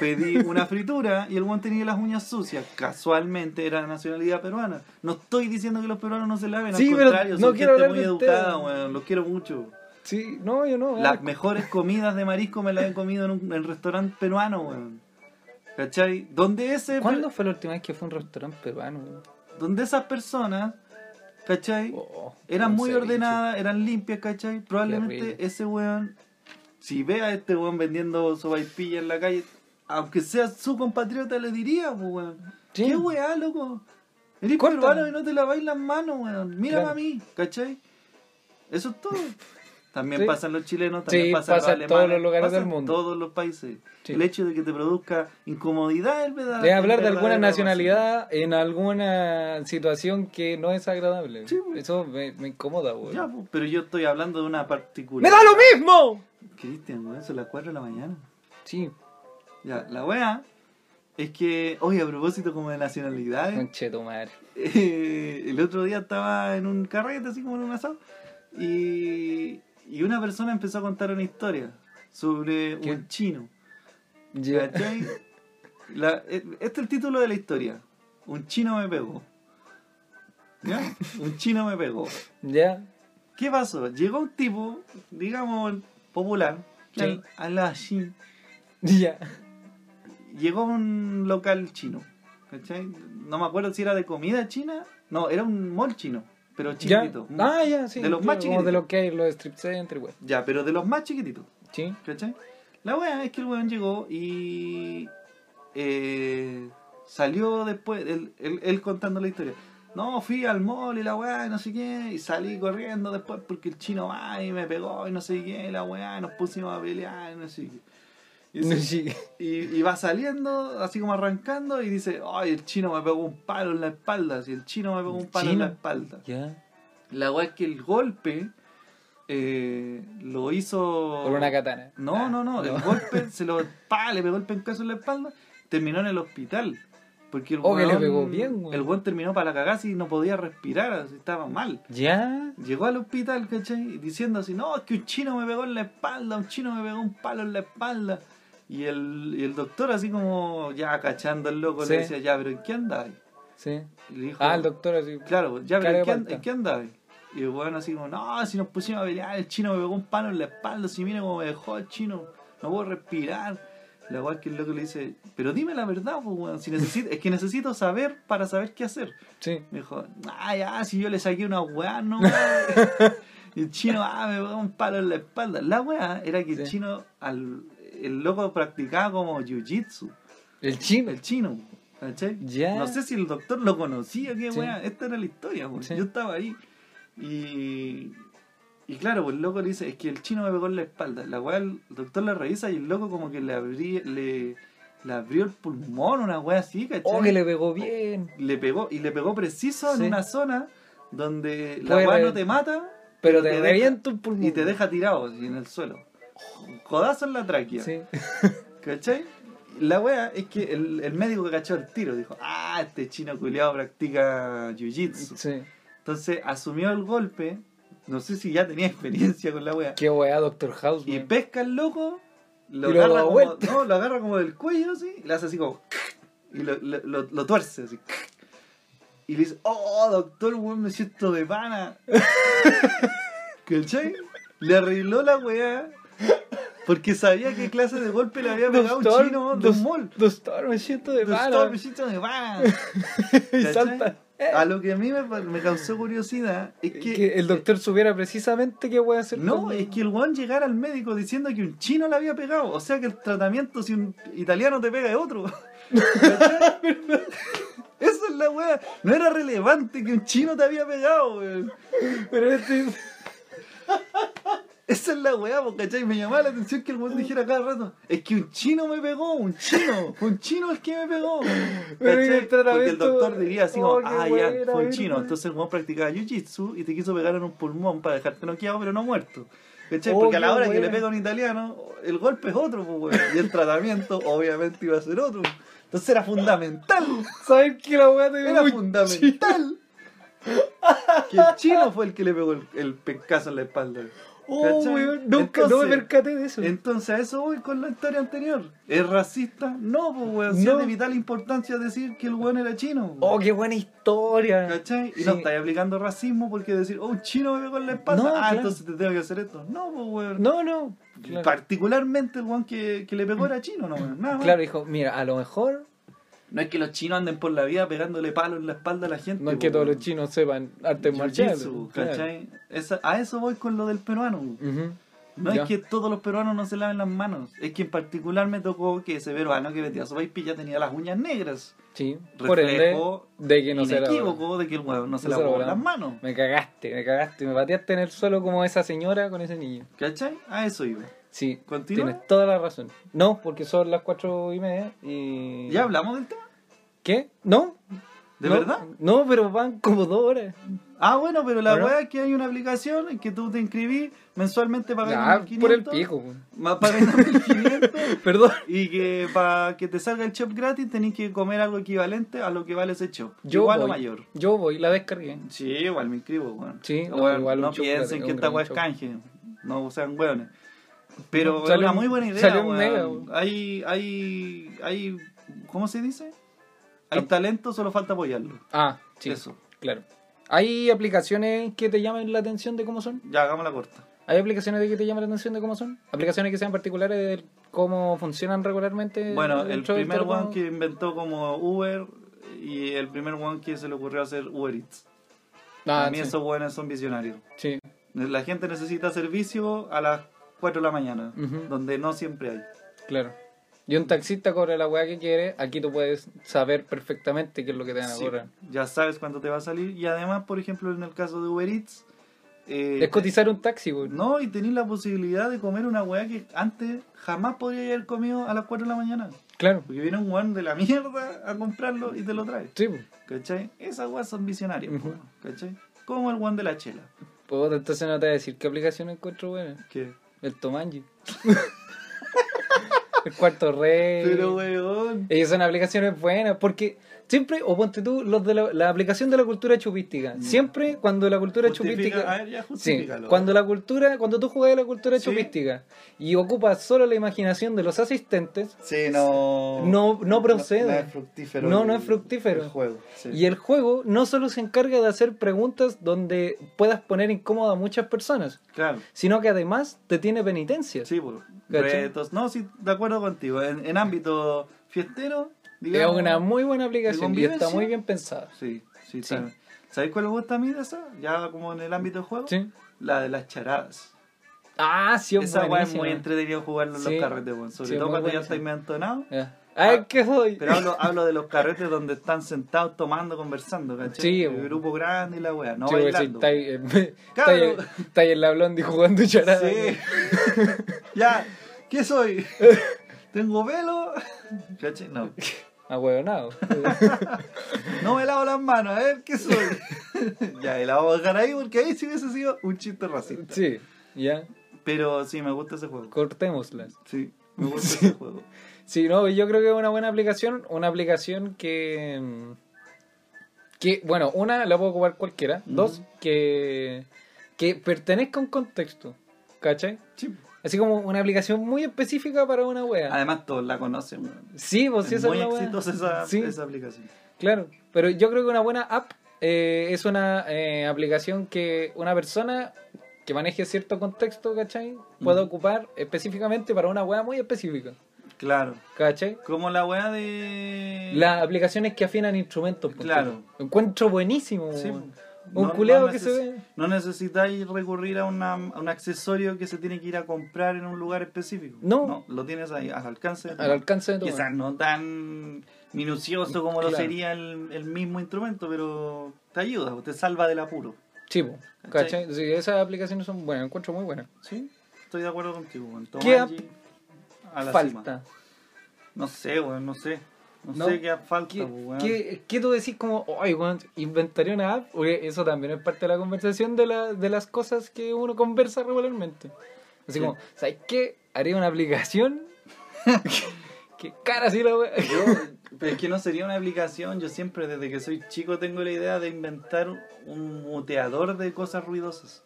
S4: pedí una fritura y el guan tenía las uñas sucias. Casualmente era de nacionalidad peruana. No estoy diciendo que los peruanos no se laven,
S1: Sí,
S4: al
S1: pero
S4: contrario,
S1: no
S4: son
S1: quiero
S4: gente
S1: hablar
S4: muy
S1: del
S4: educada,
S1: tema.
S4: weón. Los quiero mucho.
S1: Sí, no, yo no.
S4: Las mejores comidas de marisco me las he comido en un en restaurante peruano, weón. ¿Cachai? Donde ese
S1: ¿Cuándo fue la última vez que fue a un restaurante peruano?
S4: donde esas personas, ¿cachai?
S1: Oh,
S4: Eran
S1: un
S4: muy
S1: ceviche.
S4: ordenadas, eran limpias, ¿cachai? Probablemente
S1: rico.
S4: ese weón, si ve a este weón vendiendo sopaipilla en la calle, aunque sea su compatriota, le diría, pues, weón.
S1: Sí.
S4: ¿Qué weá, loco? Eres
S1: Corta.
S4: peruano y no te laváis las manos, weón. Mírame
S1: Claro.
S4: a mí, ¿cachai? Eso es todo. También
S1: Sí.
S4: pasan los
S1: Sí,
S4: chilenos, también pasan
S1: pasa en
S4: los alemanes,
S1: todos los lugares
S4: pasa
S1: del
S4: en
S1: mundo.
S4: todos los países.
S1: Sí.
S4: El hecho de que te produzca incomodidad es verdad.
S1: De
S4: es
S1: hablar de alguna
S4: verdadero
S1: nacionalidad en alguna situación que no es agradable.
S4: Sí, pues.
S1: Eso me, me incomoda,
S4: racismo.
S1: güey.
S4: Ya, pues, pero yo estoy hablando de una
S1: ¡Me
S4: particular.
S1: da lo mismo!
S4: Cristian, weón, son las 4 de la mañana.
S1: Sí,
S4: Ya, la weá es que, oye, a propósito como de nacionalidades,
S1: conchetumar.
S4: eh, el otro día estaba en un carrete, así como en un asado, y, y una persona empezó a contar una historia sobre
S1: ¿Qué?
S4: un chino.
S1: Ya.
S4: ¿cachai? La- eh, este es el título de la historia. Un chino me pegó. ¿Ya? Un chino me pegó.
S1: Ya.
S4: ¿Qué pasó? Llegó un tipo, digamos, popular,
S1: Sí.
S4: a la así,
S1: Ya.
S4: llegó a un local chino. ¿Cachai? No me acuerdo si era de comida china. No, era un mall chino. pero
S1: Ya.
S4: chiquitito.
S1: Ah, ya, sí.
S4: De los más
S1: Como
S4: chiquititos.
S1: De lo que hay, en los strip center, güey.
S4: Ya, pero de los más chiquititos.
S1: Sí.
S4: ¿Cachai? La wea es que el weón llegó y. eh, salió después, él, él- él contando la historia. No, fui al mall y la weá, y no sé qué, y salí corriendo después porque el chino va y me pegó y no sé qué, y la weá, y nos pusimos a pelear y no sé qué. Y dice-
S1: Sí.
S4: y, y va saliendo, así como arrancando, y dice, ay, el chino me pegó un palo en la espalda, si el chino me pegó un palo en la
S1: chino?
S4: espalda.
S1: Ya.
S4: La weá es que el golpe eh, lo hizo...
S1: Por una Ah, katana.
S4: No, no, no, el golpe se lo. ¡pa! Le pegó el pencazo en la espalda. Terminó en el hospital. Porque el
S1: Oh, que le
S4: weón-
S1: pegó bien, weón.
S4: El weón terminó para la cagada y no podía respirar, así, estaba mal.
S1: Ya.
S4: Llegó al hospital, ¿cachai? Y Diciendo así, no, es que un chino me pegó en la espalda, un chino me pegó un palo en la espalda. Y el, y el doctor, así como ya cachando el loco,
S1: Sí.
S4: le decía, ya, pero ¿en qué andas?
S1: Sí.
S4: Y le dijo,
S1: Ah, el doctor así.
S4: Claro, ya,
S1: Cara
S4: pero
S1: de
S4: ¿en qué, and-
S1: palta.
S4: en qué andabas? Y el weón así como, no, si nos pusimos a pelear, el chino me pegó un palo en la espalda, si mira cómo me dejó el chino, no puedo respirar. La weá que el loco le dice, pero dime la verdad, pues, weón, si necesito, es que necesito saber para saber qué hacer.
S1: Sí.
S4: Me dijo, ah, ya, si yo le saqué una weá, no. y el chino, ah, me pegó un palo en la espalda. La weá era que el
S1: Sí.
S4: chino, al, el loco practicaba como jiu-jitsu
S1: El chino.
S4: el chino. ¿cachai?
S1: Ya.
S4: No sé si el doctor lo conocía, qué
S1: Sí.
S4: weá. Esta era la historia, weón.
S1: Sí.
S4: Yo estaba ahí. Y. Y claro, pues el loco le dice, es que el chino me pegó en la espalda. La weá, el doctor la revisa y el loco como que le abrí, le, le abrió el pulmón, una weá así, ¿cachai?
S1: Oh, que le pegó bien.
S4: Le pegó, y le pegó preciso
S1: Sí.
S4: en una zona donde la
S1: Puede
S4: weá no
S1: reven-
S4: te mata,
S1: Pero te
S4: deja-
S1: revienta un pulmón.
S4: y te deja tirado así, en el suelo. Un codazo en la tráquea.
S1: Sí.
S4: ¿Cachai? La wea es que el, el médico que cachó el tiro dijo, ah, este chino culiado practica jiu-jitsu.
S1: Sí.
S4: Entonces asumió el golpe, no sé si ya tenía experiencia con la wea,
S1: Qué weá, Doctor House,
S4: y
S1: weón.
S4: pesca al loco, lo,
S1: Y lo
S4: agarra
S1: da
S4: como,
S1: vuelta.
S4: no, lo agarra como del cuello así, y le hace así como, y lo, lo- lo- lo tuerce así. Y le dice, oh, doctor, weón, me siento de pana. ¿Cachai? Le arregló la weá. Porque sabía qué clase de golpe le había pegado un
S1: Doctor,
S4: chino de
S1: dos-
S4: un mall.
S1: Doctor, me siento de
S4: Doctor,
S1: mala.
S4: me siento de pana.
S1: Y
S4: ¿Cachai?
S1: salta. Eh,
S4: A lo que a mí me, me causó curiosidad es que, eh,
S1: que el doctor supiera precisamente qué voy a hacer.
S4: no, eh.
S1: cuando-
S4: es que el weón llegara al médico diciendo que un chino le había pegado. O sea que el tratamiento si un italiano te pega es otro. ¿Cachai? Esa es la weá. No era relevante que un chino te había pegado, weón.
S1: Pero este...
S4: Esa es la weá, po, ¿cachai? Me llamaba la atención que el weón dijera cada rato, es que un chino me pegó, un chino, un chino es que me pegó.
S1: Pero y el
S4: ¿Cachai? Porque el
S1: tratamiento-
S4: doctor diría así como,
S1: Oh, qué
S4: ah, ya,
S1: buena,
S4: fue un
S1: ¿viste?
S4: chino. Entonces el weón practicaba jiu-jitsu y te quiso pegar en un pulmón para dejarte noqueado, pero no muerto. ¿Cachai?
S1: Oh,
S4: Porque a
S1: qué
S4: la hora que le
S1: buena.
S4: pega a un italiano, el golpe es otro, pues, weón. Y el tratamiento obviamente iba a ser otro. Entonces era fundamental,
S1: ¿Sabes que la weá te
S4: era
S1: muy chi-
S4: fundamental. Que el chino fue el que le pegó el, el pencazo en la espalda.
S1: Oh,
S4: ¿Cachai?
S1: weón, nunca, no
S4: Entonces,
S1: me percaté de eso.
S4: entonces a eso voy con la historia anterior. ¿Es racista? No, pues weón. Si
S1: No.
S4: es de vital importancia decir que el weón era chino.
S1: Oh, qué buena historia.
S4: ¿Cachai? Y
S1: Sí.
S4: no estáis aplicando racismo porque decir, oh, un chino me pegó en la espalda.
S1: No,
S4: ah,
S1: claro.
S4: entonces te tengo que hacer esto. No, pues weón.
S1: No, no. Claro.
S4: Particularmente el weón que, que le pegó era chino, no, weón. Nada más.
S1: Claro, dijo, mira, a lo mejor
S4: No es que los chinos anden por la vida pegándole palos en la espalda a la gente.
S1: no es que
S4: pues,
S1: todos
S4: weón.
S1: los chinos sepan artes marciales.
S4: Jiu-jitsu,
S1: claro.
S4: ¿cachai? Esa- a eso voy con lo del peruano. weón.
S1: Ujú.
S4: No
S1: Ya.
S4: es que todos los peruanos no se laven las manos, es que en particular me tocó que ese peruano que vendía sopa y pilla tenía las uñas negras.
S1: Sí,
S4: Reflejo
S1: por ende, de que no se la
S4: inequívoco de que el huevón no se
S1: No se
S4: lavó
S1: lavó.
S4: las manos.
S1: Me cagaste, me cagaste, me pateaste en el suelo como esa señora con ese niño.
S4: ¿Cachai? A eso iba.
S1: Sí,
S4: ¿Continúa?
S1: tienes toda la razón. No, porque son las cuatro y media y...
S4: ¿Ya hablamos del tema?
S1: ¿Qué? ¿No?
S4: ¿De
S1: No,
S4: verdad?
S1: No, pero van como dos horas.
S4: Ah, bueno, pero la
S1: Bueno.
S4: weá es que hay una aplicación en que tú te inscribís mensualmente para
S1: Ah,
S4: ganar 1500.
S1: por el pico.
S4: Más para ganar 1500.
S1: Perdón.
S4: Y que para que te salga el shop gratis tenés que comer algo equivalente a lo que vale ese shop.
S1: Yo
S4: igual
S1: voy,
S4: o mayor.
S1: Yo voy, la descargué.
S4: Sí, igual me inscribo, weón.
S1: Sí,
S4: no,
S1: no, igual
S4: no
S1: un show
S4: piensen
S1: gratis,
S4: que
S1: un
S4: esta
S1: gran
S4: weá es
S1: show.
S4: canje. No sean weones. Pero es
S1: Salió
S4: una
S1: un-
S4: muy buena idea,
S1: salió un
S4: weón.
S1: mega, weón.
S4: Hay, hay, hay, ¿cómo se dice? Hay talento, solo falta apoyarlo.
S1: Ah, sí.
S4: Eso.
S1: Claro. ¿Hay aplicaciones que te llamen la atención de cómo son?
S4: Ya, hagamos la corta.
S1: ¿Hay aplicaciones de que te llamen la atención de cómo son? ¿Aplicaciones que sean particulares de cómo funcionan regularmente?
S4: Bueno, el
S1: Eh, dentro del
S4: primer
S1: teléfono?
S4: one que inventó como Uber y el primer one que se le ocurrió hacer Uber Eats.
S1: Ah,
S4: También
S1: sí.
S4: esos buenos son visionarios.
S1: Sí.
S4: La gente necesita servicio a las 4 de la mañana,
S1: Ujú.
S4: donde no siempre hay.
S1: Claro. Y un taxista cobra la weá que quiere, aquí tú puedes saber perfectamente qué es lo que te van a
S4: Sí, pues,
S1: cobrar.
S4: ya sabes cuánto te va a salir. Y además, por ejemplo, en el caso de Uber Eats, eh,
S1: Es cotizar un taxi, pues. güey.
S4: no, y tenés la posibilidad de comer una weá que antes jamás podría haber comido a las 4 de la mañana.
S1: Claro.
S4: Porque viene un weón de la mierda a comprarlo y te lo trae.
S1: Sí, pues.
S4: ¿Cachai? Esas weas son visionarias, po,
S1: Ujú.
S4: ¿cachai? Como el weón de la chela.
S1: Puta, entonces no te voy a decir qué aplicación encuentro buena.
S4: Que,
S1: El Tomanji. el Cuarto Rey.
S4: pero weón.
S1: Ellas son aplicaciones buenas, porque siempre, o ponte tú, los de la, la aplicación de la cultura chupística. Siempre cuando la cultura
S4: Mm. Justifica-
S1: chupística.
S4: a ver, ya
S1: sí,
S4: justifícalo.
S1: cuando la cultura, cuando tú juegas la cultura
S4: Sí.
S1: chupística y ocupas solo la imaginación de los asistentes,
S4: Sí, no.
S1: No- no procede.
S4: No, es fructífero.
S1: No,
S4: el-
S1: no es fructífero.
S4: El juego. sí.
S1: y el juego no solo se encarga de hacer preguntas donde puedas poner incómoda a muchas personas,
S4: Claro.
S1: sino que además te tiene penitencia.
S4: Sí, pues.
S1: ¿Cachai?
S4: Retos. No, sí, de acuerdo contigo. En, en ámbito fiestero,
S1: es
S4: digamos.
S1: una muy buena aplicación y está
S4: convivencia.
S1: muy bien pensada.
S4: Sí, sí,
S1: Sí.
S4: está- ¿Sabes cuál me gusta a mí de esa? Ya como en el ámbito del juego.
S1: Sí.
S4: La de las charadas.
S1: Ah, sí, es
S4: Esa weá es
S1: buenísima.
S4: muy entretenido jugarlo en
S1: Sí.
S4: los carretes, weón. Sobre
S1: Sí,
S4: todo
S1: muy
S4: cuando ya
S1: buenísima.
S4: estáis medio entonados.
S1: Ya. Ay,
S4: Ah,
S1: ¿qué soy?
S4: Pero hablo, hablo de los carretes donde están sentados tomando, conversando, ¿cachai?
S1: Sí,
S4: el
S1: weón.
S4: grupo grande y la weá, no
S1: Sí, porque si
S4: bailando.
S1: estáis eh,
S4: Claro.
S1: estáis- estáis en la blondie jugando charada.
S4: Sí. ya, ¿qué soy? ¿Tengo velo? ¿Cachai? No.
S1: A huevonado.
S4: No me lavo las manos, a ver qué soy. ya, y la vamos a dejar ahí porque ahí sí hubiese sido un chiste racista.
S1: Sí, ya,
S4: Pero sí, me gusta ese juego.
S1: cortémoslas.
S4: Sí, me gusta ese juego.
S1: Sí, no, yo creo que es una buena aplicación. Una aplicación que. mm, que bueno, una la puedo ocupar cualquiera. Dos, que. que pertenezca a un contexto. ¿Cachai?
S4: Sí.
S1: Así como una aplicación muy específica para una wea.
S4: Además, todos la conocen. weón.
S1: Sí, pues sí,
S4: Ah, es
S1: esa
S4: muy
S1: es la wea.
S4: exitosa esa,
S1: Sí.
S4: esa aplicación.
S1: Claro, pero yo creo que una buena app eh, es una eh, aplicación que una persona que maneje cierto contexto, ¿cachai? Pueda
S4: Ujú.
S1: ocupar específicamente para una weá muy específica,
S4: Claro.
S1: ¿cachai?
S4: Como la weá de.
S1: Las aplicaciones que afinan instrumentos. ponte
S4: Claro.
S1: tú. Lo encuentro buenísimo.
S4: Sí,
S1: weón.
S4: po.
S1: Un culeado que
S4: neces-
S1: se ve.
S4: No necesitáis recurrir a, una- a un accesorio que se tiene que ir a comprar en un lugar específico.
S1: No.
S4: lo tienes ahí, al alcance. de tu
S1: Al
S4: mano.
S1: alcance de tu
S4: Quizás
S1: mano.
S4: no tan minucioso como lo
S1: Claro.
S4: sería el, el mismo instrumento, pero te ayuda, te salva del apuro.
S1: Sí, po, ¿cachai? Sí, esas aplicaciones son buenas, encuentro muy buenas.
S4: Sí, estoy de acuerdo contigo. weón. Toma
S1: ¿Qué app
S4: allí a la cima.
S1: Falta.
S4: No sé, weón, no sé. No,
S1: No.
S4: sé qué app falta,
S1: ¿Qué,
S4: po, weón.
S1: qué- qué tú decís como, ay, weón, inventaré una app? Porque eso también es parte de la conversación de, la- de las cosas que uno conversa regularmente. Así
S4: Sí.
S1: como, ¿sabes qué? Haré una aplicación. qué cara así la wea.
S4: Yo, pero es que no sería una aplicación. Yo siempre, desde que soy chico, tengo la idea de inventar un muteador de cosas ruidosas.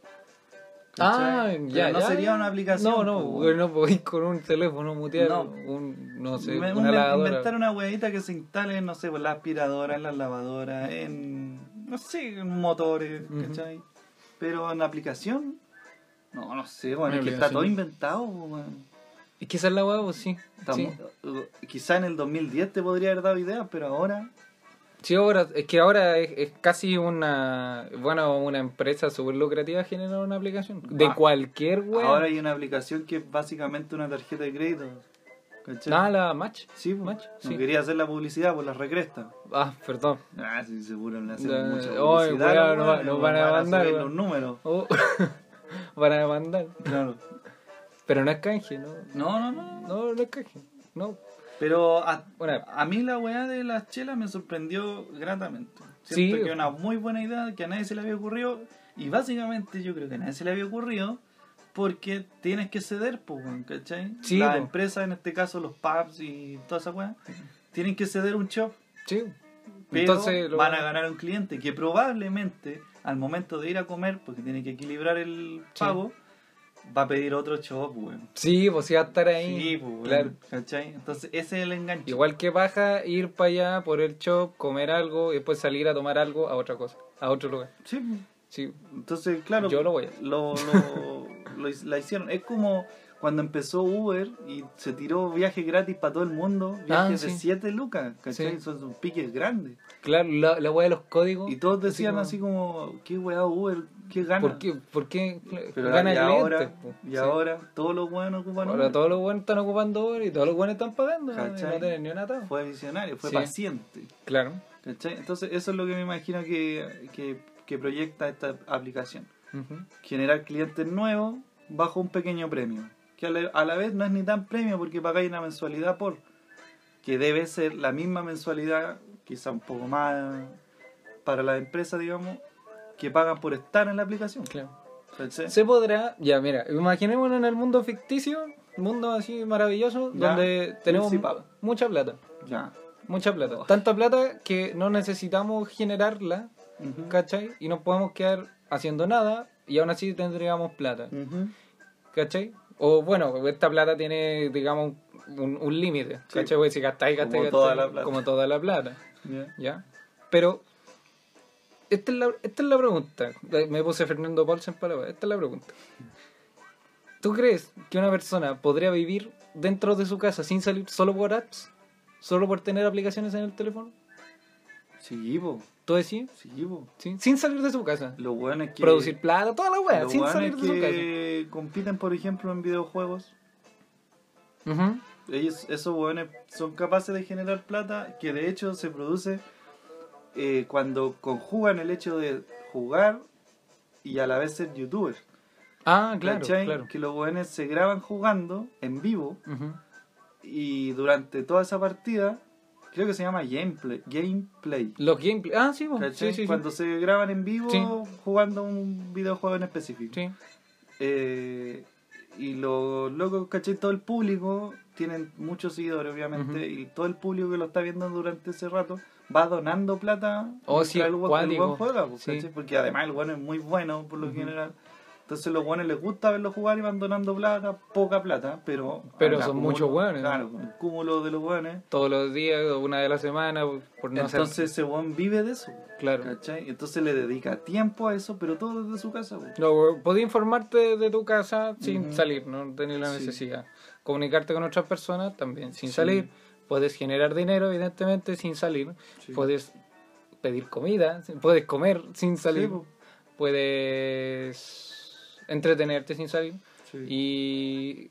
S1: Ah,
S4: ¿Cachai?
S1: ya,
S4: Pero no
S1: ya,
S4: sería
S1: ya.
S4: una aplicación.
S1: No,
S4: po,
S1: no,
S4: weón.
S1: porque no podéis con un teléfono mutear,
S4: No.
S1: un, no sé,
S4: Me-
S1: una
S4: me-
S1: lavadora.
S4: Inventar una huevita que se instale, no sé, pues, la aspiradora, en las lavadoras, en. No sé, en motores,
S1: Ujú.
S4: ¿cachai? Pero en la aplicación. No, no sé, bueno,
S1: Una
S4: es que está
S1: aplicación.
S4: todo inventado, po, weón.
S1: Es que esa es la wea, pues sí.
S4: Está
S1: sí.
S4: mu- eh, Quizá en el 2010 te podría haber dado ideas, pero ahora.
S1: Sí, ahora, es que ahora es, es casi una, bueno, una empresa súper lucrativa generar una aplicación. De
S4: Ah.
S1: cualquier wea.
S4: Ahora hay una aplicación que es básicamente una tarjeta de crédito. ¿Cachai?
S1: Ah, la match.
S4: Sí, pues.
S1: Match,
S4: No
S1: sí.
S4: quería hacer la publicidad por las recrestas.
S1: Ah, perdón.
S4: Ah, sí, seguro le
S1: Eh,
S4: hacen mucha
S1: oy, weá,
S4: publicidad. los
S1: no va-
S4: weones,
S1: no
S4: weón,
S1: van a
S4: subir
S1: mandar, weón.
S4: los números.
S1: Oh, para demandar.
S4: Claro.
S1: Pero no es canje, ¿no?
S4: No, no, no.
S1: No, no es canje. No.
S4: Pero a,
S1: Bueno.
S4: a mí la weá de las chelas me sorprendió gratamente.
S1: Sí.
S4: Siento que es una muy buena idea que a nadie se le había ocurrido. Y básicamente yo creo que a nadie se le había ocurrido porque tienes que ceder, pues, weón, ¿cachai?
S1: Sí,
S4: Las
S1: po.
S4: empresas, en este caso los pubs y toda esa weá, tienen que ceder un shop.
S1: Sí.
S4: Pero
S1: Entonces, lo-
S4: van a ganar un cliente que probablemente al momento de ir a comer, porque tiene que equilibrar el
S1: Sí.
S4: pago, va a pedir otro shop, weón.
S1: Sí, pues sí va a estar ahí.
S4: Sí, pues, weón,
S1: claro.
S4: ¿cachai? Entonces ese es el enganche.
S1: Igual que baja ir para allá, por el shop, comer algo y después salir a tomar algo a otra cosa, a otro lugar.
S4: Sí, pues.
S1: Sí.
S4: Entonces, claro,
S1: Yo lo voy a hacer.
S4: lo- lo- lo his- la hicieron. Es como cuando empezó Uber y se tiró viajes gratis para todo el mundo, viajes de
S1: Ah, sí.
S4: 7 lucas, ¿cachai?
S1: Sí.
S4: Esos son piques grandes.
S1: Claro, la, la weá de los códigos.
S4: Y todos decían
S1: como,
S4: así como, qué weá Uber, qué gana.
S1: ¿Por qué? ¿Por qué
S4: Pero
S1: gana
S4: y
S1: el cliente?
S4: ahora,
S1: po?
S4: y
S1: Sí.
S4: ahora todos los buenos ocupan
S1: Ahora
S4: Uber.
S1: todos los buenos están ocupando Uber y todos los buenos están pagando. ¿no? Y
S4: ¿Cachai?
S1: No tienen ni un atado.
S4: Fue visionario, fue
S1: Sí.
S4: paciente.
S1: Claro.
S4: ¿cachai? Entonces eso es lo que me imagino que, que, que proyecta esta aplicación.
S1: Ujú.
S4: Generar clientes nuevos bajo un pequeño premio. Que a la, a la vez no es ni tan premio porque pagáis una mensualidad por... Que debe ser la misma mensualidad, quizá un poco más para las empresas, digamos, que pagan por estar en la aplicación.
S1: Claro.
S4: ¿cachai?
S1: Se podrá, ya mira, imaginémonos en el mundo ficticio, mundo así maravilloso,
S4: Ya,
S1: donde tenemos
S4: principal. Oh.
S1: mucha plata,
S4: Ya.
S1: mucha plata. Tanta plata que no necesitamos generarla,
S4: Ujú.
S1: ¿cachai? Y no podemos quedar haciendo nada y aún así tendríamos plata,
S4: Ujú.
S1: ¿cachai? O bueno, esta plata tiene, digamos, un, un límite,
S4: Sí.
S1: ¿cachai? Porque si gastáis,
S4: Como
S1: gastáis,
S4: toda
S1: gastáis,
S4: la plata.
S1: como toda la plata.
S4: Ya.
S1: ¿ya? Pero, esta es la, esta es la pregunta. Me puse Fernando Paulsen en palabras. Esta es la pregunta. ¿Tú crees que una persona podría vivir dentro de su casa sin salir solo por apps? ¿Solo por tener aplicaciones en el teléfono?
S4: Sí, po,
S1: ¿Todo decís?
S4: sí, po.
S1: ¿Sí? Sin salir de su casa.
S4: Lo bueno es que.
S1: Producir plata, toda la weá,
S4: lo
S1: sin
S4: bueno
S1: salir
S4: es
S1: de su casa.
S4: que compiten, por ejemplo, en videojuegos.
S1: Ujú.
S4: Ellos, esos hueones son capaces de generar plata que de hecho se produce eh, cuando conjugan el hecho de jugar y a la vez ser youtuber.
S1: Ah, claro,
S4: ¿Cachai?
S1: claro.
S4: Que los hueones se graban jugando en vivo
S1: Ujú.
S4: y durante toda esa partida, creo que se llama gameplay. gameplay.
S1: Los gameplay. Ah, sí, bueno, sí,
S4: ¿Cachai?
S1: sí, sí.
S4: Cuando se graban en vivo
S1: Sí.
S4: jugando un videojuego en específico.
S1: Sí.
S4: Eh, y los locos, ¿cachai? Todo el público, tienen muchos seguidores obviamente,
S1: Ujú.
S4: y todo el público que lo está viendo durante ese rato va donando plata
S1: Oh,
S4: mientras
S1: sí,
S4: el buen- el
S1: cuático.
S4: buen juega, pues,
S1: Sí.
S4: ¿cachai? Porque además el bueno es muy bueno por lo
S1: Ujú.
S4: general. Entonces los buenos les gusta verlo jugar y van donando plata, poca plata, pero...
S1: Pero
S4: al
S1: son
S4: acúmulo-
S1: muchos buenos.
S4: Claro, el cúmulo de los buenos.
S1: Todos los días, una de la semana, por- por no hacer-
S4: Entonces ese buen vive de eso.
S1: Claro.
S4: ¿Cachai? Entonces le dedica tiempo a eso, pero todo desde su casa. pues. güey.
S1: No, podía informarte de tu casa sin
S4: Ujú.
S1: salir, no tener la
S4: Sí.
S1: necesidad. Comunicarte con otras personas también sin salir. Puedes generar dinero, evidentemente, sin salir.
S4: Sí.
S1: Puedes pedir comida, sin- puedes comer sin salir.
S4: Sí, pues. po.
S1: puedes entretenerte sin salir.
S4: Sí.
S1: Y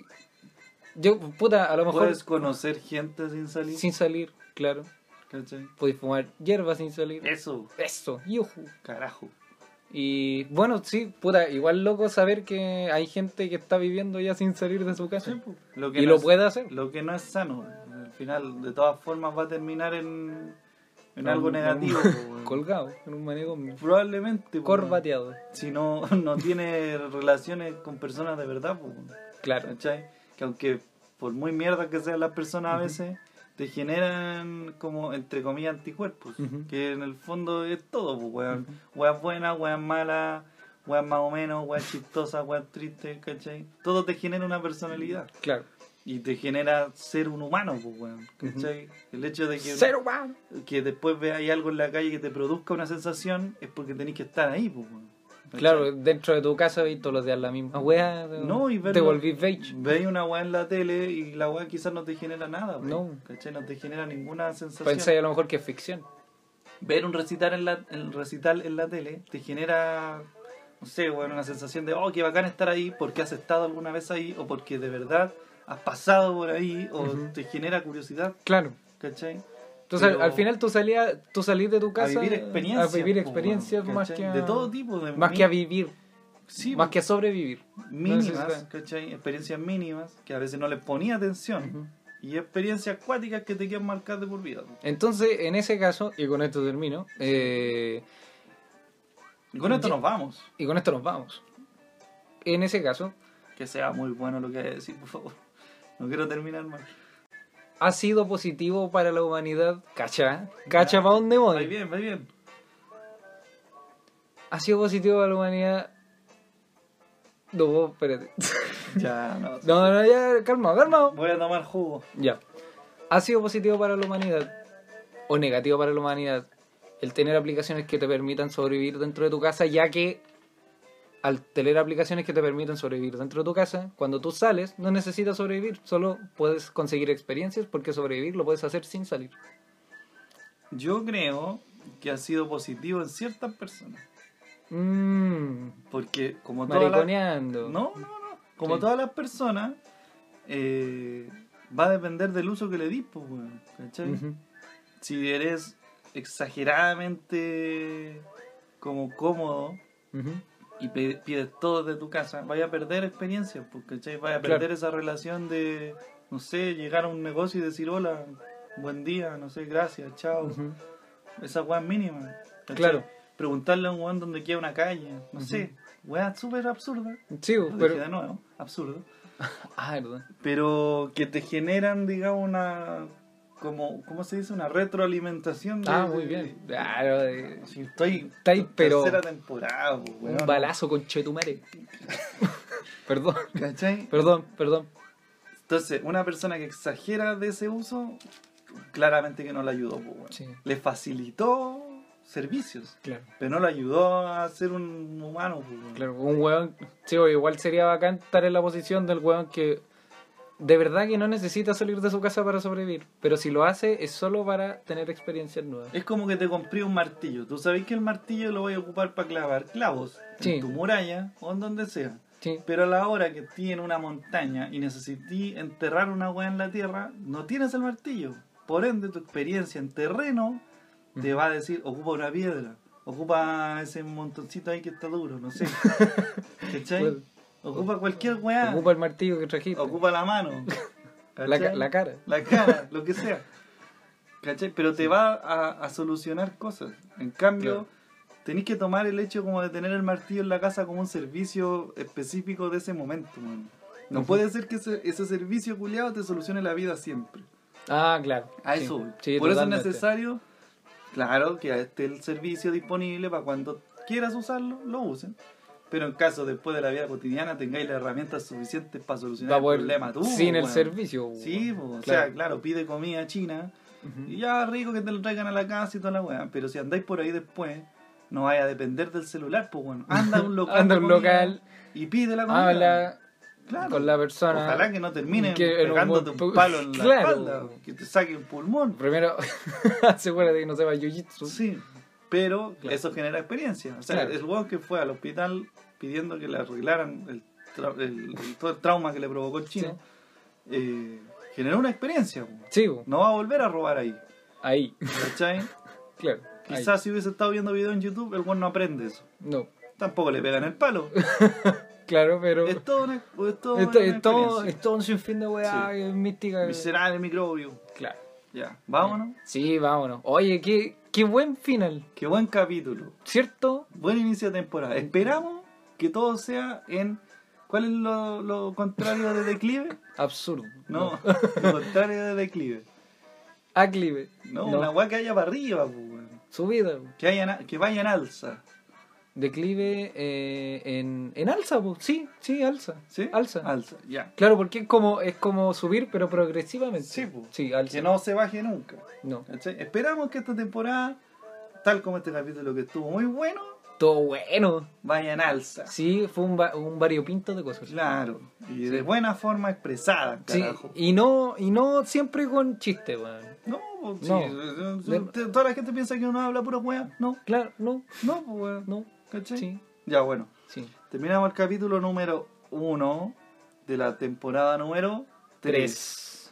S1: yo, puta, a lo mejor
S4: Puedes conocer gente sin salir.
S1: sin salir, claro.
S4: ¿Cachai?
S1: Puedes fumar hierba sin salir.
S4: Eso,
S1: Eso, yujú.
S4: carajo.
S1: Y bueno, sí, puta, igual loco saber que hay gente que está viviendo ya sin salir de su casa.
S4: Lo
S1: y lo
S4: es-
S1: puede hacer.
S4: Lo que no es sano. Al final, de todas formas, va a terminar en, en
S1: No,
S4: algo
S1: no,
S4: negativo. po, weón.
S1: Colgado en un manicomio.
S4: Probablemente. po,
S1: Corbateado.
S4: weón. Si no, no tiene relaciones con personas de verdad. po, weón.
S1: Claro.
S4: ¿Cachai? Que aunque por muy mierda que sean las personas a veces, te generan como, entre comillas, anticuerpos.
S1: Ujú.
S4: Que en el fondo es todo, pues, weón. Weas buenas, weas malas, weas más o menos, weas chistosas, weas tristes, ¿cachai? Todo te genera una personalidad.
S1: Claro.
S4: Y te genera ser un humano, pues, weón. ¿Cachai? El hecho de que,
S1: Cero humano.
S4: que después veas algo en la calle que te produzca una sensación es porque tenés que estar ahí, pues, weón. ¿Cachai?
S1: Claro, dentro de tu casa veis todos los días la misma wea.
S4: No, y verlo-
S1: Te volvís beige.
S4: Veis una weá en la tele y la weá quizás no te genera nada, weón.
S1: No.
S4: ¿Cachai? No te genera ninguna sensación.
S1: Pensáis a lo mejor que es ficción.
S4: Ver un recital en la, el recital en la tele te genera, no sé, weón, una sensación de, oh, qué bacán estar ahí porque has estado alguna vez ahí o porque de verdad has pasado por ahí o
S1: Ujú.
S4: te genera curiosidad,
S1: Claro.
S4: ¿cachai?
S1: Entonces,
S4: Pero-
S1: al final tú salías, tú salís de tu
S4: A
S1: casa
S4: vivir experiencias.
S1: a vivir
S4: po,
S1: experiencias
S4: weón,
S1: más
S4: ¿cachai?
S1: que a,
S4: De todo tipo. De
S1: más que a vivir,
S4: sí, pues.
S1: más que a sobrevivir.
S4: mínimas,
S1: necesidad.
S4: ¿cachai? Experiencias mínimas que a veces no les ponía atención.
S1: Ujú.
S4: Y experiencias acuáticas que te quedan marcadas de por vida.
S1: Entonces, en ese caso, y con esto termino, eh,
S4: Y con esto
S1: Ya.
S4: nos vamos.
S1: y con esto nos vamos. En ese caso,
S4: Que sea muy bueno lo que hay a decir, por favor. No quiero terminar mal.
S1: ha sido positivo para la humanidad, cacha, cacha para dónde
S4: Muy
S1: voy.
S4: bien, muy bien.
S1: Ha sido positivo para la humanidad. No, espérate.
S4: Ya, no.
S1: No, no, ya, calmado, calmado.
S4: Voy a tomar jugo.
S1: Ya. ¿Ha sido positivo para la humanidad o negativo para la humanidad el tener aplicaciones que te permitan sobrevivir dentro de tu casa, ya que al tener aplicaciones que te permiten sobrevivir dentro de tu casa, cuando tú sales no necesitas sobrevivir, solo puedes conseguir experiencias porque sobrevivir lo puedes hacer sin salir.
S4: Yo creo que ha sido positivo en ciertas personas.
S1: Mmm,
S4: Porque Mm, como todas las...
S1: mariconeando.
S4: No, no, no. Como
S1: Sí.
S4: todas las personas, eh, va a depender del uso que le dis, pues, weón, ¿cachai?
S1: Ujú.
S4: Si eres exageradamente como cómodo
S1: Ujú.
S4: y pe- pides todo de tu casa, vaya a perder experiencia, pues, ¿cachai? Vaya a
S1: Claro.
S4: perder esa relación de, no sé, llegar a un negocio y decir hola, buen día, no sé, gracias, chao.
S1: Ujú.
S4: Esa weá es mínima. ¿cachai?
S1: Claro.
S4: Preguntarle a un weón donde queda una calle, no sé, weá súper absurda.
S1: Sí,
S4: Lo dije Ah, de
S1: pero...
S4: nuevo, absurdo.
S1: Ah, verdad.
S4: Pero que te generan, digamos, una. Como, ¿Cómo se dice? Una retroalimentación. de-
S1: Ah,
S4: de-
S1: muy bien. Claro, eh,
S4: Si estoy.
S1: Está ahí, pero-
S4: Tercera temporada, pues, weón.
S1: un balazo con Chetumare. perdón,
S4: ¿Cachai?
S1: perdón, perdón.
S4: Entonces, una persona que exagera de ese uso, claramente que no le ayudó, pues, weón.
S1: Sí.
S4: Le facilitó servicios,
S1: Claro.
S4: pero no le ayudó a ser un humano, pues, weón.
S1: Claro, un hueón, sí, o igual sería bacán estar en la posición del hueón que de verdad que no necesita salir de su casa para sobrevivir, pero si lo hace es solo para tener experiencias nuevas.
S4: Es como que te compré un martillo. Tú sabés que el martillo lo voy a ocupar para clavar clavos
S1: Sí.
S4: en tu muralla o en donde sea.
S1: Sí,
S4: Pero a la hora que tiene una montaña y necesití enterrar una hueá en la tierra, no tienes el martillo. Por ende, tu experiencia en terreno te va a decir, ocupa una piedra, ocupa ese montoncito ahí que está duro, no sé. ¿Cachai?
S1: Bueno.
S4: Ocupa cualquier hueá,
S1: ocupa el martillo que trajiste,
S4: Ah. ocupa la mano,
S1: la, ca-
S4: ¿cachai?
S1: la cara.
S4: la cara, lo que sea. ¿Cachai? Pero te va a, a solucionar cosas. En cambio, tenéis que tomar el hecho como de tener el martillo en la casa como un servicio específico de ese momento, man. No puede ser que ese, ese servicio culiado te solucione la vida siempre.
S1: Ah, claro.
S4: A
S1: sí,
S4: eso voy.
S1: sí,
S4: Por eso es
S1: totalmente.
S4: necesario, claro, que esté el servicio disponible para cuando quieras usarlo, lo usen. Pero en caso después de la vida cotidiana tengáis las herramientas suficientes para solucionar
S1: Va a
S4: el
S1: poder-
S4: problema tú,
S1: sin el
S4: weón.
S1: servicio.
S4: Sí,
S1: weón.
S4: po, o
S1: Claro.
S4: sea, claro, pide comida china y ya rico que te lo traigan a la casa y toda la weá. Pero si andáis por ahí después, no vaya a depender del celular, pues bueno. Anda a un local.
S1: Anda a
S4: de
S1: un
S4: comida
S1: local.
S4: Y pide la comida.
S1: Habla
S4: Claro.
S1: con la persona.
S4: Ojalá que no termine
S1: que en un
S4: pegándote un,
S1: buen pu-
S4: palo en la
S1: Claro.
S4: espalda, que te saque un pulmón.
S1: Primero, asegúrate que no se va jiu-jitsu.
S4: Sí, pero
S1: Claro.
S4: eso genera experiencia. O sea,
S1: Claro.
S4: el weón que fue al hospital pidiendo que le arreglaran el tra- el- el- todo el trauma que le provocó el chino, eh, generó una experiencia. po.
S1: Sí, weón.
S4: No va a volver a robar ahí.
S1: ahí,
S4: ¿Cachai?
S1: claro. ahí.
S4: Quizás si hubiese estado viendo video en YouTube, el weón no aprende eso.
S1: No,
S4: Tampoco le pegan el palo.
S1: claro, pero...
S4: Es todo una, es todo
S1: Esto,
S4: una
S1: es, todo,
S4: experiencia.
S1: es todo un sinfín de weá
S4: Sí.
S1: eh, mística.
S4: Miserable microbio.
S1: Claro.
S4: Ya, vámonos.
S1: Sí, vámonos. Oye, qué, qué buen final,
S4: Qué buen capítulo.
S1: ¿cierto?
S4: Buen inicio de temporada. Esperamos que todo sea en. ¿Cuál es lo, lo contrario de declive?
S1: Absurdo.
S4: No, lo contrario de declive.
S1: Aclive.
S4: No, una weá que haya para arriba, pues, weón.
S1: Subida. po.
S4: que, haya na- que vaya en alza.
S1: Declive eh, en, en alza, po. Sí, sí, alza.
S4: ¿Sí?
S1: Alza.
S4: Alza, ya.
S1: Claro, porque es como, es como subir, pero progresivamente.
S4: Sí, po.
S1: Sí, alza.
S4: Que no se baje nunca.
S1: No.
S4: ¿Cachai? Esperamos que esta temporada, tal como este capítulo que estuvo muy bueno,
S1: Todo bueno.
S4: vaya en alza.
S1: Sí, fue un, va- un variopinto de cosas.
S4: Claro. Y de buena forma expresada,
S1: Sí,
S4: carajo.
S1: y no, y no siempre con chiste, weón.
S4: No, pues, sí,
S1: No.
S4: eh, eh, te- toda la gente piensa que uno habla puro weá. No,
S1: Claro, no,
S4: no, pues weá.
S1: no.
S4: ¿Cachai?
S1: Sí,
S4: Ya, bueno.
S1: sí.
S4: Terminamos el capítulo número uno de la temporada número 3.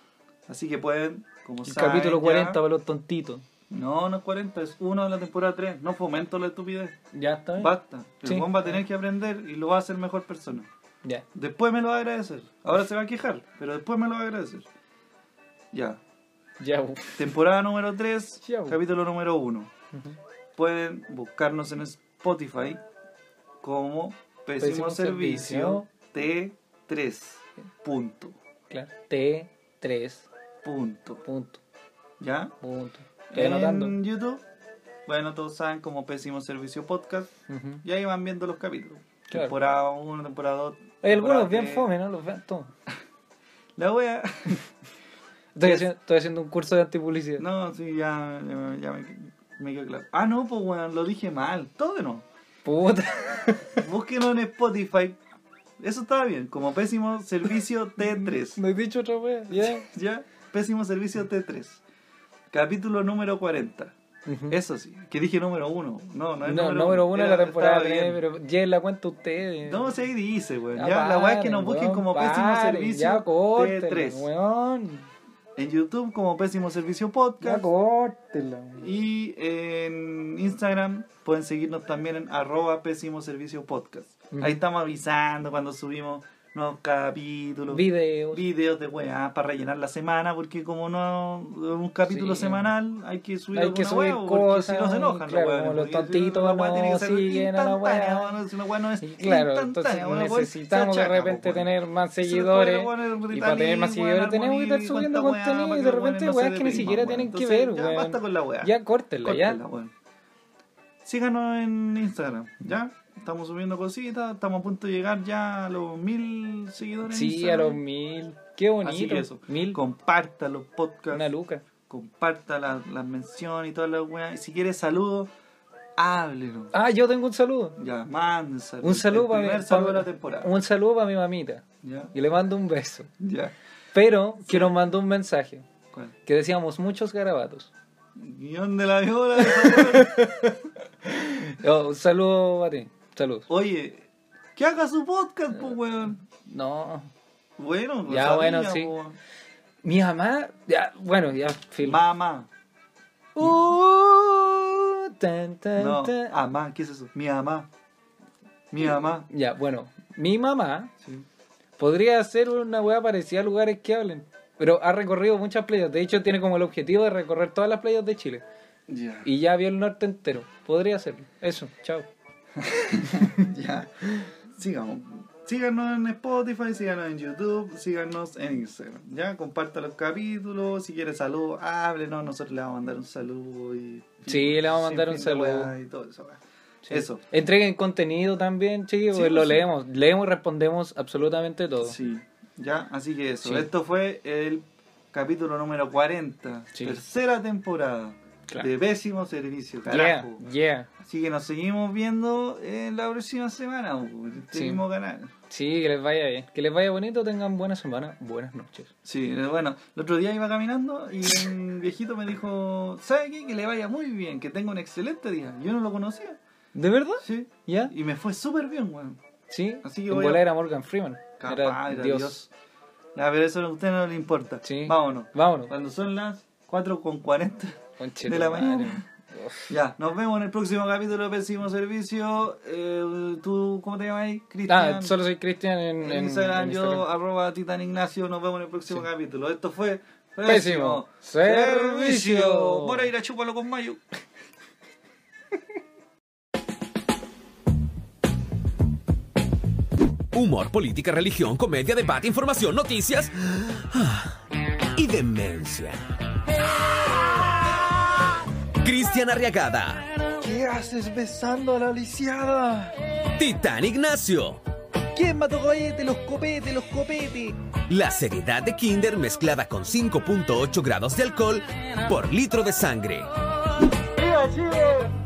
S4: Así que pueden, como
S1: El
S4: saben.
S1: capítulo
S4: ya-
S1: 40 para los tontitos.
S4: No, no es 40, es uno de la temporada 3. No fomento la estupidez.
S1: Ya está.
S4: Basta. El
S1: Sí.
S4: weón va a tener que aprender y lo va a hacer mejor persona.
S1: Ya.
S4: Después me lo va a agradecer. Ahora se va a quejar, pero después me lo va a agradecer. Ya.
S1: Ya. bu.
S4: Temporada número 3,
S1: Ya, bu.
S4: capítulo número 1. Pueden buscarnos en Spotify como Pésimo,
S1: Pésimo
S4: Servicio, T3. Punto.
S1: Claro. T3.
S4: Punto.
S1: Punto.
S4: ¿Ya?
S1: Punto. Estoy
S4: En
S1: anotando.
S4: YouTube, bueno, todos saben como Pésimo Servicio Podcast.
S1: Ujú.
S4: Y ahí van viendo los capítulos.
S1: Claro.
S4: Temporada 1, temporada 2.
S1: Hay algunos bien fome, ¿no? Los ven todos.
S4: La wea.
S1: Estoy, haciendo, estoy haciendo un curso de antipublicidad.
S4: No, sí, ya, ya, ya me, me quedó claro. Ah, no, pues bueno, lo dije mal. Todo de nuevo.
S1: Puta.
S4: Búsquenlo en Spotify. Eso estaba bien, como pésimo servicio T3.
S1: No he dicho otra vez.
S4: ¿Ya? Pésimo servicio T3. Capítulo número 40. Eso sí, que dije número 1. No, no es
S1: No,
S4: número,
S1: número uno de la
S4: Era-
S1: temporada
S4: estaba
S1: 3,
S4: bien.
S1: pero lleven la cuenta ustedes.
S4: No, si ahí dice, weón.
S1: Ya
S4: Ya, la weá es que
S1: paren,
S4: nos busquen
S1: weón,
S4: como pésimo
S1: paren,
S4: servicio
S1: Ya
S4: T3.
S1: córtenla, weón.
S4: En YouTube como pésimo servicio
S1: Ya
S4: podcast.
S1: córtenla.
S4: Y en Instagram pueden seguirnos también en arroba pésimo servicio podcast. Ahí estamos avisando cuando subimos nuevos capítulos.
S1: Videos.
S4: Videos de weá para rellenar la semana, porque como no un capítulo
S1: Sí.
S4: semanal, hay que subir
S1: Hay que
S4: alguna
S1: subir
S4: weá, porque
S1: cosas,
S4: si no se enojan
S1: claro,
S4: weones,
S1: como los
S4: porque si
S1: tontitos
S4: la weá tiene
S1: no
S4: que ser
S1: siguen a la weá.
S4: instantánea, weón, si una weá no es
S1: Y claro, entonces
S4: instantánea, weón, weón,
S1: necesitamos
S4: se
S1: de
S4: achaca,
S1: repente
S4: weón.
S1: tener más
S4: Se le
S1: seguidores.
S4: puede poner
S1: Y para tener más
S4: Ritalin,
S1: seguidores
S4: weón,
S1: tenemos que estar
S4: Armonil,
S1: subiendo
S4: cuánta weá,
S1: contenido y
S4: para
S1: de
S4: que los
S1: repente
S4: weones no
S1: weas
S4: se
S1: que ni
S4: depriman,
S1: siquiera
S4: weón.
S1: tienen que ver,
S4: Entonces, Ya basta
S1: weón.
S4: con la weá.
S1: Ya córtela,
S4: Córtela,
S1: ya.
S4: weón. Síganos en Instagram, ¿ya? Estamos subiendo cositas, estamos a punto de llegar ya a los mil seguidores. en
S1: Sí, a
S4: Instagram.
S1: los mil. Qué
S4: Así que
S1: bonito.
S4: eso,
S1: Mil.
S4: comparta los podcasts,
S1: Una luca.
S4: comparta la- las menciones y todas las weas. Y si quieres saludos, háblenos.
S1: Ah, yo tengo un saludo.
S4: Ya, manden saludos.
S1: Un saludo
S4: El
S1: para mi
S4: primer saludo de
S1: pa-
S4: la temporada.
S1: Un saludo para mi mamita.
S4: Ya,
S1: Y le mando un beso.
S4: ya.
S1: Pero que nos mandó un mensaje.
S4: ¿Cuál?
S1: Que decíamos muchos garabatos.
S4: Guión de la viola. por favor.
S1: Oh, un saludo para ti. Saludos.
S4: Oye, que haga su podcast, pues, weón.
S1: No.
S4: Bueno, pues,
S1: Ya, bueno,
S4: sabía,
S1: sí.
S4: po, weón.
S1: Mi mamá. Ya, bueno, ya. Film.
S4: Mamá.
S1: Uh, tan, tan,
S4: No,
S1: tan.
S4: amá, ¿qué es eso? Mi mamá. Mi mamá.
S1: Ya, bueno. Mi mamá
S4: Sí.
S1: podría hacer una weá parecida a lugares que hablen. Pero ha recorrido muchas playas. De hecho, tiene como el objetivo de recorrer todas las playas de Chile.
S4: Ya.
S1: Y ya vio el norte entero. Podría hacerlo. Eso. Chao.
S4: Ya. Sigamos. Síganos en Spotify, síganos en YouTube, síganos en Instagram. Ya, comparta los capítulos. Si quieres saludos, háblenos. Nosotros le vamos a mandar un saludo. Y,
S1: Sí, le vamos a
S4: sin
S1: mandar
S4: fin
S1: un
S4: de weá
S1: saludo.
S4: Y todo eso. weá.
S1: Sí.
S4: Eso.
S1: Entreguen contenido también, chicos.
S4: Sí,
S1: pues lo
S4: pues sí.
S1: leemos. Leemos y respondemos absolutamente todo.
S4: Sí, ya, así que eso.
S1: Sí.
S4: Esto fue el capítulo número 40,
S1: Sí.
S4: tercera temporada
S1: Claro.
S4: de Pésimo Servicio,
S1: Yeah,
S4: carajo.
S1: yeah.
S4: Así que nos seguimos viendo en la próxima semana, bu, en este
S1: Sí.
S4: mismo canal.
S1: Sí, que les vaya bien. Que les vaya bonito, tengan buena semana, buenas noches.
S4: Sí, eh, bueno, el otro día iba caminando y un viejito me dijo, ¿sabe qué? Que le vaya muy bien, que tenga un excelente día. Yo no lo conocía.
S1: ¿De verdad?
S4: Sí.
S1: ¿Ya?
S4: Y me fue súper bien, weón.
S1: Sí.
S4: Así que
S1: en
S4: voy a-
S1: bola era Morgan Freeman.
S4: Capaz,
S1: era Dios.
S4: Ya, pero eso a usted no le importa.
S1: Sí.
S4: Vámonos.
S1: Vámonos.
S4: Cuando son las 4.40.
S1: Conche
S4: de la
S1: tu madre.
S4: mañana. Ya, nos vemos en el próximo capítulo de Pésimo Servicio. Eh, ¿Tú cómo te llamas ahí? Cristian.
S1: Ah, solo soy Cristian en,
S4: En
S1: en-
S4: Instagram,
S1: en
S4: yo
S1: Instagram.
S4: arroba Titan Ignacio. Nos vemos en el próximo capítulo. Esto fue
S1: Pésimo Servicio.
S4: Por ir a chúpalo con Mayo.
S3: Humor, política, religión, comedia, debate, información, noticias ah, y demencia. Cristian Arriagada,
S5: ¿Qué haces besando a la lisiada?
S3: Titán Ignacio.
S5: ¿Quién mató cohete? Los copete, los copete.
S3: La seriedad de Kinder mezclada con 5.8 grados de alcohol por litro de sangre.
S5: ¡Viva Chile!